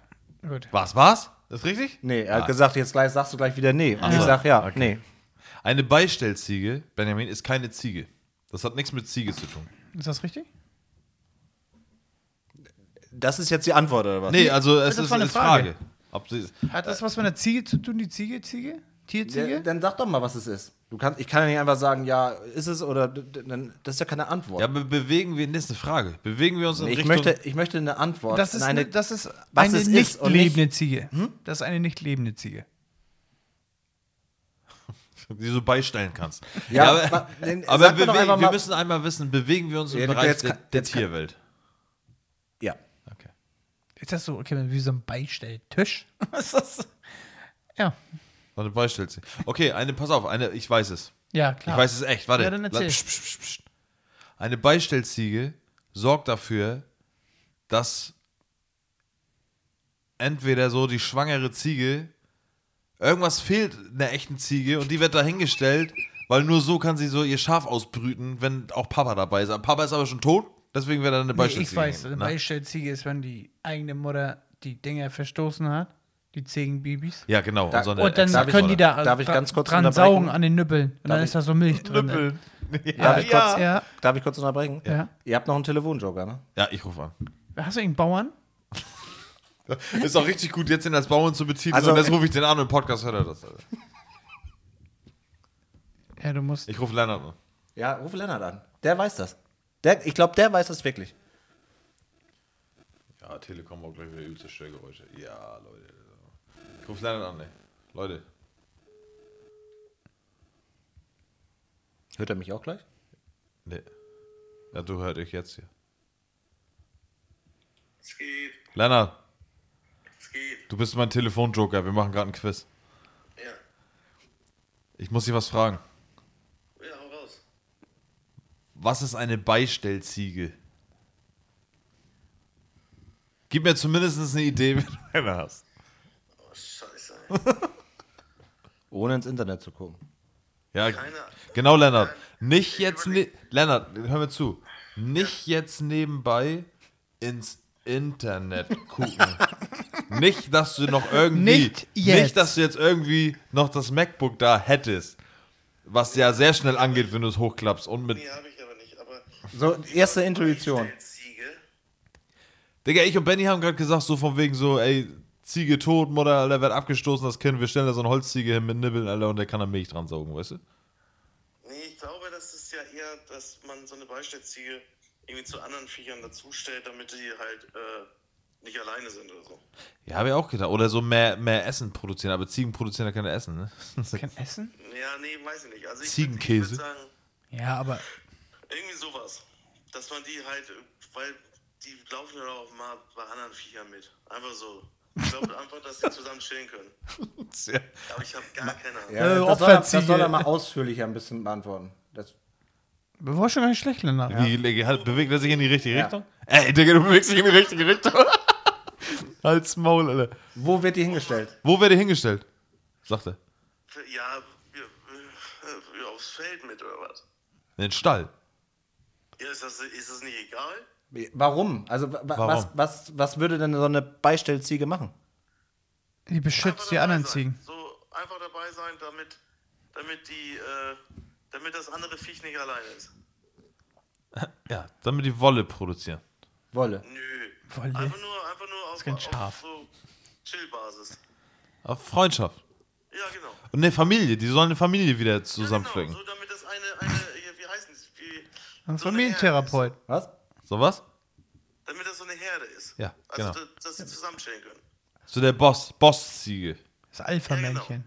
S2: gut.
S3: Was, was? Ist richtig?
S1: Nee, er hat gesagt, jetzt gleich sagst du gleich wieder nee. Und ich
S3: Ah. so.
S1: sag ja,
S3: Okay.
S1: nee.
S3: Eine Beistellziege, Benjamin, ist keine Ziege. Das hat nichts mit Ziege zu tun.
S2: Ist das richtig?
S1: Das ist jetzt die Antwort, oder was?
S3: Nee, also es
S2: das
S3: ist
S2: war eine
S3: eine Frage. Ob sie,
S2: Hat das was mit einer Ziege zu tun, die Ziege, Ziege?
S1: Äh, Ja,
S2: Tierziege?
S1: dann sag doch mal, was es ist. Du kannst, ich kann ja nicht einfach sagen, ja, ist es oder d- d- dann, das ist ja keine Antwort.
S3: ja, be bewegen wir, das ist eine Frage. Bewegen wir uns in
S1: ich,
S3: Richtung...
S1: möchte, ich möchte eine Antwort.
S2: Das ist
S1: Nein,
S2: eine, das ist
S1: was
S2: eine
S1: es ist
S2: nicht
S1: und nicht- Hm?
S2: lebende Ziege. Das ist eine nicht lebende Ziege.
S3: die du so beistellen kannst.
S1: Ja,
S3: aber
S1: ma- den-
S3: aber
S1: sag mir doch
S3: bewegen-
S1: einfach
S3: wir
S1: mal-
S3: müssen einmal wissen, bewegen wir uns im
S1: Ja, du-
S3: Bereich
S1: jetzt
S3: der,
S1: kann-
S3: der
S1: jetzt kann-
S3: Tierwelt?
S1: Ja.
S3: Okay.
S5: Ist das so, okay, wie so ein Beistelltisch? Was ist das? Ja,
S3: Warte, beistellt sie. Okay, eine, pass auf, eine, ich weiß es.
S5: ja, klar.
S3: Ich weiß es echt, warte.
S5: Ja, dann erzähl.
S3: Psst, psst, psst, psst. Eine Beistellziege sorgt dafür, dass entweder so die schwangere Ziege, irgendwas fehlt einer echten Ziege und die wird dahingestellt, weil nur so kann sie so ihr Schaf ausbrüten, wenn auch Papa dabei ist. Aber Papa ist aber schon tot, deswegen wird er
S5: Nee,
S3: eine
S5: ich
S3: Beistellziege.
S5: weiß, eine
S3: ne?
S5: Beistellziege ist, wenn die eigene Mutter die Dinger verstoßen hat, die Ziegenbabys.
S3: ja, genau.
S1: Da-
S3: so eine
S5: Und dann
S1: Äh, Darf ich-
S5: können die da
S1: darf ich
S5: dra-
S1: ganz kurz
S5: dran
S1: unterbrechen?
S5: saugen an den Nüppeln. Und dann
S1: Darf
S5: ist da so Milch drin.
S3: Nüppeln. Ja,
S1: Darf,
S3: ja,
S1: ich kurz,
S5: Ja.
S1: darf ich kurz unterbrechen?
S5: Ja.
S1: Ihr habt noch einen Telefonjoker, ne?
S3: ja, ich rufe an.
S5: Hast du irgendeinen Bauern?
S3: Ist auch richtig gut, jetzt den als Bauern zu betiteln.
S1: Also-
S3: und jetzt rufe ich den an und im Podcast hört er das.
S5: Ja, du musst.
S3: Ich rufe Lennart an.
S1: Ja, ruf Lennart an. Der weiß das. Der, ich glaube, der weiß das wirklich.
S3: Ja, Telekom war gleich wieder übelste Störgeräusche. Ja, Leute. Ich ruf Lennart an, ey. Leute.
S1: Hört er mich auch gleich?
S3: Nee. Ja, du hört euch jetzt hier.
S7: Es geht,
S3: Lennart,
S7: es geht.
S3: du bist mein Telefonjoker. Wir machen gerade einen Quiz.
S7: Ja,
S3: Ich muss dich was fragen.
S7: ja, hau raus.
S3: Was ist eine Beistellziege? Gib mir zumindest eine Idee, wenn du eine hast.
S7: Oh, scheiße.
S1: Ohne ins Internet zu gucken.
S3: Ja,
S7: Keine-
S3: genau, Lennart. Nicht jetzt, ne Lennart, hör mir zu. Nicht jetzt nebenbei ins Internet gucken. nicht, dass du noch irgendwie,
S5: Nicht jetzt.
S3: nicht, dass du jetzt irgendwie noch das MacBook da hättest, was ja sehr schnell angeht, wenn du es hochklappst und mit,
S7: Nee, habe ich aber nicht. Aber
S1: So, erste Intuition.
S7: Beistellziege?
S3: Digga, ich und Benny haben gerade gesagt, so von wegen so, ey, Ziege tot, Mutter, Alter, wird abgestoßen, das Kind, wir stellen da so eine Holzziege hin mit Nibbeln, Alter, und der kann da Milch dran saugen, weißt du?
S7: Nee, ich glaube, das ist ja eher, dass man so eine Beistellziege irgendwie zu anderen Viechern dazustellt, damit die halt äh, nicht alleine sind oder so.
S3: Ja, habe ich auch gedacht. Oder so mehr, mehr Essen produzieren, aber Ziegen produzieren ja keine Essen, ne?
S5: Kein Essen?
S7: Ja, nee, weiß ich nicht. Also ich würd-
S3: Ziegenkäse.
S7: Ich würde sagen,
S5: Ja, aber.
S7: irgendwie sowas. Dass man die halt, äh, weil die laufen ja auch mal bei anderen Viechern mit. Einfach so. Ich glaube einfach, dass die zusammen chillen können. Aber ich habe gar keine Ahnung.
S1: Ja, das, soll er, das
S5: Opferziege.
S1: soll er mal ausführlicher ein bisschen beantworten. Das,
S5: Du warst schon gar nicht schlecht, Lennart.
S3: Wie le- halt, bewegt er sich in die richtige
S1: Ja.
S3: Richtung? Ey, Digga, du bewegst dich in die richtige Richtung. Halt's Maul, Alter.
S1: wo wird die hingestellt?
S3: Wo wird er hingestellt? Sagt er.
S7: Ja, ja, ja, aufs Feld mit oder was?
S3: In den Stall.
S7: Ja, ist das, ist das nicht egal?
S1: Warum? Also, wa- wa-
S3: Warum?
S1: Was, was, was würde denn so eine Beistellziege machen?
S5: Die beschützt die
S7: dabei
S5: anderen
S7: sein.
S5: Ziegen.
S7: So einfach dabei sein, damit, damit die, äh, damit das andere Viech nicht alleine ist.
S3: Ja, damit die Wolle produzieren.
S1: Wolle.
S7: Nö.
S5: Voll
S7: Einfach nur, einfach nur auf,
S5: kein
S7: auf
S5: Schaf.
S7: so Chill-Basis.
S3: Auf Ah, Freundschaft.
S7: Ja, genau.
S3: Und eine Familie, die sollen eine Familie wieder
S7: Ja,
S3: zusammenflicken.
S7: genau. So, damit das eine, eine hier, wie heißt es? Wie,
S5: Ein
S7: so eine Herde
S5: Familientherapeut.
S1: Was?
S3: So was?
S7: ist. Damit das so eine Herde ist.
S3: Ja,
S7: Also,
S3: genau.
S7: dass, dass sie zusammen chillen können.
S3: So der Boss, Bossziege.
S5: Das Alpha-Männchen.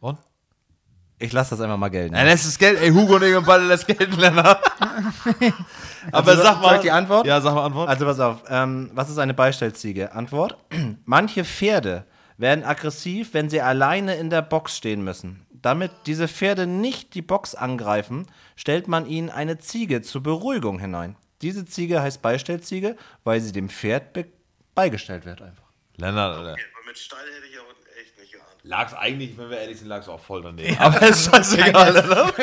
S3: Und?
S1: Ich lasse das einfach mal gelten.
S3: Er lässt das Geld, ey, Hugo und Egon Balle lässt Geld, Lennart. Aber
S1: Also,
S3: sag mal.
S1: soll ich die Antwort?
S3: Ja, sag mal Antwort.
S1: Also pass auf, ähm, was ist eine Beistellziege? Antwort: Manche Pferde werden aggressiv, wenn sie alleine in der Box stehen müssen. Damit diese Pferde nicht die Box angreifen, stellt man ihnen eine Ziege zur Beruhigung hinein. Diese Ziege heißt Beistellziege, weil sie dem Pferd be- beigestellt wird einfach.
S3: Lennart, Alter.
S7: Ja, aber mit Stall hätte ich auch echt nicht geahnt.
S3: Also- Lag's eigentlich, wenn wir ehrlich sind, lag's auch voll daneben. Aber ist scheißegal, Lennart.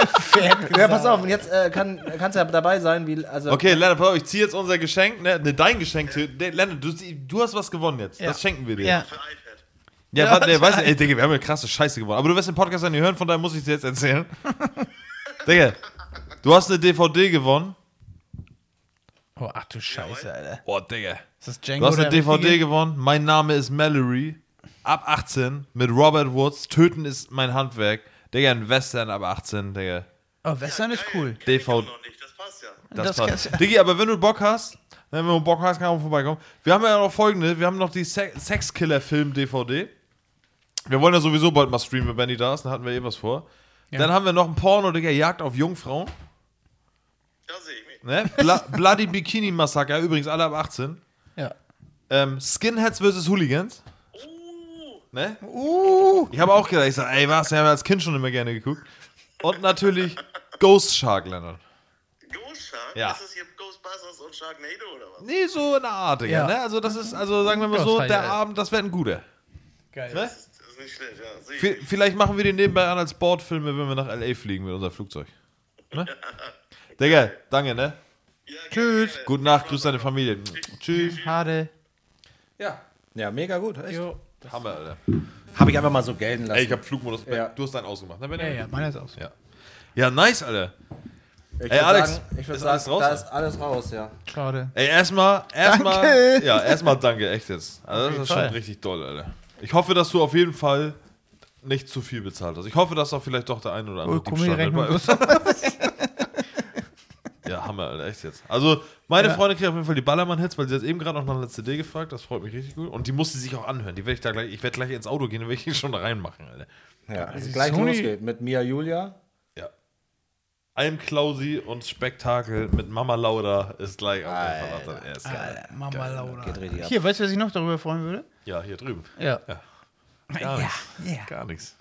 S1: Ja, pass auf, und jetzt äh, kann, kannst du ja dabei sein, wie. Also,
S3: Okay, Lennart, pass auf, ich zieh jetzt unser Geschenk, ne, ne dein Geschenk. Till. Ne, Lennart, du, du hast was gewonnen jetzt. Das schenken wir dir.
S5: Ja.
S7: Für iPad.
S3: Ja, warte, nee, weißt du, ey, Digga, wir haben eine krasse Scheiße gewonnen. Aber du wirst den Podcast ja nicht hören, von daher muss ich dir jetzt erzählen. Digga, du hast eine DVD gewonnen.
S5: Oh, ach du Scheiße, Alter.
S3: Oh, Digga.
S5: Ist das Django
S3: Du hast eine
S5: der Richtige?
S3: DVD gewonnen. Mein Name ist Mallory. Ab 18 mit Robert Woods. Töten ist mein Handwerk. Digga, ein Western ab 18, Digga.
S5: Oh, Western ist cool.
S7: Kenn ich
S3: DV
S7: auch noch nicht, das passt ja.
S3: Das,
S5: Das
S3: das
S5: kannst-
S3: Diggi, aber wenn du Bock hast, wenn du Bock hast, kann auch vorbeikommen. Wir haben ja noch folgende, wir haben noch die Se Sexkiller-Film-DVD. Wir wollen ja sowieso bald mal streamen, wenn Benny da ist, dann hatten wir eh was vor. Dann haben wir noch ein Porno, Digga, Jagd auf Jungfrauen.
S7: Da sehe ich mich.
S3: Ne? Bla Bloody Bikini Massaker, übrigens alle ab 18.
S8: Ja.
S3: Ähm, Skinheads vs. Hooligans.
S5: Uh.
S3: Ne? Ich habe auch gedacht, ich sag, ey, was, wir haben als Kind schon immer gerne geguckt. Und natürlich Ghost Shark, Leonard.
S7: Ghost Shark?
S3: Ja.
S7: Ist das hier Ghostbusters und Sharknado oder was?
S3: Nee, so eine Art, Digga.
S8: Ja.
S3: Ne? Also, das ist, also sagen wir mal
S8: Das
S3: so,
S8: war
S3: der
S8: geil.
S3: Abend, das wird ein guter. Ne?
S7: Das ist nicht schlecht, ja. Sehe ich.
S3: V- Vielleicht machen wir den nebenbei an als Bordfilme, wenn wir nach L.A. fliegen mit unserem Flugzeug. Ne? Digga, danke, ne?
S7: Ja, gerne,
S3: Tschüss.
S7: gerne.
S3: Gute Nacht, grüß deine Familie. Tschüss.
S2: Schade.
S3: Ja.
S1: Ja, mega gut. Echt.
S2: Jo.
S3: Hammer, Alter.
S1: Habe ich einfach mal so gelten lassen.
S3: Ey, ich hab Flugmodus.
S1: Ja.
S3: Du hast deinen ausgemacht, ne? Benny?
S2: Ja, ja, meiner ist aus.
S3: Ja. Ja, nice, Alter.
S1: Ich
S3: Ey,
S1: würd
S3: Alex,
S1: sagen, ich
S3: ist
S1: würde
S3: alles
S1: sagen,
S3: raus,
S1: da
S3: oder?
S1: ist alles raus, ja.
S2: Schade.
S3: Ey, erstmal, erstmal.
S2: Danke.
S3: Ja, erstmal danke, echt jetzt. Also, das ist schon
S2: Fall.
S3: richtig toll, Alter. Ich hoffe, dass du auf jeden Fall nicht zu viel bezahlt hast. Ich hoffe, dass auch vielleicht doch der ein oder andere
S2: Oh,
S3: Diebstahl
S2: Rechnung.
S3: dabei ist. Ja, Hammer, Alter, echt jetzt. Also, meine Freundin kriegt auf jeden Fall die Ballermann-Hits, weil sie jetzt eben gerade noch nach einer CD gefragt. Das freut mich richtig gut. Und die musste sich auch anhören. Die werde ich da gleich, ich werde gleich ins Auto gehen und werde ich die schon reinmachen, Alter.
S1: ja also gleich
S2: Sony-
S1: losgeht mit Mia Julia.
S3: Ja. Alm Klausi und Spektakel mit Mama Lauda ist gleich auf jeden Fall. Er ist geil.
S2: Mama Laura.
S1: Geht richtig ab.
S8: Hier, weißt du, wer sich noch darüber freuen würde?
S3: Ja, hier drüben.
S8: Ja.
S3: Gar nichts.
S2: ja.
S3: Gar nichts.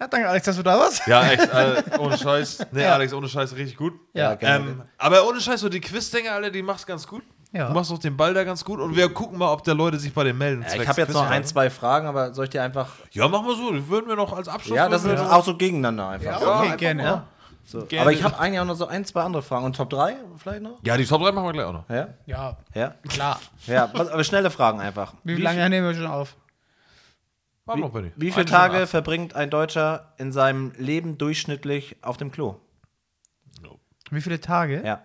S2: Ja, danke, Alex, dass du da warst.
S3: Ja, echt, äh, ohne Scheiß. Nee, Alex, ohne Scheiß, richtig gut.
S8: Ja.
S1: gerne.
S3: Ähm, aber ohne Scheiß, so die Quizdinger, alle, die machst ganz gut.
S2: Ja.
S3: Du machst auch den Ball da ganz gut und wir gucken mal, ob der Leute sich bei den melden.
S1: Ja, ich
S3: zwecks
S1: habe jetzt noch
S3: Quizfragen.
S1: ein, zwei Fragen, aber soll ich dir einfach.
S3: Ja, machen wir so. Das würden wir noch als Abschluss.
S1: Ja, das
S3: würden
S1: sind
S3: wir noch-
S1: auch so gegeneinander einfach.
S2: Okay,
S3: einfach
S2: gerne. Ja.
S1: So. Aber ich habe eigentlich auch noch so ein, zwei andere Fragen. Und Top 3 vielleicht noch?
S3: ja, die Top 3 machen wir gleich auch noch.
S1: Ja?
S2: ja,
S1: Ja?
S2: klar.
S1: Ja, was- aber schnelle Fragen einfach.
S2: Wie, lange nehmen wir schon auf?
S3: Machen wir, Benni.
S1: Wie
S3: Eine
S1: viele
S3: Stunde
S1: Tage
S3: acht.
S1: verbringt ein Deutscher in seinem Leben durchschnittlich auf dem Klo?
S2: Wie viele Tage?
S1: Ja.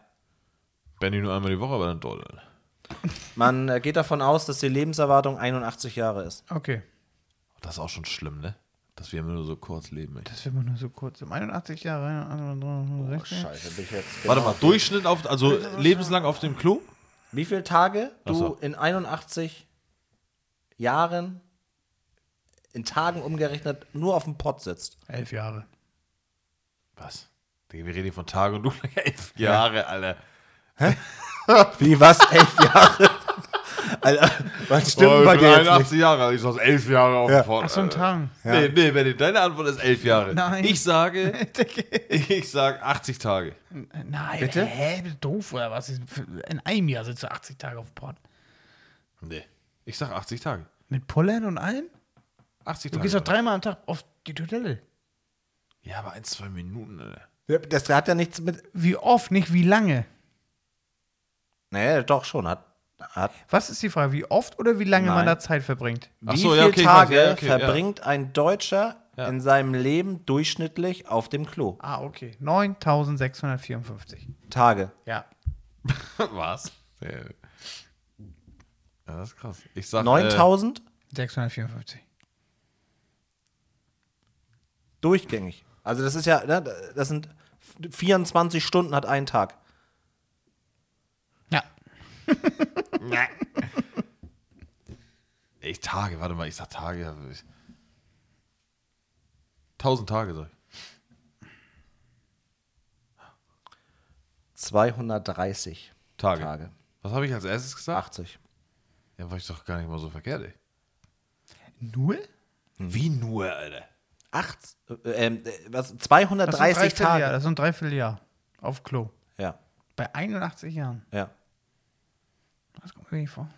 S3: Benni nur einmal die Woche, aber dann doll.
S1: Man äh, geht davon aus, dass die Lebenserwartung 81 Jahre ist.
S2: Okay.
S3: Das ist auch schon schlimm, ne? Dass wir immer nur so kurz leben. Ey.
S2: Das wird man nur so kurz. Um 81 Jahre. Oh,
S1: Scheiße, bin ich jetzt.
S3: Warte mal, Durchschnitt auf, also lebenslang auf dem Klo?
S1: Wie viele Tage du
S3: so.
S1: in 81 Jahren, in Tagen umgerechnet, nur auf dem Pott sitzt?
S2: Elf Jahre.
S3: Was? Digga, wir reden hier von Tage und du gleich elf Jahre, Alter.
S1: Wie, was? Elf Jahre? Alter, was stimmt
S3: Boah, Oh, ich
S1: bei
S3: bin
S1: dir jetzt nicht?
S3: 81 Jahre alt, ich saß elf Jahre auf dem Pott.
S2: Ach so, ein
S3: Alter.
S2: Tag.
S3: Nee, nee, Benni, deine Antwort ist elf Jahre.
S2: Nein.
S3: Ich sage, ich sage 80 Tage.
S2: Nein, Bitte? hä? Bist du doof oder was? In einem Jahr sitzt du 80 Tage auf dem Pott.
S3: Nee. Ich sag 80 Tage.
S2: Mit Pollen und allem?
S3: 80
S2: Du
S3: Tage.
S2: gehst doch dreimal am Tag auf die Toilette.
S3: ja, aber ein, zwei Minuten, Alter.
S1: Das hat ja nichts mit.
S2: Wie oft, nicht wie lange.
S1: Nee, doch schon. Hat, hat.
S2: Was ist die Frage? Wie oft oder wie lange
S1: Nein.
S2: man da Zeit verbringt?
S3: Ach
S1: Wie
S3: so,
S1: viele
S3: ja, okay, ich weiß,
S1: Tage
S3: ja, okay, ja.
S1: verbringt ein Deutscher in seinem Leben durchschnittlich auf dem Klo?
S2: Ah, okay. 9654.
S1: Tage.
S2: Ja.
S3: Was? Ja, das ist krass. Ich sag
S1: 9000
S2: 654.
S1: durchgängig. Also, das ist ja, ne, das sind 24 Stunden hat ein Tag.
S2: Ja.
S3: Äh, ey, Tage, warte mal, ich sag Tage. also Ich, 1000 Tage, sag ich.
S1: 230
S3: Tage.
S1: Tage.
S3: Was habe ich als erstes gesagt?
S1: 80.
S3: Ja, war ich doch gar nicht mal so verkehrt, ey.
S2: Nur?
S3: Wie nur, Alter?
S1: Hm. Acht, äh, ähm, äh, was,
S2: Das
S1: 230
S2: sind Tage.
S1: Tage.
S2: Jahr, das sind ein Dreivierteljahr. Auf Klo.
S1: Ja,
S2: Bei 81 Jahren.
S1: ja.
S2: Das kommt mir nicht vor.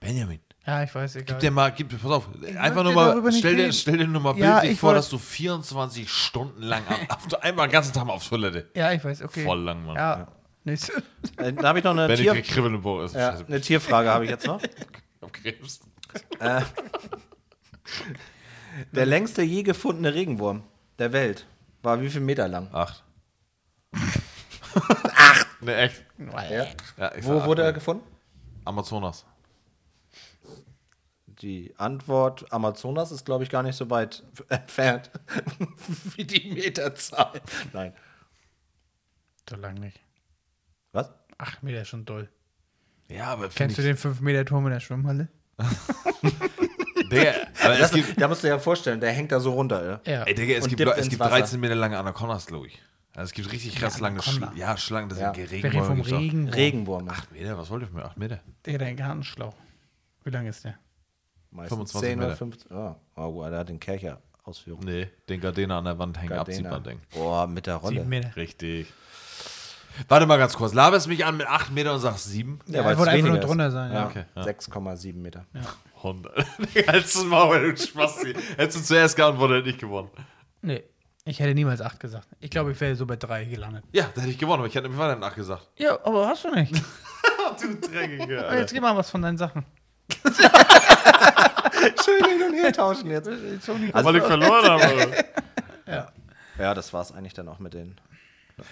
S3: Benjamin.
S2: Ja, ich weiß, egal.
S3: Gib dir mal, gib, pass auf, einfach
S2: möchte
S3: nur mal,
S2: darüber nicht
S3: stell dir,
S2: reden.
S3: stell dir nur mal
S2: Ja,
S3: bildlich
S2: ich
S3: vor,
S2: wollt-
S3: dass du 24 Stunden lang am- auf, einmal den ganzen Tag mal auf Toilette.
S2: ja, ich weiß, okay.
S3: Voll lang, Mann.
S2: Ja. Nicht so-
S1: Äh, Da habe ich noch eine,
S3: Benny
S1: Tier,
S3: kriegt Kribbeln im Bauch. Ist
S1: ja,
S3: scheiße.
S1: eine Tierfrage, habe ich jetzt noch.
S3: Ich hab Krebs.
S1: Der längste je gefundene Regenwurm der Welt war wie viel Meter lang?
S3: Acht. Acht. Ne, echt. Ja, ich
S1: Wo
S3: sag
S1: wurde
S3: acht, ne.
S1: er gefunden?
S3: Amazonas.
S1: Die Antwort Amazonas ist, glaube ich, gar nicht so weit f- entfernt wie die Meterzahl. Nein.
S2: So lang nicht.
S1: Was?
S2: Acht Meter ist schon doll.
S3: Ja, aber
S2: Kennst du den 5 Meter Turm in der Schwimmhalle?
S3: Digga, aber es
S1: Das,
S3: gibt,
S1: da musst du dir ja vorstellen, der hängt da so runter. Ja.
S2: Ja.
S3: ey, Digga, es
S1: Und
S3: gibt,
S1: dippt
S3: Leu- es
S1: ins
S3: gibt
S1: Wasser.
S3: 13 Meter lange Anacondas, glaube ich. Also es gibt richtig krass lange Schlangen. Ja, Schlangen, das
S1: Ja.
S3: sind
S2: Wäre vom
S3: Regenbäume.
S2: Regen.
S1: Regenwurm.
S3: 8 Meter, was wollt ihr von mir? 8 Meter?
S2: Der dein Gartenschlauch. Wie lang ist der?
S1: Meistens
S3: 25
S1: 10 oder
S3: Meter.
S1: 15. Oh, oh gut, der hat den Kercher ausführen.
S3: Nee, den Gardena an der Wand hängen,
S1: Gardena.
S3: abziehbar Ding.
S1: Boah, mit der Rolle.
S2: Sieben Meter.
S3: Richtig. Warte mal ganz kurz, laberst mich an mit 8 Meter und sagst 7?
S2: Ja, wollte einfach nur drunter sein, ja.
S3: Okay, ja.
S1: 6,7 Meter.
S3: 100. Als ein Maul, du Spasti. Hättest du zuerst geantwortet, hätte ich gewonnen.
S2: Nee. Ich hätte niemals acht gesagt. Ich glaube, ich wäre so bei drei gelandet.
S3: Ja, da hätte ich gewonnen, aber ich hätte mir weiter nachgesagt.
S2: Ja, aber hast du nicht.
S3: Du Dreckiger.
S2: Aber jetzt gib mal was von deinen Sachen.
S1: Schön hin und her tauschen jetzt. Also,
S3: Weil ich verloren habe.
S1: Ja, das war's eigentlich dann auch mit den.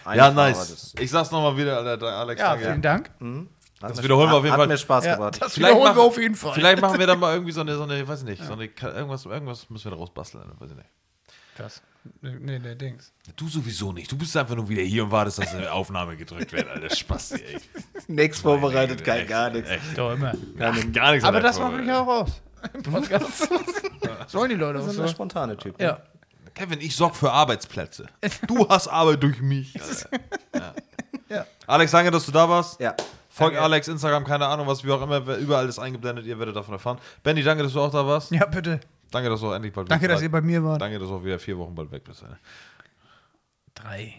S1: Eine
S3: Ja,
S1: Frau war das.
S3: nice. Ich sag's nochmal wieder, Alter, Alex.
S2: Ja,
S3: danke.
S2: vielen Dank.
S1: Hat mir-
S3: wiederholen wir auf jeden
S1: hat
S3: Fall.
S1: Hat mir Spaß
S2: Ja,
S1: gebracht.
S2: das
S3: Vielleicht
S2: wiederholen wir
S3: machen-
S2: auf jeden Fall.
S3: Vielleicht machen wir da mal irgendwie so eine, so eine weiß ich nicht, so eine, Ka- irgendwas, irgendwas müssen wir da rausbasteln. Weiß ich nicht.
S2: Das. Nee, der Dings.
S3: Du sowieso nicht. Du bist einfach nur wieder hier und wartest, dass eine Aufnahme gedrückt wird, Alter. Spasti, ey.
S1: Nichts vorbereitet, kein,
S3: Echt,
S1: gar nichts.
S3: echt.
S2: Doch immer.
S3: Gar nichts.
S2: Aber das mache ich ja auch aus. Im Podcast. Sollen die Leute auch
S1: Das ist ein
S2: so?
S1: spontaner Typ. ne?
S2: Ja.
S3: Kevin, ich sorge für Arbeitsplätze. Du hast Arbeit durch mich. Alter.
S2: Ja.
S3: Alex, danke, dass du da warst.
S1: ja.
S3: Folgt Alex, Instagram, keine Ahnung, was wie auch immer, wer- überall ist eingeblendet, ihr werdet davon erfahren. Benny, danke, dass du auch da warst.
S2: Ja, bitte.
S3: Danke, dass du auch endlich bald
S2: Danke,
S3: weg
S2: dass ihr bei mir wart.
S3: Danke, dass du auch wieder vier Wochen bald weg bist. Alter.
S2: Drei.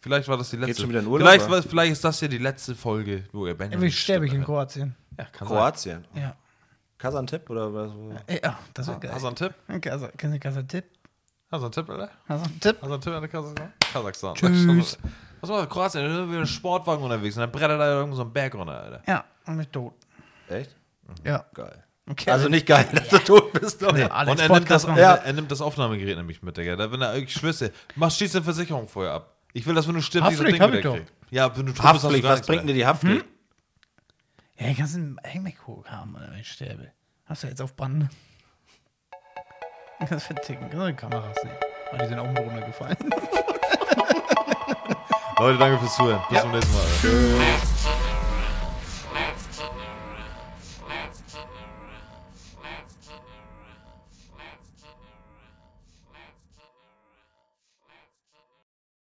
S3: Vielleicht war das die letzte.
S1: schon wieder in Urlaub,
S3: vielleicht,
S1: oder?
S3: war, vielleicht ist das hier die letzte Folge, wo ihr Benny.
S2: Irgendwie sterbe ich in Kroatien.
S3: Ja, kann sein.
S1: Kroatien.
S2: Ja.
S1: Kasan-Tipp oder was?
S2: Ja, das wäre geil.
S3: Hast du einen Tipp?
S2: Kasa- Kennst du Kassatipp?
S3: Hast du einen Tipp, Alter?
S2: Hast du einen Tipp?
S3: Hast du einen Tipp an der Kasachstan? Kasachstan.
S2: Tschüss.
S3: Was war das? Kroatien? Da sind wir mit einem Sportwagen unterwegs und dann brettert da irgend so ein Berg runter, Alter.
S2: Ja, und mich tot.
S1: Echt?
S2: Ja.
S1: Geil.
S2: Okay.
S1: Also nicht geil, dass du tot bist. aber-
S2: Alex
S3: und er nimmt, das,
S2: Podcast machen.
S3: er,
S1: Ja.
S3: er nimmt das Aufnahmegerät nämlich mit, Digga. Da, wenn er, ich schwöre, mach schießt die Versicherung vorher ab. Ich will, dass wenn du stirbst, dieses
S2: Haftpflicht
S3: Ding
S2: hab
S3: wieder
S2: ich doch.
S3: kriegst. Ja, wenn du tot bist, hast du
S1: Haftpflicht,
S3: gar
S1: was
S3: nichts
S1: bringt
S3: mehr.
S1: dir die Haftpflicht?
S2: Ja, den ganzen Heimweghook haben, Alter, wenn ich sterbe. Hast du jetzt auf Band? Kannst verticken. Kannst du die Kameras nehmen. Aber die sind auch mal runtergefallen.
S3: Leute, danke fürs Zuhören. Bis zum nächsten Mal. Alter.
S9: Tschüss.